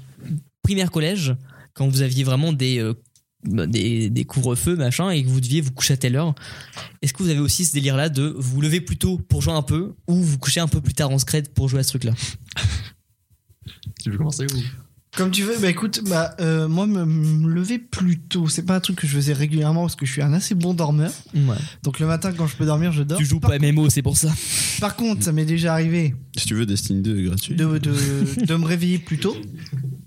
B: primaire collège, quand vous aviez vraiment des euh, bah, des, des couvre-feux machin et que vous deviez vous coucher à telle heure. Est-ce que vous avez aussi ce délire là de vous lever plus tôt pour jouer un peu ou vous coucher un peu plus tard en scred pour jouer à ce truc là
C: *laughs* Tu veux commencer ou
D: Comme tu veux, bah écoute, bah, euh, moi me, me lever plus tôt, c'est pas un truc que je faisais régulièrement parce que je suis un assez bon dormeur.
B: Ouais.
D: Donc le matin quand je peux dormir, je dors.
B: Tu joues pas MMO, c'est pour ça.
D: Par contre, ça m'est déjà arrivé
A: Si tu veux, Destiny 2 est gratuit.
D: de, de, de me réveiller plus tôt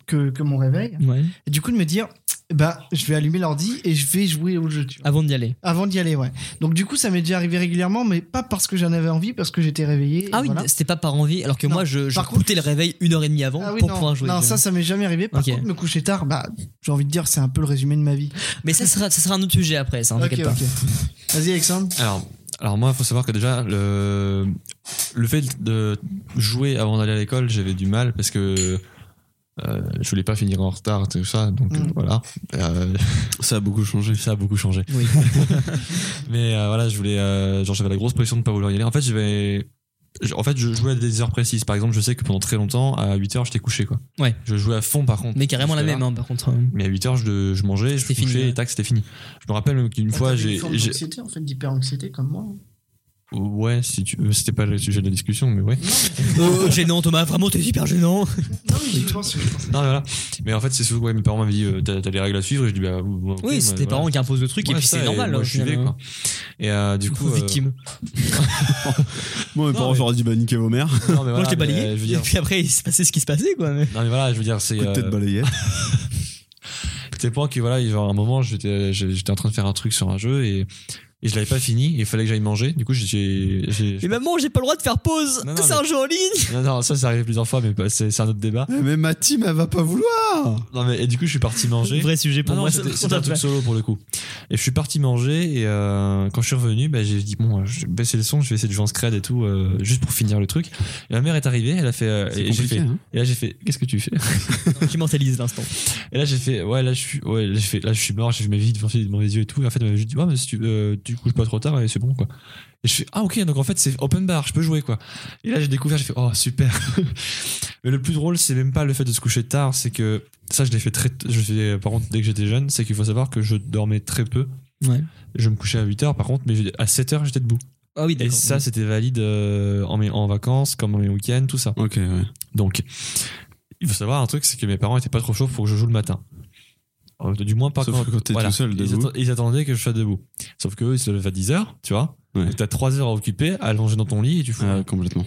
D: que, que mon réveil.
B: Ouais.
D: Et du coup de me dire, bah je vais allumer l'ordi et je vais jouer au jeu. Tu vois.
B: Avant d'y aller.
D: Avant d'y aller, ouais. Donc du coup, ça m'est déjà arrivé régulièrement, mais pas parce que j'en avais envie, parce que j'étais réveillé. et
B: Ah oui,
D: voilà.
B: c'était pas par envie, alors que
D: Non.
B: moi je, je
D: Par contre-
B: coûtais le réveil une heure et demie avant
D: Ah oui,
B: pour
D: non,
B: pouvoir jouer.
D: non
B: tu
D: ça,
B: vois.
D: ça m'est jamais arrivé. Par
B: Ok.
D: contre, me coucher tard, bah, j'ai envie de dire, c'est un peu le résumé de ma vie.
B: Mais ça sera, ça sera un autre sujet après, ça,
D: Ok,
B: t'inquiète pas.
D: ok. Vas-y, Alexandre.
C: Alors, alors moi, il faut savoir que déjà, le, le fait de jouer avant d'aller à l'école, j'avais du mal parce que euh, je voulais pas finir en retard, tout ça. Donc
D: Mm.
C: euh, voilà, Euh,
A: Ça a beaucoup changé.
C: *laughs* ça a beaucoup changé.
B: Oui.
C: Mais euh, voilà, je voulais, euh, genre, j'avais la grosse pression de pas vouloir y aller. En fait, j'avais, je- en fait, je jouais à des heures précises. Par exemple, je sais que pendant très longtemps, à 8 heures, j'étais couché, quoi.
B: Ouais.
C: Je jouais à fond, par contre.
B: Mais carrément la
C: Jusque-là.
B: même, hein, par contre. hein.
C: Mais à 8 heures, je, je mangeais, je
B: C'était
C: me
B: fini,
C: couchais,
B: ouais.
C: et tac, c'était fini. Je me rappelle même
A: Ah,
C: qu'une fois, j'ai, j'ai-
D: anxiété, en fait, d'hyper-anxiété, comme moi.
C: ouais, si tu veux, c'était pas le sujet de la discussion, mais ouais.
B: *laughs* Oh, gênant, Thomas, vraiment, t'es hyper gênant.
D: Non, mais j'y pense. j'y pense.
C: Non, mais voilà. Mais en fait, c'est souvent, ouais, mes parents m'avaient dit, euh, t'as t'as les règles à suivre, et je dis, bah, ou- ok,
B: Oui, c'est
C: bah,
B: tes
C: voilà.
B: parents qui imposent le truc, et
C: Ouais,
B: puis
C: ça,
B: c'est normal.
C: Moi,
B: au
C: je
B: final,
C: suivais,
B: hein.
C: quoi. Et euh, du coup. euh, *laughs*
B: victime.
A: Moi, mes
C: Non,
A: parents,
C: mais-
A: j'aurais dit bah niquez vos mères.
C: non, mais
B: Moi,
C: voilà,
B: je t'ai
C: mais,
B: balayé,
C: euh, je veux dire-
B: et puis après, il se passait ce qui se passait, quoi. mais-
C: Non, mais voilà, je veux
A: *laughs*
C: dire, c'est.
A: Coup de tête
C: euh,
A: balayée.
C: C'était point que voilà, il- genre à un moment, j'étais, j'étais en train de faire un truc sur un jeu et, et je l'avais pas fini. Il fallait que j'aille manger. Du coup, j'ai, j'ai-
B: Mais maman, j'ai pas le droit de faire pause.
C: Non, non,
B: C'est un jeu en ligne.
C: non, non, ça, ça arrive plusieurs fois, mais pas- c'est, c'est un autre débat.
A: Mais ma team, elle va pas vouloir.
C: Non, mais et du coup, je suis parti manger.
B: Vrai sujet pour
C: Non, non,
B: moi.
C: c'était,
B: ça-
C: c'était un truc solo pour le coup. Et je suis parti manger et euh, quand je suis revenu, bah, j'ai dit bon, je vais baisser le son, je vais essayer de jouer en scred et tout, euh, juste pour finir le truc. Et ma mère est arrivée, elle a fait, euh,
A: C'est
C: et, j'ai
A: compliqué.
C: fait,
A: hein.
C: et là j'ai fait, qu'est-ce que tu fais
B: Tu mentalises l'instant.
C: Et là j'ai fait, ouais là je suis, ouais là je fais, là je suis mort, j'ai fait mes vies devant devant mes yeux et tout. Et en fait, elle m'a juste dit, ouais mais si tu, euh, tu couches pas trop tard, et c'est bon quoi. Et je fais, ah ok, donc en fait c'est open bar, je peux jouer quoi. Et là j'ai découvert, j'ai fait, oh super. *laughs* mais le plus drôle, c'est même pas le fait de se coucher tard, c'est que ça je l'ai fait très, t- je fais, par contre dès que j'étais jeune, c'est qu'il faut savoir que je dormais très peu.
B: Ouais.
C: Je me couchais à 8 heures par contre, mais j'ai- à 7 heures j'étais debout.
B: Ah oui,
C: Et
B: d'accord.
C: ça c'était valide euh, en, mes- en vacances, comme en mes week-ends, tout ça.
A: Ok, ouais.
C: Donc, il faut savoir un truc, c'est que mes parents étaient pas trop chauds pour que je joue le matin. Euh, Du moins, pas
A: Sauf
C: quand,
A: que quand t'es tout seul
C: ils,
A: debout.
C: atten- ils attendaient que je sois debout. Sauf qu'eux, ils se lèvent à 10h, tu vois.
A: Ouais.
C: Donc, t'as 3 heures à occuper, à allonger dans ton lit et tu fous.
A: Ah, complètement.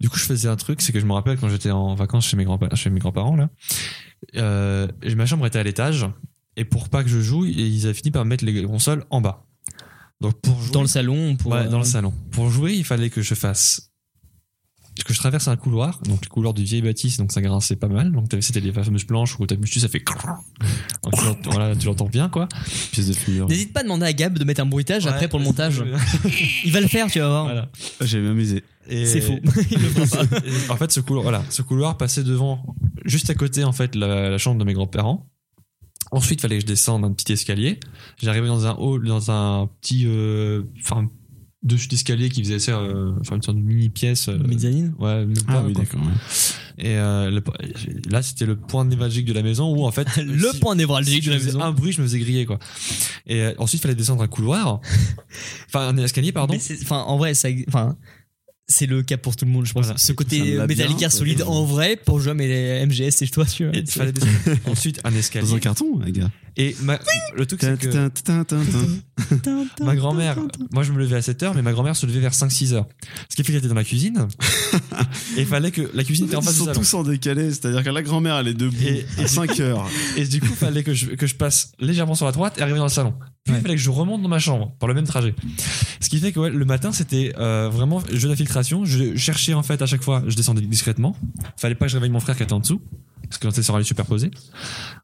C: Du coup, je faisais un truc, c'est que je me rappelle quand j'étais en vacances chez mes grands-parents, chez mes grands-parents, là. Euh, et ma chambre était à l'étage. Et pour pas que je joue, ils avaient fini par mettre les consoles en bas. Donc, pour jouer.
B: Dans le salon, pour.
C: Ouais, dans le
B: euh,
C: salon. Pour jouer, il fallait que je fasse que je traverse un couloir, donc le couloir du vieil bâtisse, donc ça grinçait pas mal. Donc t'avais- c'était les fameuses planches où t'appuies dessus, ça fait. crrrr. Donc, tu l'ent- voilà, tu l'entends bien quoi.
A: Pièce de fumeur.
B: N'hésite pas à demander à Gab de mettre un bruitage après pour le montage. Il va le faire, tu vas voir.
C: Voilà.
A: J'ai Ah, même misé.
C: Et-
B: C'est faux. Il le fera pas.
C: Et *laughs* en fait, ce couloir, voilà, ce couloir passait devant, juste à côté en fait, la, la chambre de mes grands-parents. Ensuite, fallait que je descende un petit escalier. J'arrivais dans un hall, dans un petit, euh, enfin, dessus d'escalier qui faisait ça, euh, enfin une sorte de mini pièce. euh,
B: *laughs* Mezzanine
C: Ouais, même
A: Ah
C: pas,
A: oui,
C: quoi.
A: d'accord. ouais.
C: Et euh, le- là, c'était le point névralgique de la maison où en fait,
B: *laughs* Le
C: si-
B: point
C: si
B: névralgique
C: je
B: de la
C: faisais
B: maison.
C: un bruit, je me faisais griller quoi. Et euh, ensuite, il fallait descendre
B: *laughs*
C: un couloir, enfin un escalier pardon.
B: Mais c'est- Enfin, en vrai, ça, enfin, c'est le cas pour tout le monde, je pense.
C: Voilà.
B: Ce
A: C'est un
B: côté
A: labyrinthe,
B: métallique solide
A: euh,
B: en vrai, pour jouer mais les MGS, c'est toi, tu vois.
C: Et il fallait descendre
B: *laughs*
C: ensuite un escalier.
A: Dans un carton, les gars.
C: Et ma- le truc c'est que
A: Tin, tin, tin, tin.
C: ma grand-mère, moi je me levais à 7h, mais ma grand-mère se levait vers 5-6 heures. Ce qui fait qu'elle était dans la
B: *laughs*
C: cuisine. et il fallait que la cuisine était en
A: Ils
C: face du
A: sont
C: salon.
A: tous en décalé, c'est-à-dire que la grand-mère, elle est debout
C: Et-
A: à 5 heures.
C: Et du coup, il fallait que je, que je passe légèrement sur la droite et arriver dans le salon. Puis il fallait que je remonte dans ma chambre par le même trajet. Ce qui fait que ouais, le matin, c'était euh, vraiment jeu d'infiltration. Je cherchais en fait à chaque fois, je descendais discrètement. Fallait pas que je réveille mon frère qui était en dessous. Parce que ça aurait superposé.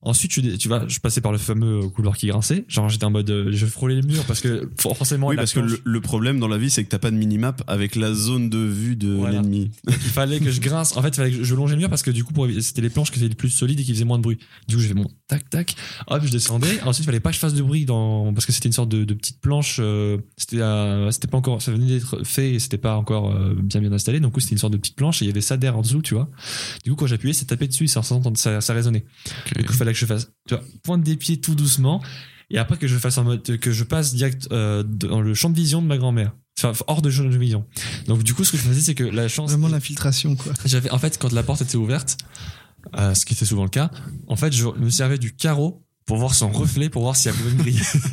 C: Ensuite, tu, tu vois, je passais par le fameux couloir qui grinçait. Genre, j'étais en mode, euh, je frôlais les murs parce que for- forcément,
A: Oui,
C: la
A: parce que
C: planche-
A: le, le problème dans la vie, c'est que t'as pas de minimap avec la zone de vue de
C: Voilà.
A: l'ennemi.
C: il fallait que je grince. En fait, il fallait que je- je longeais le mur parce que du coup, pour évi- c'était les planches qui étaient les plus solides et qui faisaient moins de bruit. Du coup, je fais mon tac tac. Hop, je descendais. Ensuite, il fallait pas que je fasse de bruit dans parce que c'était une sorte de, de petite planche. euh, c'était euh, c'était pas encore, ça venait d'être fait et c'était pas encore euh, bien bien installé. Donc, du coup, c'était une sorte de petite planche et il y avait ça d'air en dessous, tu vois. Du coup, quand j'appuyais, ça tapait dessus, ça, s'entend- ça, ça résonnait. Du coup, il fallait que je fasse, tu vois, pointe des pieds tout doucement et après que je fasse en mode que je passe direct euh, dans le champ de vision de ma grand-mère. Enfin, hors de champ de vision. Donc, du coup, ce que je faisais, c'est que la chance.
D: Vraiment l'infiltration, quoi.
C: J'avais, en fait, quand la porte était ouverte, euh, ce qui était souvent le cas, en fait, je me servais du carreau pour voir son reflet, pour voir si elle pouvait me griller. *laughs*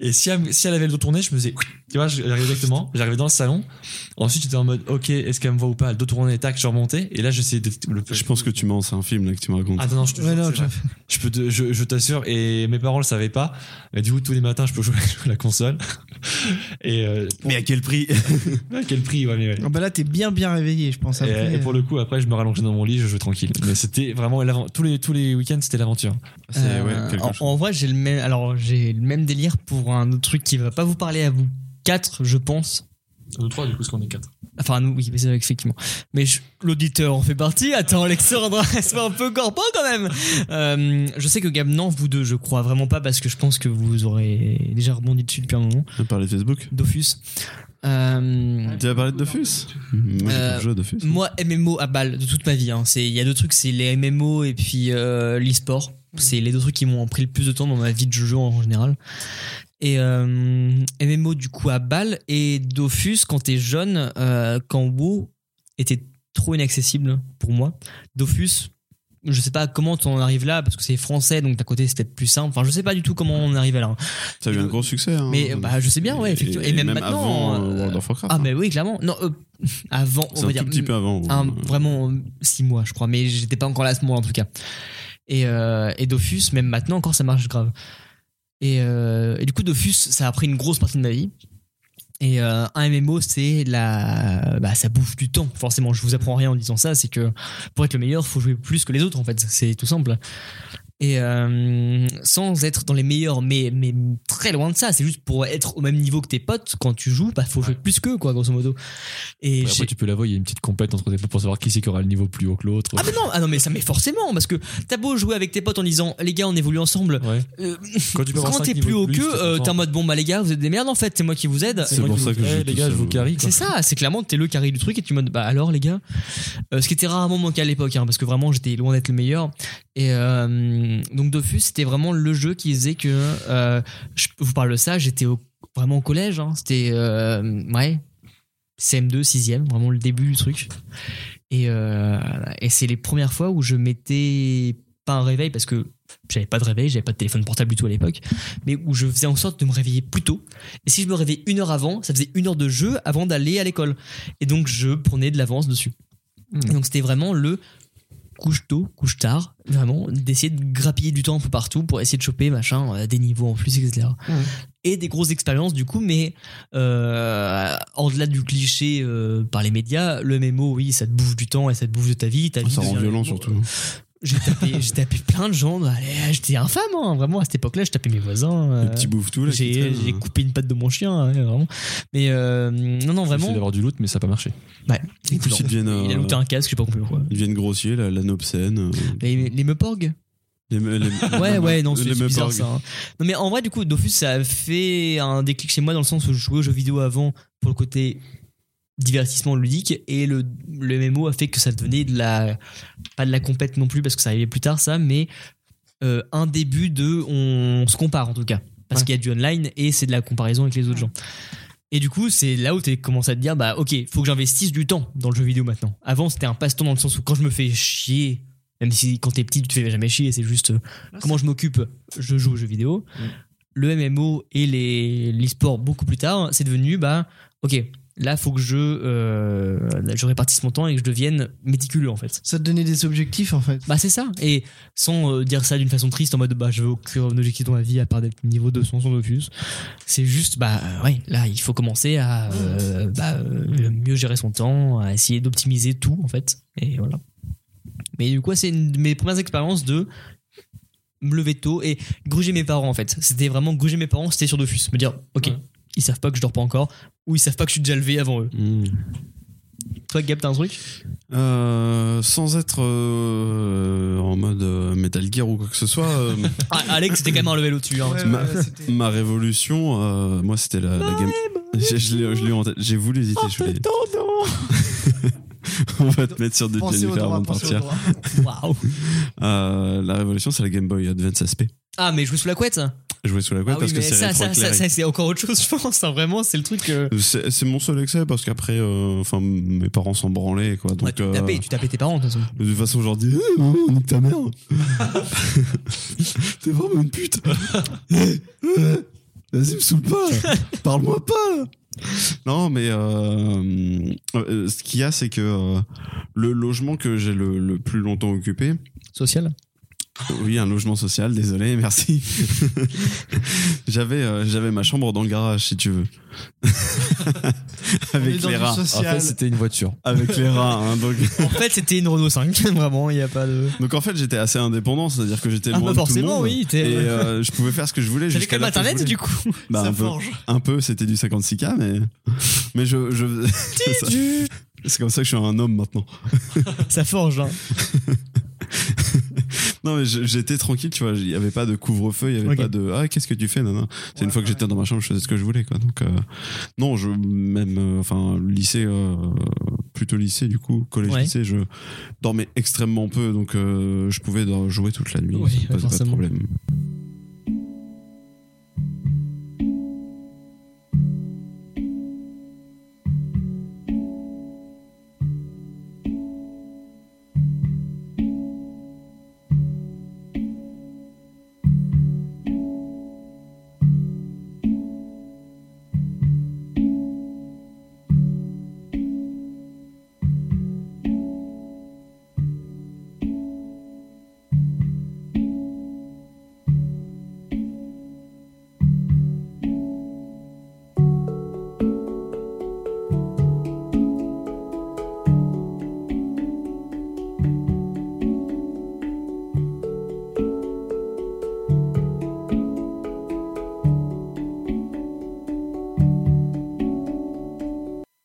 C: Et si elle, si elle avait le dos tourné, je me faisais, tu vois, j'arrivais directement, j'arrivais dans le salon. Ensuite, j'étais en mode, ok, est-ce qu'elle me voit ou pas? Le dos tourné, tac, je remontais. Et là, j'essayais de le
A: Je pense que tu mens, c'est un film là que tu me racontes.
C: Ah non, non, je te jure,
D: Ouais,
C: c'est
D: non,
C: vrai. Je peux te- je, je t'assure, et mes parents le savaient pas. Mais du coup, tous les matins, je peux jouer à la console. *laughs* Et euh,
A: Mais à quel prix
C: à quel prix, ouais, mais ouais.
D: Ah bah là, t'es bien bien réveillé, je pense.
C: Et,
D: après.
C: et pour le coup, après, je me rallongeais dans mon lit, je jouais tranquille. Mais c'était vraiment l'avent- tous les tous les week-ends, c'était l'aventure.
A: *laughs* C'est
B: Euh,
A: ouais, quelque
B: en,
A: chose.
B: en vrai, j'ai le même. Alors, j'ai le même délire pour un autre truc qui va pas vous parler à vous quatre, je pense.
C: Nous trois, du coup, parce qu'on est quatre.
B: Enfin, nous, oui, mais c'est vrai, effectivement. Mais je- l'auditeur en fait partie. Attends, *laughs* Alexandre, c'est un peu corpent quand même. Euh, je sais que Gab, non, vous deux, je crois vraiment pas parce que je pense que vous aurez déjà rebondi dessus depuis un moment.
A: On parlait de Facebook.
B: Dofus. Euh,
A: Tu as parlé de Dofus Moi, j'ai
B: Euh,
A: pas joué à Dofus.
B: Moi, MMO à balle de toute ma vie. hein. C'est- Il y a deux trucs, c'est les MMO et puis euh, l'e-sport. C'est les deux trucs qui m'ont pris le plus de temps dans ma vie de jeu en général. Et euh, MMO du coup à balle et Dofus quand t'es jeune, euh, quand WoW était trop inaccessible pour moi. Dofus, je sais pas comment t'en arrives là parce que c'est français donc d'un côté c'était plus simple. Enfin, je sais pas du tout comment on arrive là. hein.
A: Ça a eu
B: et
A: un
B: le-
A: gros succès. hein.
B: Mais bah, je sais bien, ouais,
A: Et-
B: effectivement. Et,
A: et
B: même, maintenant.
A: Avant euh,
B: euh,
A: World of Warcraft.
B: ah,
A: hein.
B: mais oui, clairement. Non, euh, *laughs* avant, on
A: C'est un
B: va
A: tout
B: dire.
A: petit peu avant.
B: Un-
A: ouais.
B: vraiment 6 mois, je crois, mais j'étais pas encore là à ce moment en tout cas. Et, euh, et Dofus, même maintenant encore, ça marche grave. Et, euh, et du coup, Dofus, ça a pris une grosse partie de ma vie. Et euh, un MMO, c'est la, bah, ça bouffe du temps. Forcément, je vous apprends rien en disant ça. C'est que pour être le meilleur, faut jouer plus que les autres. En fait, c'est tout simple. Et euh, sans être dans les meilleurs, mais, mais très loin de ça, c'est juste pour être au même niveau que tes potes quand tu joues, bah faut jouer plus qu'eux, quoi, grosso modo. Et
C: Après,
B: j'ai-
C: tu peux l'avouer, il y a une petite compète entre tes potes pour savoir qui c'est qui aura le niveau plus haut que l'autre.
B: ah mais non, ah non mais ça mais forcément parce que t'as beau jouer avec tes potes en disant les gars on évolue ensemble.
C: Ouais.
B: euh,
C: Quand tu peux avoir
B: quand
C: cinq
B: t'es
C: niveaux
B: plus haut
C: de
B: que
C: t'es
B: euh,
C: content.
B: t'es en mode bon bah les gars vous êtes des merdes en fait c'est moi qui vous aide.
A: C'est
C: moi
A: pour
C: qui
A: ça
C: vous-
A: que
C: Eh,
A: je joue
C: les
A: tout
C: gars, je
A: seul.
C: vous carry. quoi.
B: C'est ça, c'est clairement t'es le carré du truc et tu me dis bah alors les gars, Euh, ce qui était rarement mon cas à l'époque hein, parce que vraiment j'étais loin d'être le meilleur et euh, donc Dofus c'était vraiment le jeu qui faisait que euh, je vous parle de ça j'étais au- vraiment au collège hein, c'était euh, ouais CM2 6ème vraiment le début du truc et, euh, et c'est les premières fois où je mettais pas un réveil parce que j'avais pas de réveil, j'avais pas de téléphone portable du tout à l'époque, mais où je faisais en sorte de me réveiller plus tôt. Et si je me réveillais une heure avant, ça faisait une heure de jeu avant d'aller à l'école. Et donc je prenais de l'avance dessus. Et donc c'était vraiment le couche tôt, couche tard, vraiment d'essayer de grappiller du temps un peu partout pour essayer de choper machin, euh, des niveaux en plus, etc. Et des grosses expériences du coup, mais euh, en delà du cliché euh, par les médias, le mémo, oui, ça te bouffe du temps et ça te bouffe de ta vie. Ta vie
A: Ah, Ça rend
B: devient-
A: violent surtout.
B: j'ai tapé, j'ai tapé plein de gens. bah, Allez, J'étais infâme, hein, vraiment. À cette époque-là, je tapais mes voisins. euh,
A: Le petit bouffe tout là. qui euh,
B: j'ai
A: traîne. hein.
B: j'ai coupé une patte de mon chien, hein, vraiment. Mais euh, non, non,
C: J'essaie
B: vraiment.
C: d'avoir du loot, mais ça n'a pas marché.
B: Ouais.
A: En plus, ils deviennent,
B: Il a
A: euh,
B: looté un casque, je sais pas compris pourquoi.
A: Ils viennent grossiers, la- l'anobscène. euh,
B: Les, les meuporgs
A: Les me- les-
B: *laughs* Ouais, ouais, non,
A: les
B: c'est c'est
A: Meborg.
B: bizarre ça. hein. Non, mais en vrai, du coup, Dofus, ça a fait un déclic chez moi dans le sens où je jouais aux jeux vidéo avant pour le côté divertissement ludique et le, le MMO a fait que ça devenait de la. pas de la compète non plus parce que ça arrivait plus tard, ça, mais euh, un début de. on, se compare en tout cas. Parce qu'il y a du online et c'est de la comparaison avec les autres gens. Et du coup, c'est là où tu commences à te dire bah, ok, faut que j'investisse du temps dans le jeu vidéo maintenant. Avant, c'était un passe-temps dans le sens où quand je me fais chier. Même si quand t'es petit, tu te fais jamais chier, c'est juste comment je m'occupe Je joue aux jeux vidéo. Le MMO et les l'e-sport beaucoup plus tard, c'est devenu bah ok. Là, faut que je euh, je répartisse mon temps et que je devienne méticuleux en fait.
D: euh, Ça te donnait des objectifs en fait.
B: Bah c'est ça. Et sans euh, dire ça d'une façon triste en mode bah je veux aucun objectif dans ma vie à part d'être niveau 200 sans Dofus. C'est juste bah euh, ouais là il faut commencer à euh, bah, euh, mieux gérer son temps, à essayer d'optimiser tout en fait. Et voilà. Mais du coup c'est une de mes premières expériences de me lever tôt et gruger mes parents en fait. C'était vraiment gruger mes parents, c'était sur Dofus. Me dire ok ils savent pas que je dors pas encore ou ils savent pas que je suis déjà levé avant eux.
A: Hmm.
B: Toi Gab t'as un truc
A: Euh, sans être euh, en mode euh, Metal Gear ou quoi que ce soit,
B: *laughs*
A: euh,
B: ah, Alex c'était quand même un level au-dessus. hein.
A: ma, ma révolution, euh, moi c'était la, la game. Je, *laughs* je l'ai- je l'ai en tête. J'ai voulu hésiter. je voulais-
B: Oh,
A: *laughs* On va te mettre sur du
D: Pensez au
A: Jennifer
D: droit,
A: avant de
D: pensez au
A: partir.
D: droit.
B: Waouh.
A: Euh, la révolution, c'est la Game Boy Advance SP.
B: Ah, mais jouer sous la couette
A: Jouer sous la couette
B: Ah
A: parce
B: oui, mais
A: que c'est
B: ça, ça, ça,
A: rétroéclairé.
B: ça, c'est encore autre chose, je pense. hein. Vraiment, c'est le truc. euh,
A: C'est c'est mon seul excès parce qu'après, euh, enfin, mes parents s'en branlaient quoi.
B: ouais,
A: Donc,
B: Ah, tu
A: euh,
B: tapais, tu tapais tes parents, de toute façon.
A: de toute façon, je leur dis, Eh, maman, nique ta mère. T'es vraiment une pute. Eh, eh, Vas-y, me saoule pas. Parle-moi pas. Non, mais euh, euh, ce qu'il y a, c'est que euh, le logement que j'ai le, le plus longtemps occupé,
B: Social
A: oui, un logement social, désolé, merci. *laughs* j'avais, euh, j'avais ma chambre dans le garage, si tu veux.
D: On est
A: avec
D: dans
A: les
D: du
A: rats.
C: En
D: social.
C: fait, c'était une voiture.
A: Avec les rats, hein, donc.
B: En fait, c'était une Renault 5, *laughs* vraiment, il n'y a pas de.
A: Donc en fait, j'étais assez indépendant, c'est-à-dire que j'étais
B: Ah,
A: loin
B: bah
A: de tout le
B: forcément,
A: monde.
B: oui.
A: Et
B: t'es-
A: euh, je pouvais faire ce que je voulais.
B: *laughs* T'avais
A: jusqu'à
B: quand
A: l'heure
B: même
A: que je
B: internet,
A: voulais.
B: du coup.
A: Bah,
D: ça
A: un, peu,
D: forge.
A: un peu, c'était du 56K, mais, *laughs* mais je,
B: *laughs*
A: je- c'est ça. c'est comme ça que je suis un homme maintenant.
B: Ça forge, hein.
A: Non, mais je- j'étais tranquille, tu vois. Il n'y avait pas de couvre-feu, il n'y avait
B: Ok.
A: pas de Ah, qu'est-ce que tu fais, nana C'est une
D: Ouais,
A: fois que j'étais dans ma chambre, je faisais ce que je voulais, quoi. Donc, euh, non, je, même, euh, enfin, lycée, euh, plutôt lycée, du coup,
B: Ouais.
A: collège-lycée, je dormais extrêmement peu, donc euh, je pouvais dor- jouer toute la nuit,
B: Ouais,
A: ça me
B: ouais,
A: posait pas de
B: forcément.
A: problème.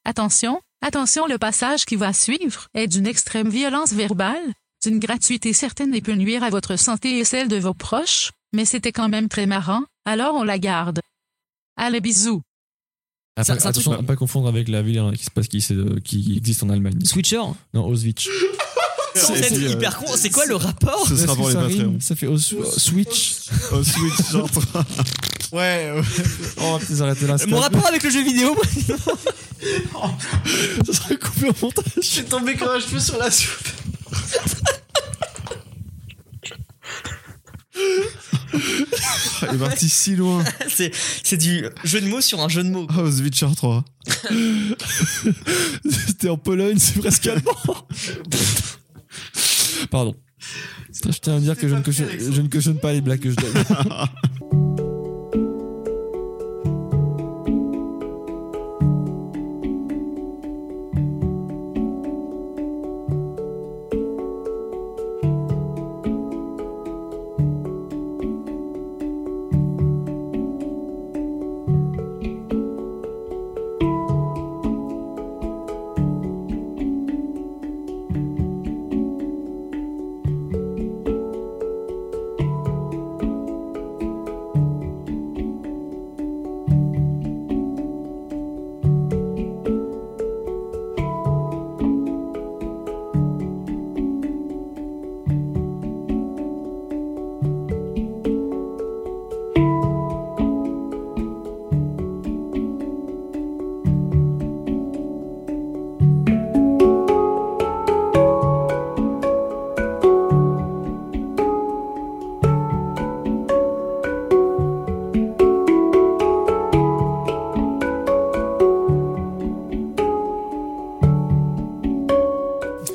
G: Attention, attention, le passage qui va suivre est d'une extrême violence verbale, d'une gratuité certaine et peut nuire à votre santé et celle de vos proches, mais c'était quand même très marrant, alors on la garde. Allez, bisous.
B: Ça-
C: Après,
B: c'est un
C: attention
B: truc-
C: à pas confondre avec la ville hein, qui se passe, qui, c'est, euh, qui existe en Allemagne.
B: Switcher
C: Non, Auschwitz.
B: Sans
A: c'est,
B: être
A: euh,
B: hyper con, c'est quoi le rapport
A: Ce sera
C: Parce
A: pour
C: que
A: les
C: ça rime,
A: patrons.
C: Ça fait Aus- Switch.
A: Au switch, genre, *laughs* euh.
D: Ouais, ouais.
C: Oh, t'es arrêté là.
B: Mon rapport avec le jeu vidéo, moi, *laughs*
C: ça serait coupé en montage.
D: je suis tombé comme un cheveu sur la soupe.
A: il est parti si loin.
B: c'est c'est du jeu de mots sur un jeu de mots.
A: Oh, Switcher 3.
C: *laughs* C'était en Pologne, c'est presque allemand. Pardon. Je tiens à dire que je ne, cautionne, je ne cautionne pas les blagues que je donne.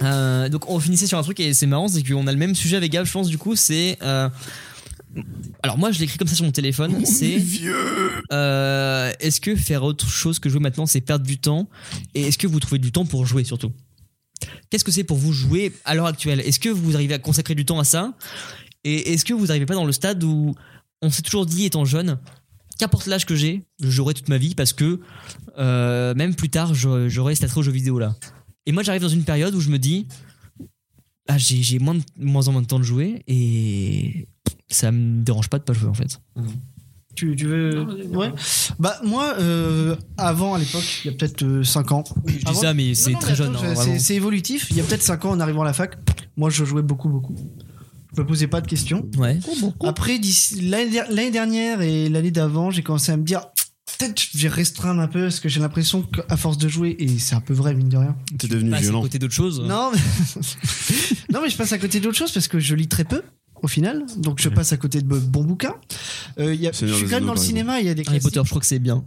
B: Euh, donc on finissait sur un truc et c'est marrant, c'est qu'on a le même sujet avec Gab, je pense, du coup, c'est. euh, alors moi je l'écris comme ça sur mon téléphone, c'est euh, est-ce que faire autre chose que jouer maintenant c'est perdre du temps et est-ce que vous trouvez du temps pour jouer surtout Qu'est-ce que c'est pour vous jouer à l'heure actuelle Est-ce que vous arrivez à consacrer du temps à ça Et est-ce que vous n'arrivez pas dans le stade où on s'est toujours dit étant jeune qu'importe l'âge que j'ai, je jouerai toute ma vie parce que euh, même plus tard je- j'aurai cet attrait aux jeux vidéo là. Et moi j'arrive dans une période où je me dis ah, j'ai j'ai moins, de- moins en moins de temps de jouer et ça me dérange pas de pas jouer en fait.
D: Tu, tu veux Ouais. Bah moi, euh, avant à l'époque, il y a peut-être euh, 5 ans.
B: Je dis ça, mais c'est très jeune. hein, vraiment.
D: c'est, c'est évolutif. Il y a peut-être 5 ans en arrivant à la fac, moi je jouais beaucoup beaucoup. Je me posais pas de questions.
B: Ouais. Bah,
D: Après d'ici- l'année der- l'année dernière et l'année d'avant, j'ai commencé à me dire peut-être je vais restreindre un peu parce que j'ai l'impression qu'à force de jouer et c'est un peu vrai mine de rien.
A: T'es devenu
B: Passer à
A: violent.
B: côté d'autre chose.
D: Non, mais- *laughs* non, mais je passe à côté d'autres choses parce que je lis très peu au final, donc je passe à côté de bons bouquins. Euh, il y a, je
A: Seigneur
D: suis
A: des
D: quand même
A: Anneaux,
D: dans le
A: par
D: cinéma, il y a des
B: Harry
D: classiques.
B: Potter, je crois que c'est bien.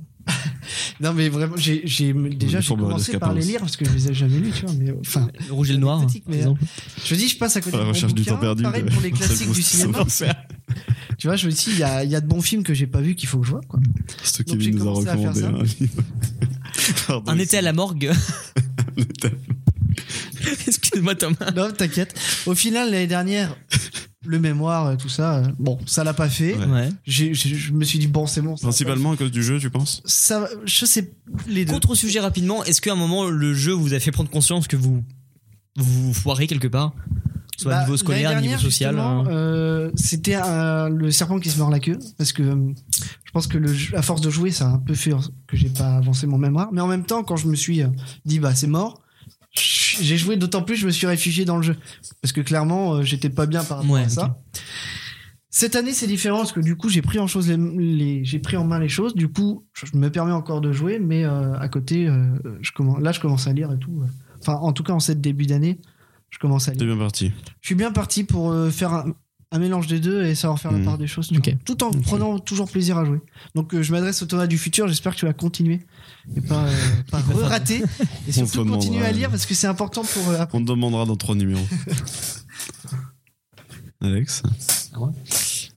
D: Non, mais vraiment, j'ai, j'ai- déjà
C: des
D: j'ai
C: formes
D: commencé
C: de
D: par les
C: escapades.
D: lire parce que je les ai jamais lus, tu vois. Mais enfin,
B: Le rouge et le noir.
D: Esthétique,
B: par
D: mais, euh,
B: exemple.
D: je dis, je passe à côté
A: À la
D: de bons
A: recherche du
D: bouquins.
A: temps perdu.
D: Pareil
A: de-
D: pour les
A: de
D: classiques du
A: Bruce
D: cinéma. *laughs*
A: Springsteen.
D: Tu vois, je me dis, il y a, il y a de bons films que j'ai pas vus qu'il faut que je vois.
A: *laughs*
D: Quoi.
A: C'est ce que
D: Donc, j'ai
A: Kevin nous a
D: commencé à faire
A: recommandé.
D: ça.
A: hein. *laughs* Pardon,
B: Un été à la
D: *laughs*
B: morgue. *laughs*
A: un été à-
B: Excuse-moi Thomas.
D: Non, t'inquiète. Au final, l'année dernière, le mémoire, euh, tout ça, euh, bon, ça l'a pas fait.
A: Ouais.
B: Ouais.
D: J'ai- j'ai- je me suis dit, bon, c'est bon. ça-
A: Principalement à cause du jeu, tu penses
D: ça, Je sais, les deux.
B: Contre-sujet rapidement, est-ce qu'à un moment le jeu vous a fait prendre conscience que vous vous foirez quelque part Soit
D: Bah,
B: niveau scolaire,
D: l'année
B: niveau
D: dernière,
B: social.
D: justement,
B: hein.
D: euh, C'était euh, le serpent qui se mord la queue parce que euh, je pense que le jeu- à force de jouer, ça a un peu fait que j'ai pas avancé mon mémoire. Mais en même temps, quand je me suis euh, dit bah c'est mort, j'ai joué d'autant plus, je me suis réfugié dans le jeu parce que clairement, euh, j'étais pas bien par rapport
B: Ouais,
D: à ça.
B: ok.
D: Cette année, c'est différent parce que du coup, j'ai pris en chose les, les- j'ai pris en main les choses. Du coup, je je me permets encore de jouer, mais euh, à côté, euh, je commence, là, je commence à lire et tout. Enfin, en tout cas, en cette début d'année, je commence à lire
A: T'es bien parti.
D: je suis bien parti pour euh, faire un, un mélange des deux et savoir faire
A: Mhm.
D: la part des choses, tu
B: Ok.
D: vois. tout en prenant toujours plaisir à jouer. Donc euh, je m'adresse au Thomas du futur, j'espère que tu vas continuer et pas,
B: *laughs*
D: euh, pas
B: faire de-
D: rater et surtout
A: demandera,
D: continuer à
A: ouais.
D: lire parce que c'est important pour. euh,
A: On te demandera dans trois numéros. Alex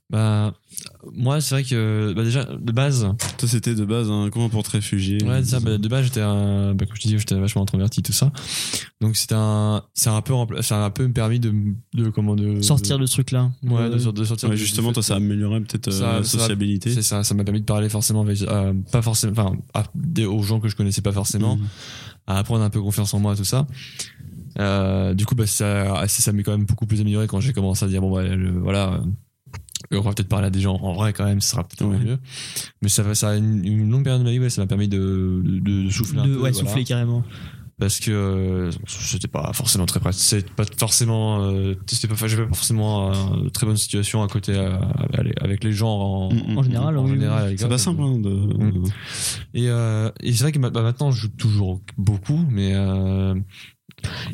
C: Bah,
B: hein.
C: moi, c'est vrai que bah, déjà, de base,
A: Toi, c'était de base un coin pour te réfugier.
C: Ouais, c'est ça, bah, de base, j'étais un, bah, comme je te dis, j'étais vachement introverti, tout ça. Donc, c'était un, c'est un peu, rempla- ça a un peu permis de, de, comment, de.
B: Sortir de ce truc-là.
C: Ouais, de,
B: Euh,
C: sor- de sortir.
A: Ouais,
C: de-
A: justement, toi, ça améliorait peut-être euh,
C: Ça-
A: la
C: ça-
A: sociabilité.
C: C'est ça, ça m'a permis de parler forcément avec, euh, pas forcément, enfin, à des- aux gens que je connaissais pas forcément,
A: Mhm.
C: à apprendre un peu confiance en moi, tout ça. Euh, du coup, bah, ça, ça m'est quand même beaucoup plus amélioré quand j'ai commencé à dire, bon, bah, le- voilà, euh, on va peut-être parler à des gens en vrai quand même, ce sera peut-être un peu
A: Ouais.
C: mieux. Mais ça, va- ça a une, une longue période de ma vie, ouais, ça m'a permis de, de, de souffler un
B: de-
C: peu.
B: ouais,
C: voilà
B: souffler carrément.
C: parce que euh, c'était pas forcément très pratique c'est pas forcément euh, c'était pas j'avais pas forcément euh, très bonne situation à côté euh, avec les gens en,
A: Mm, mm,
B: En général,
C: en
B: oui,
C: général,
B: oui.
C: à l'école.
A: C'est pas simple hein, de.
C: Mm. et, euh, et c'est vrai que ma- bah, maintenant je joue toujours beaucoup mais euh,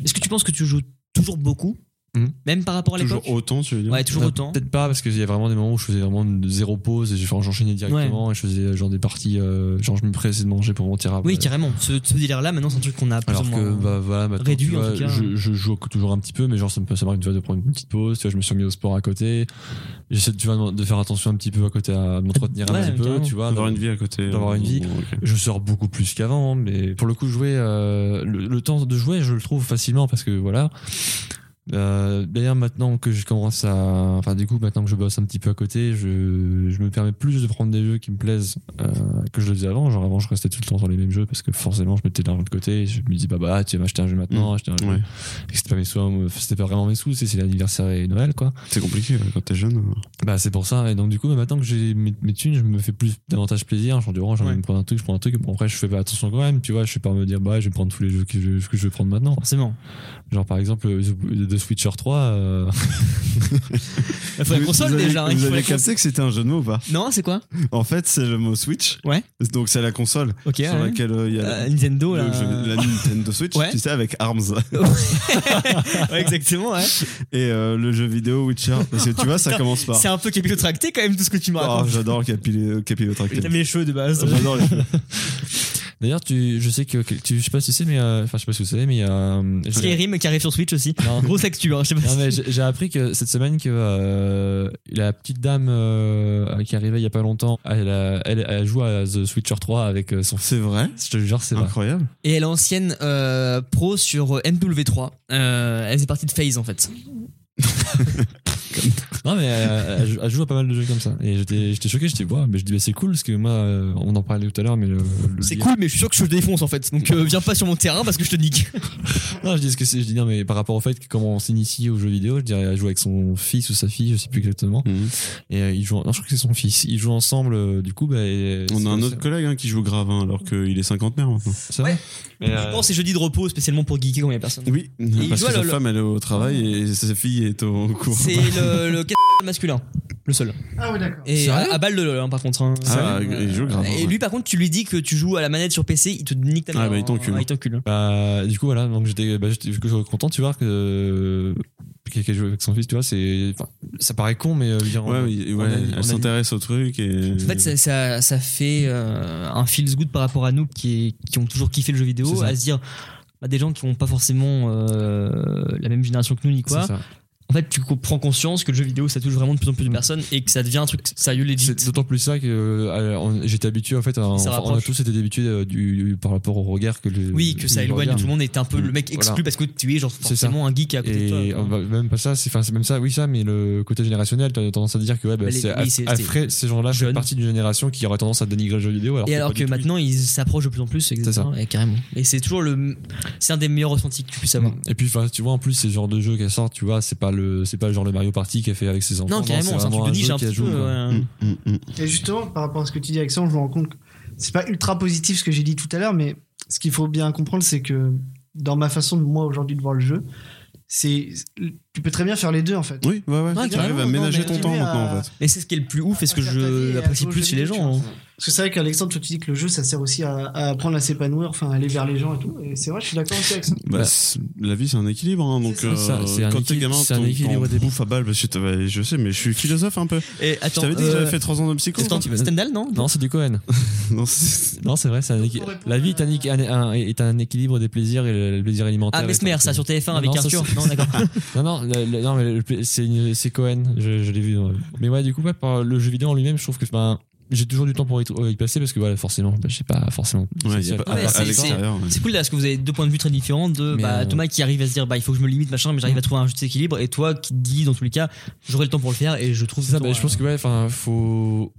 B: Est-ce que tu penses que tu joues toujours beaucoup
C: Mhm.
B: Même par rapport à l'époque
A: Toujours autant, tu veux dire
B: Ouais, toujours
C: euh,
B: autant.
C: peut-être pas parce qu'il y a vraiment des moments où je faisais vraiment une- zéro pause et j'ai- enfin, j'enchaînais directement et je faisais genre des parties euh, genre je me pressais de manger pour mentir après
B: Oui, carrément. Ce, ce délire-là, maintenant, c'est un truc qu'on a plus
C: Alors
B: ou
C: que
B: moins-
C: bah voilà, maintenant,
B: réduit,
C: tu vois,
B: en tout cas.
C: Je, je joue toujours un petit peu, mais genre ça me ça m'arrive tu vois, de prendre une petite pause. Tu vois, je me suis mis au sport à côté. J'essaie tu vois, de faire attention un petit peu à côté à m'entretenir
B: Ouais,
C: un petit peu.
B: carrément.
C: Tu vois,
A: D'avoir une vie à côté. euh,
C: D'avoir une vie.
A: Bon, ok.
C: je sors beaucoup plus qu'avant, mais pour le coup jouer euh, le, le temps de jouer, je le trouve facilement parce que voilà. Euh, D'ailleurs, maintenant que je commence à, enfin du coup, maintenant que je bosse un petit peu à côté, je, je me permets plus de prendre des jeux qui me plaisent euh, que je le faisais avant. Genre avant, je restais tout le temps sur les mêmes jeux parce que forcément, je mettais de l'argent de côté. Et je me dis bah bah, tu vas m'acheter un jeu maintenant, acheter un jeu.
A: Mm. Ouais.
C: Et que c'était pas mes sous, euh, c'était pas vraiment mes sous, c'est c'est l'anniversaire et Noël quoi.
A: C'est compliqué euh, quand t'es jeune.
C: Bah c'est pour ça. Et donc du coup, bah, maintenant que j'ai mes, mes thunes, je me fais plus davantage plaisir. Genre du orange, j'ai envie de me prendre un truc, je prends un truc. Bon, après, je fais pas attention quand même. Tu vois, je suis pas à me dire bah je vais prendre tous les jeux que je, que je veux prendre maintenant.
B: Forcément.
C: Genre par exemple euh, The The Switcher 3. euh,
B: Il faut la
A: Vous-
B: console
A: vous avez-
B: déjà. hein, il
A: Vous
B: faut la
A: avez
B: console.
A: capté que c'était un jeu de mots ou pas
B: Non, c'est quoi
A: En fait, c'est le mot Switch.
B: Ouais.
A: Donc c'est la console
B: Ok.
A: sur
B: ouais.
A: laquelle euh, il y a
B: Euh,
A: le
B: Nintendo, là.
A: jeu- la
B: *laughs*
A: Nintendo Switch,
B: Ouais.
A: tu sais, avec ARMS. *laughs*
B: Ouais, exactement, ouais.
A: Et euh, le jeu vidéo Witcher. Parce que tu vois, ça commence par.
B: C'est un peu capillotracté quand même tout ce que tu me
A: Oh,
B: racontes.
A: j'adore le capillo- capillotracté.
B: T'avais les cheveux de base.
A: J'adore les
C: D'ailleurs, tu, je sais que, que- tu, je sais pas si c'est, mais euh, enfin, je sais pas si vous savez, mais il y a, euh, j'ai-
B: Skyrim qui arrive sur Switch aussi.
C: *laughs* Non.
B: Grosse actu, hein, je sais pas.
C: Non,
B: si-
C: mais j'ai j'ai appris que cette semaine que euh, la petite dame euh, qui arrivait il y a pas longtemps, elle, a- elle, elle joue à The Switcher 3 avec euh, son. f-
A: C'est vrai Ah
C: Je te jure, c'est vrai.
A: Incroyable.
B: Et elle est ancienne euh, pro sur euh, MW3. Euh, elle faisait partie de FaZe en fait.
C: Non mais euh, elle, joue- elle joue à pas mal de jeux comme ça. Et j'étais, j'étais choqué, j'étais ouais, mais je dis bah, c'est cool parce que moi, euh, on en parlait tout à l'heure, mais le, le-
B: C'est cool, mais je suis sûr que je te défonce en fait. Donc euh, viens pas sur mon terrain parce que je te nique.
C: Non, je dis ce que c'est, je dis non, mais par rapport au fait que comment on s'initie aux jeux vidéo, je dirais elle joue avec son fils ou sa fille, je sais plus exactement.
A: Mhm.
C: Et euh, ils jouent, non, je crois que c'est son fils. Ils jouent ensemble, euh, du coup, bah, et-
A: On
C: c'est-
A: a un autre collègue hein, qui joue gravin alors qu'il est cinquantenaire maintenant.
C: Ça va Mais, euh,
B: Je pense que c'est jeudi de repos spécialement pour geeker quand il y a personne.
A: Oui,
B: il
A: parce
B: joue à
A: que sa
B: LOL.
A: femme elle est au travail et sa fille est au cours.
B: C'est le, le cas- masculin, le seul.
D: Ah ouais, d'accord.
B: Et
C: Sérieux
B: à, à balle de LoL hein, par contre. hein.
A: Ah,
B: Euh,
A: il joue grave,
B: Et
A: ouais.
B: lui par contre, tu lui dis que tu joues à la manette sur PC, il te nique ta
A: Ah,
B: mère.
A: bah, il
B: hein.
A: t'encule.
B: Ah, il t'encule.
C: Bah, du coup, voilà, donc j'étais bah, j'étais- j'étais content, tu vois, que euh, qu'elle qu'elle joue avec son fils, tu vois, c'est. enfin, Ça paraît con, mais. euh, je veux dire,
A: Ouais,
C: on-
A: oui,
C: on
A: ouais,
C: a- on a-
A: elle s'intéresse au truc et.
B: En fait, ça, ça, ça fait euh, un feels good par rapport à nous qui, est- qui ont toujours kiffé le jeu
C: C'est
B: vidéo,
C: ça.
B: à se dire bah, des gens qui n'ont pas forcément euh, la même génération que nous ni
C: c'est
B: quoi.
C: ça.
B: En fait, tu co- prends conscience que le jeu vidéo ça touche vraiment de plus en plus de personnes et que ça devient un truc sérieux legit.
C: C'est d'autant plus ça que euh, euh, on- j'étais habitué en fait.
B: Ça
C: à- enfin, on a
B: rapproche.
C: tous été habitués euh, du, par rapport au regard que le.
B: Oui, que ça
C: le
B: éloigne
C: regard.
B: tout le monde et t'es un peu le mec exclu
C: Voilà.
B: parce que tu es genre
C: C'est ça.
B: forcément un geek à côté
C: Et
B: de toi.
C: euh, bah, même pas ça, c'est enfin, c'est même ça, oui ça, mais le côté générationnel, t'as tendance à dire que ouais, bah,
B: Bah, les-
C: c'est
B: oui, c'est-
C: à- après, ces gens-là font
B: jeune.
C: partie d'une génération qui aurait tendance à dénigrer le jeu vidéo. Alors
B: Et
C: que
B: alors
C: pas
B: que
C: du tout.
B: maintenant ils s'approchent de plus en plus, exactement, ouais, carrément. Et c'est toujours le, c'est un des meilleurs ressentis que tu puisses avoir.
C: Et puis enfin, tu vois en plus ces genres de jeux qu'elle sort, tu vois, c'est pas le c'est pas genre le Mario Party qu'elle fait avec ses enfants.
B: Non, carrément, c'est un truc
C: vraiment
B: de niche
C: jeu
B: un
C: qu'elle
B: petit
C: joue,
B: peu.
C: quoi.
B: ouais.
A: Mm, mm, mm.
D: Et justement, par rapport à ce que tu dis, Alexandre, je me rends compte que c'est pas ultra positif ce que j'ai dit tout à l'heure, mais ce qu'il faut bien comprendre, c'est que dans ma façon de moi aujourd'hui de voir le jeu, c'est tu peux très bien faire les deux en fait.
A: Oui, ouais, ouais.
B: Ouais,
A: tu arrives
B: Ah, carrément,
A: à
B: non,
A: ménager
B: mais
A: ton
B: tu
A: temps
D: mets à-
A: maintenant en fait.
B: Et c'est ce qui est le plus ouf et ce que
D: Faire ta vie
B: je
D: et
B: apprécie
D: à
B: plus
D: jouer
B: chez
D: aux
B: les
D: jeux
B: gens.
D: vidéo,
B: hein.
D: tu vois. Parce que c'est vrai qu'Alexandre, toi, tu dis que le jeu, ça sert aussi à, à apprendre à s'épanouir, enfin, à aller vers les gens et tout. Et c'est vrai, je suis d'accord aussi avec ça.
A: Bah,
C: Bah,
A: c'est- la vie c'est un équilibre hein, donc
D: C'est
C: ça,
A: euh,
C: c'est un
A: quand t'es
C: équilibre-
A: gamin
C: c'est un
A: t'en-
C: équilibre
A: t'en
C: au début.
A: bouffes à balle parce que t'as- bah, je sais mais je suis philosophe un peu.
B: Et
A: Je
B: attends,
A: t'avais dit que
B: euh,
A: j'avais fait 3 ans de psycho.
B: Stan-
A: hein.
B: Stendhal, non
C: Non, c'est du Cohen.
A: *laughs* Non, c'est-
C: Non, c'est vrai, c'est un équi-
D: Pour répondre
C: la vie est un, équi- un- un- est un équilibre des plaisirs et le, le plaisir alimentaire.
B: Ah, Mesmer, ça sur TF1
C: Non,
B: avec
C: non, ça,
B: Arthur.
C: c'est-
B: Non, d'accord.
C: Non, non, le- le- non, mais le pla- c'est une- c'est Cohen, je, je l'ai vu. dans- Mais ouais, du coup, ouais, par le jeu vidéo en lui-même, je trouve que ben, j'ai toujours du temps pour y, pour y passer parce que voilà, forcément, ben, je sais pas forcément.
A: Ouais, y
C: social.
A: a pas-
B: Ouais,
A: à- à
B: c'est-
A: l'extérieur, ouais.
B: C'est cool là, parce que vous avez deux points de vue très différents de
C: Mais,
B: bah,
C: euh, Mm.
B: Thomas qui arrive à se dire bah il faut que je me limite machin, mais j'arrive à trouver un juste équilibre, et toi qui te dis dans tous les cas j'aurai le temps pour le faire et je trouve
C: C'est ça,
B: ton,
C: ben, je pense que ouais, enfin, faut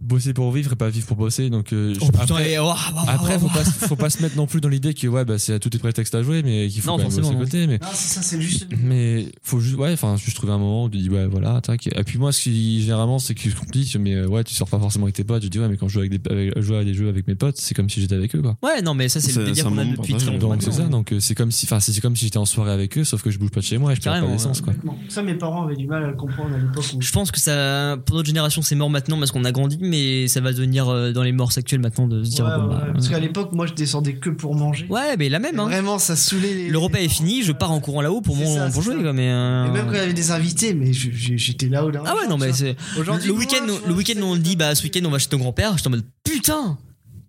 C: bosser pour vivre et pas vivre pour bosser. Donc, euh, je-
B: Oh, putain,
C: après,
B: et- oh, ah, bah,
C: après,
B: bah,
C: faut
B: bah,
C: pas, se- faut pas se mettre non plus dans l'idée que ouais, bah, c'est à tout est prétexte à jouer, mais qu'il faut
B: Non,
C: quand même bosser à
B: forcément,
C: côté. Mais
D: Non, c'est ça, c'est juste.
C: mais faut juste ouais enfin juste trouver un moment où tu dis ouais voilà tac et puis moi ce qui généralement c'est que je dis mais euh, ouais tu sors pas forcément avec tes potes je dis ouais mais quand je joue avec des avec- jouer à des jeux avec mes potes c'est comme si j'étais avec eux quoi
B: Ouais, non, mais ça c'est
A: C'est-
B: le délire
A: c'est un
B: qu'on a
A: moment
B: depuis
A: partagé,
B: très longtemps.
C: donc c'est
B: maintenant.
C: ça donc euh, c'est comme si enfin c'est c'est comme si j'étais en soirée avec eux sauf que je bouge pas de chez moi et je perds pas
B: Carrément,
C: d'essence quoi
D: Ça, mes parents avaient du mal à le comprendre à l'époque. où-
B: Je pense que ça, pour notre génération, c'est mort maintenant parce qu'on a grandi, mais ça va devenir euh, dans les morts actuelles maintenant de se dire.
D: Ouais,
B: bon,
D: ouais,
B: bah,
D: ouais. Parce qu'à l'époque, moi, je descendais que pour manger.
B: ouais, mais la même. Hein.
D: Vraiment, ça saoulait. les-
B: Le repas est fini, je pars en courant là-haut pour
D: C'est
B: mon
D: ça,
B: pour
D: c'est
B: jouer
D: ça.
B: quoi, mais. euh,
D: Et même quand il y avait des invités, mais je- je- j'étais là ou là.
B: Ah ouais, non, mais c'est. Le week-end, le week-end, on dit bah ce week-end on va chez ton grand-père. J'étais en mode putain,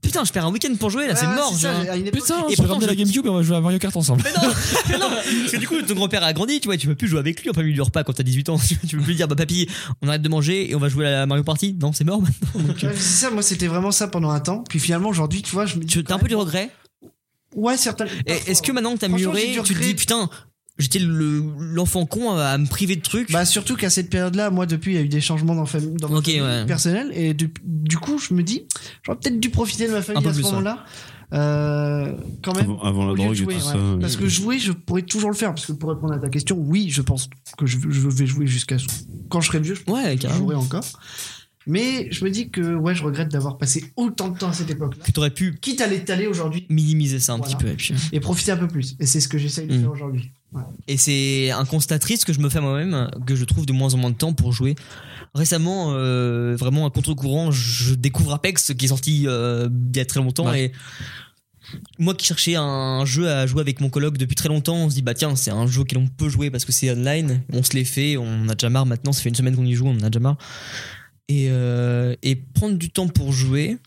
B: putain, je perds un week-end pour jouer là, c'est mort. genre.
C: putain
B: Et
C: je vais
B: pourtant,
C: ramener la
B: je-
C: Gamecube et on va jouer à Mario Kart ensemble
B: Mais non, mais non, parce que du coup ton grand-père a grandi, tu vois, tu peux plus jouer avec lui en plein milieu du repas quand t'as 18 ans. *laughs* Tu tu peux plus dire bah papy, on arrête de manger et on va jouer à la Mario Party. Non, c'est mort. maintenant.
D: Ouais, c'est ça, moi c'était vraiment ça pendant un temps. Puis finalement aujourd'hui, tu vois, je me dis.
B: Tu as un peu du regret.
D: Ouais, certains.
B: Et Est-ce que maintenant que t'as
D: Franchement,
B: mûré,
D: j'ai du
B: tu te
D: regret.
B: dis putain, j'étais le- l'enfant con à, à me priver de trucs.
D: Bah surtout qu'à cette période-là, moi depuis, il y a eu des changements dans, fam- dans ma
B: Ok,
D: famille
B: ouais.
D: personnelle. Et du, du coup, je me dis, j'aurais peut-être dû profiter de ma famille
B: peu
D: à ce
B: plus, ouais.
D: moment-là. Euh, quand même.
A: Avant, avant
D: au
A: la
D: lieu
A: drogue
D: de jouer,
A: et tout
D: ouais.
A: ça. euh,
D: Parce que jouer, je pourrais toujours le faire. Parce que pour répondre à ta question, oui, je pense que je, je vais jouer jusqu'à ce- quand je serai vieux. Je
B: ouais,
D: je
B: carrément.
D: jouerai encore. Mais je me dis que ouais, je regrette d'avoir passé autant de temps à cette époque-là.
B: Que t'aurais pu
D: Quitte à l'étaler aujourd'hui
B: minimiser ça un petit
D: Voilà.
B: peu. Et, puis-
D: et profiter un peu plus. Et c'est ce que j'essaye de
B: Mm.
D: faire aujourd'hui. Ouais.
B: et c'est un constat triste que je me fais moi-même, que je trouve de moins en moins de temps pour jouer. Récemment, euh, vraiment à contre-courant, je découvre Apex qui est sorti euh, il y a très
D: Bah,
B: longtemps
C: Ouais.
B: et moi qui cherchais un jeu à jouer avec mon coloc depuis très longtemps, on se dit bah tiens c'est un jeu auquel on peut jouer parce que c'est online, on se l'est fait, on a déjà marre maintenant, ça fait une semaine qu'on y joue, on en a déjà marre. Et, euh, et prendre du temps pour jouer,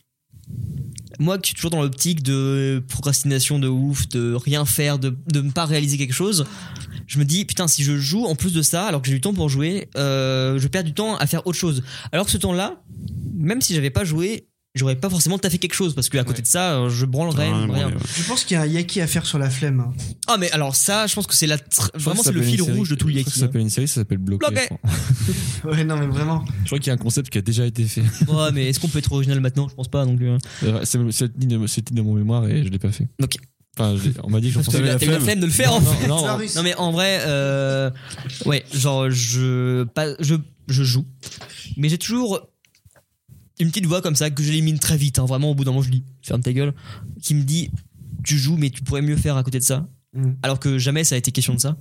B: moi qui suis toujours dans l'optique de procrastination de ouf, de rien faire, de, de ne pas réaliser quelque chose, je me dis putain si je joue en plus de ça alors que j'ai du temps pour jouer, euh, je perds du temps à faire autre chose. Alors que ce temps-là, même si j'avais pas joué, j'aurais pas forcément taffé quelque chose parce que à côté de ça, euh, je branlerais
A: Ah,
B: rien.
A: ouais, ouais.
D: Je pense qu'il y a un yaki à faire sur la flemme. hein. *laughs*
B: Ah mais alors ça, je pense que c'est la tr-
C: Je crois
B: vraiment
C: que ça
B: c'est le
C: s'appelle
B: fil
C: une série-
B: rouge de tout le
C: je crois que
B: yaki.
C: Ça s'appelle une série, ça s'appelle Bloqué.
B: Bloqué.
C: Je crois,
D: Ouais, non, mais vraiment.
C: Je crois qu'il y a un concept qui a déjà été fait.
B: Ouais, mais est-ce qu'on peut être original maintenant Je pense pas donc. euh.
C: Euh, *laughs* C'est c'est dit de- c'est dit de mon mémoire et je l'ai pas fait.
B: Ok.
C: Enfin, je l'ai- on m'a dit que j'en
B: T'as eu
C: pensais.
B: la, t'as eu la flemme de le faire en fait.
C: Non,
D: Ça
C: non,
D: russe.
B: Non mais en vrai, euh, ouais, genre je pas, je je joue, mais j'ai toujours une petite voix comme ça que j'élimine très vite. hein, vraiment, au bout d'un moment, je dis ferme ta gueule, qui me dit tu joues, mais tu pourrais mieux faire à côté de ça.
D: Mm.
B: Alors que jamais ça a été question de ça.
C: Mm.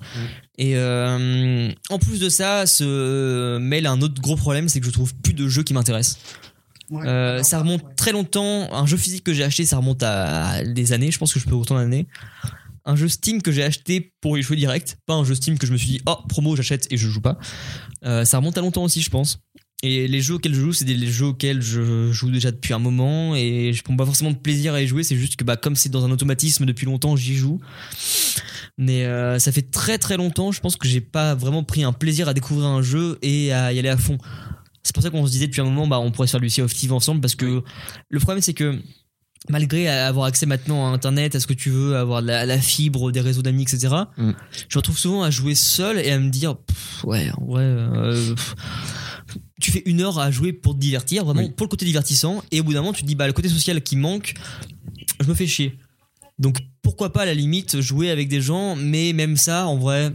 B: Et euh, en plus de ça, ce mail a un autre gros problème, c'est que je trouve plus de jeux qui m'intéressent.
D: Ouais.
B: Euh, ça remonte très longtemps. Un jeu physique que j'ai acheté, ça remonte à des années. Je pense que je peux autant d'années. Un jeu Steam que j'ai acheté pour y jouer direct. Pas un jeu Steam que je me suis dit, oh, promo, j'achète et je joue pas. Euh, ça remonte à longtemps aussi, je pense. Et les jeux auxquels je joue, c'est des les jeux auxquels je joue déjà depuis un moment et je prends pas forcément de plaisir à y jouer. C'est juste que, bah, comme c'est dans un automatisme depuis longtemps, j'y joue. Mais euh, ça fait très très longtemps, je pense que j'ai pas vraiment pris un plaisir à découvrir un jeu et à y aller à fond. C'est pour ça qu'on se disait depuis un moment, bah, on pourrait se faire du Sea of Thieves ensemble parce que le problème c'est que malgré avoir accès maintenant à Internet, à ce que tu veux, avoir de la, la fibre, des réseaux d'amis, etc.,
C: Mm.
B: je me retrouve souvent à jouer seul et à me dire, Pff, ouais, en vrai, euh, pff, tu fais une heure à jouer pour te divertir, vraiment pour le côté divertissant, et au bout d'un moment tu te dis, bah, le côté social qui manque, je me fais chier. Donc pourquoi pas à la limite jouer avec des gens, mais même ça, en vrai,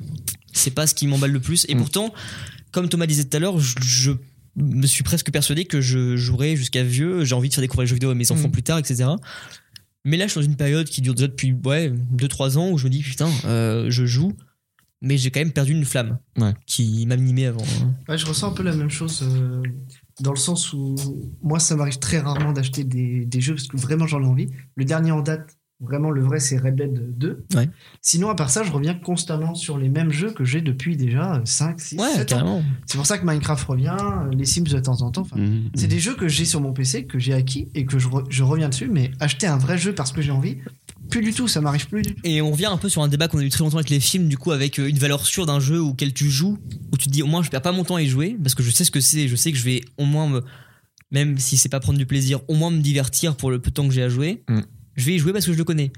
B: c'est pas ce qui m'emballe le plus. Et
C: Mm.
B: pourtant, comme Thomas disait tout à l'heure, je, je me suis presque persuadé que je jouerai jusqu'à vieux. J'ai envie de faire découvrir les jeux vidéo à mes enfants plus tard, etc. Mais là, je suis dans une période qui dure déjà depuis ouais, 2-3 ans où je me dis putain, euh, je joue, mais j'ai quand même perdu une flamme
C: Ouais.
B: qui m'animait avant. hein.
D: Ouais, je ressens un peu la même chose euh, dans le sens où moi, ça m'arrive très rarement d'acheter des, des jeux parce que vraiment j'en ai envie. Le dernier en date, vraiment le vrai, c'est Red Dead 2.
B: Ouais.
D: Sinon, à part ça, je reviens constamment sur les mêmes jeux que j'ai depuis déjà euh, 5, 6,
B: Ouais,
D: 7 ans.
B: carrément.
D: C'est pour ça que Minecraft revient, euh, les Sims de temps en temps. Enfin,
B: Mm-hmm.
A: Mhm.
B: Mm.
D: C'est des jeux que j'ai sur mon PC, que j'ai acquis et que je, re- je reviens dessus, mais acheter un vrai jeu parce que j'ai envie, plus du tout, ça m'arrive plus du tout.
B: Et on revient un peu sur un débat qu'on a eu très longtemps avec les films, du coup, avec euh, une valeur sûre d'un jeu auquel tu joues, où tu te dis au moins je perds pas mon temps à y jouer, parce que je sais ce que c'est, et je sais que je vais au moins me. Même si c'est pas prendre du plaisir, au moins me divertir pour le peu de temps que j'ai à jouer,
C: Mm.
B: je vais y jouer parce que je le connais.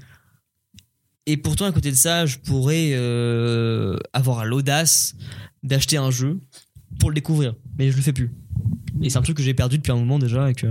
B: Et pourtant, à côté de ça, je pourrais euh, avoir l'audace d'acheter un jeu pour le découvrir, mais je le fais plus. Et c'est un truc que j'ai perdu depuis un moment déjà et que.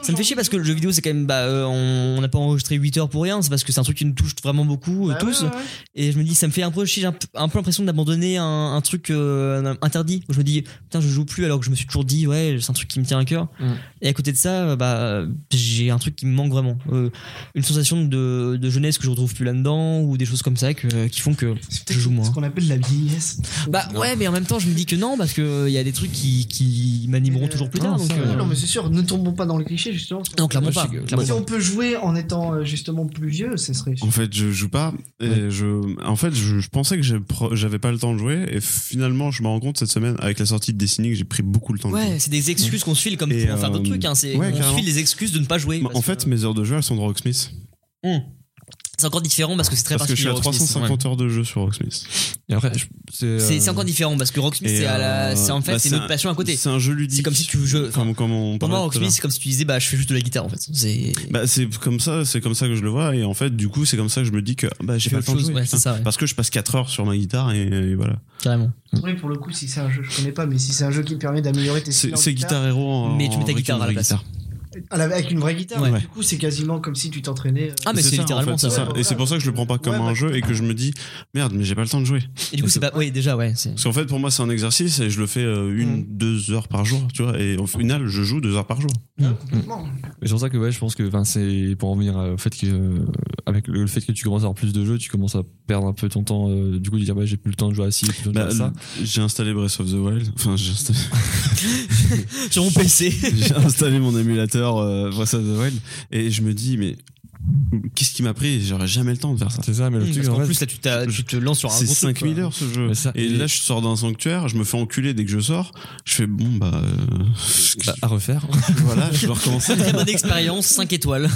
B: Ça me fait chier parce que le jeu vidéo c'est quand même bah euh, on on n'a pas enregistré 8 heures pour rien, c'est parce que c'est un truc qui nous touche vraiment beaucoup euh,
D: Bah
B: tous
D: ouais, ouais, ouais.
B: et je me dis ça me fait un peu chier, j'ai un, p- un peu l'impression d'abandonner un, un truc euh, interdit où je me dis putain je joue plus alors que je me suis toujours dit ouais c'est un truc qui me tient à cœur
C: Mm.
B: et à côté de ça euh, bah j'ai un truc qui me manque vraiment Euh, une sensation de, de jeunesse que je retrouve plus là-dedans ou des choses comme ça que- qui font que
D: C'est
B: Je joue
D: peut-être
B: moins.
D: ce qu'on appelle la vieillesse.
B: bah ouais mais en même temps je me dis que non parce que euh, il y a des trucs qui, qui m'animeront
D: Mais,
B: toujours plus
C: euh,
B: tard
C: non,
B: donc,
C: ça,
B: euh,
D: Non, mais c'est sûr, ne tombons pas dans le cliché, justement.
B: non clairement
C: Moi, je
B: pas
C: sais que-
B: clairement
D: si
B: pas.
D: on peut jouer en étant euh, justement plus vieux, ce serait.
A: En fait, je joue pas. Et je, en fait, je, je pensais que j'ai pro- j'avais pas le temps de jouer. Et finalement, je me rends compte cette semaine, avec la sortie de Destiny, que j'ai pris beaucoup le temps de jouer.
B: Ouais, c'est des excuses qu'on se file comme
A: Et,
B: pour en faire d'autres
A: euh,
B: trucs. Hein. C'est,
A: ouais,
B: on se
A: carrément.
B: file des excuses de ne pas jouer.
A: Bah, en
B: parce
A: fait,
B: que-
A: mes heures de jeu, elles sont de Rocksmith.
B: c'est encore différent parce que c'est très
A: Parce que je suis
B: particulier.
A: à
B: Rocksmith.
A: 350 heures de jeu sur Rocksmith.
C: Et après, je- c'est. euh,
B: C'est, c'est encore différent parce que Rocksmith,
A: Et,
B: c'est, à
A: euh,
B: la, c'est en fait
A: bah,
B: c'est
A: c'est
B: notre
A: un-
B: passion à côté.
A: C'est un jeu ludique.
B: C'est comme si tu jouais- enfin,
A: Comme, comme on parlait
B: Pour moi,
A: tout à l'heure.
B: Rocksmith, c'est comme si tu disais, bah, je fais juste de la guitare en fait. C'est,
A: Bah, c'est comme ça, c'est comme ça que je le vois. Et en fait, du coup, c'est comme ça que je me dis que bah, j'ai
B: fais
A: pas le
B: autre
A: temps de
B: chose,
A: jouer.
B: ouais, c'est
A: putain.
B: ça, ouais.
A: Parce que je passe 4 heures sur ma guitare et, et voilà.
B: carrément.
D: Oui, pour le coup, si c'est un jeu, je connais pas, mais si c'est un jeu qui te permet d'améliorer tes skills.
A: C'est
D: en
A: c'est Guitar Hero en.
B: Mais tu mets ta
A: avec
B: guitare
A: une
B: à la
A: vraie
B: place.
A: guitare.
D: à la- Avec une vraie guitare,
A: Ouais.
D: du coup, c'est quasiment comme si tu t'entraînais. euh,
B: Ah, mais c'est,
A: ça, en
B: littéralement
A: fait,
B: ça.
A: c'est
B: ouais.
A: Et c'est pour ça que je le prends pas comme
D: Ouais,
A: un
D: bah,
A: jeu et que je me dis merde, mais j'ai pas le temps de jouer.
B: Et du coup, c'est pas. Oui, déjà, ouais. c'est-
A: Parce qu'en fait, pour moi, c'est un exercice et je le fais euh, une, deux heures par jour, tu vois. Et au final, je joue deux heures par jour.
D: complètement.
C: Mais c'est pour ça que ouais, je pense que enfin, c'est pour en venir euh, au fait que euh, avec le, le fait que tu commences à avoir plus de jeux, tu commences à perdre un peu ton temps. euh, du coup, de dire bah j'ai plus le temps de jouer à ci, plus le temps de
A: Bah,
C: jouer à ça.
A: le- j'ai installé Breath of the Wild. Enfin, j'ai installé, *laughs*
B: Sur mon PC.
A: j'ai installé mon émulateur euh, Breath of the Wild et je me dis mais qu'est-ce qui m'a pris J'aurais jamais le temps de faire ça.
C: C'est ça, mais le
B: Mmh,
C: truc,
B: parce qu'en
C: fait,
B: plus, là, tu, t'as- tu te lances sur un
A: C'est
B: gros truc,
A: 5000
B: quoi.
A: heures ce jeu.
C: Mais ça,
A: et,
C: et-
A: là, je sors d'un sanctuaire, je me fais enculer dès que je sors. Je fais bon, bah. euh, *laughs*
C: bah, à refaire.
A: voilà, je dois recommencer.
B: Très bonne expérience, 5 étoiles.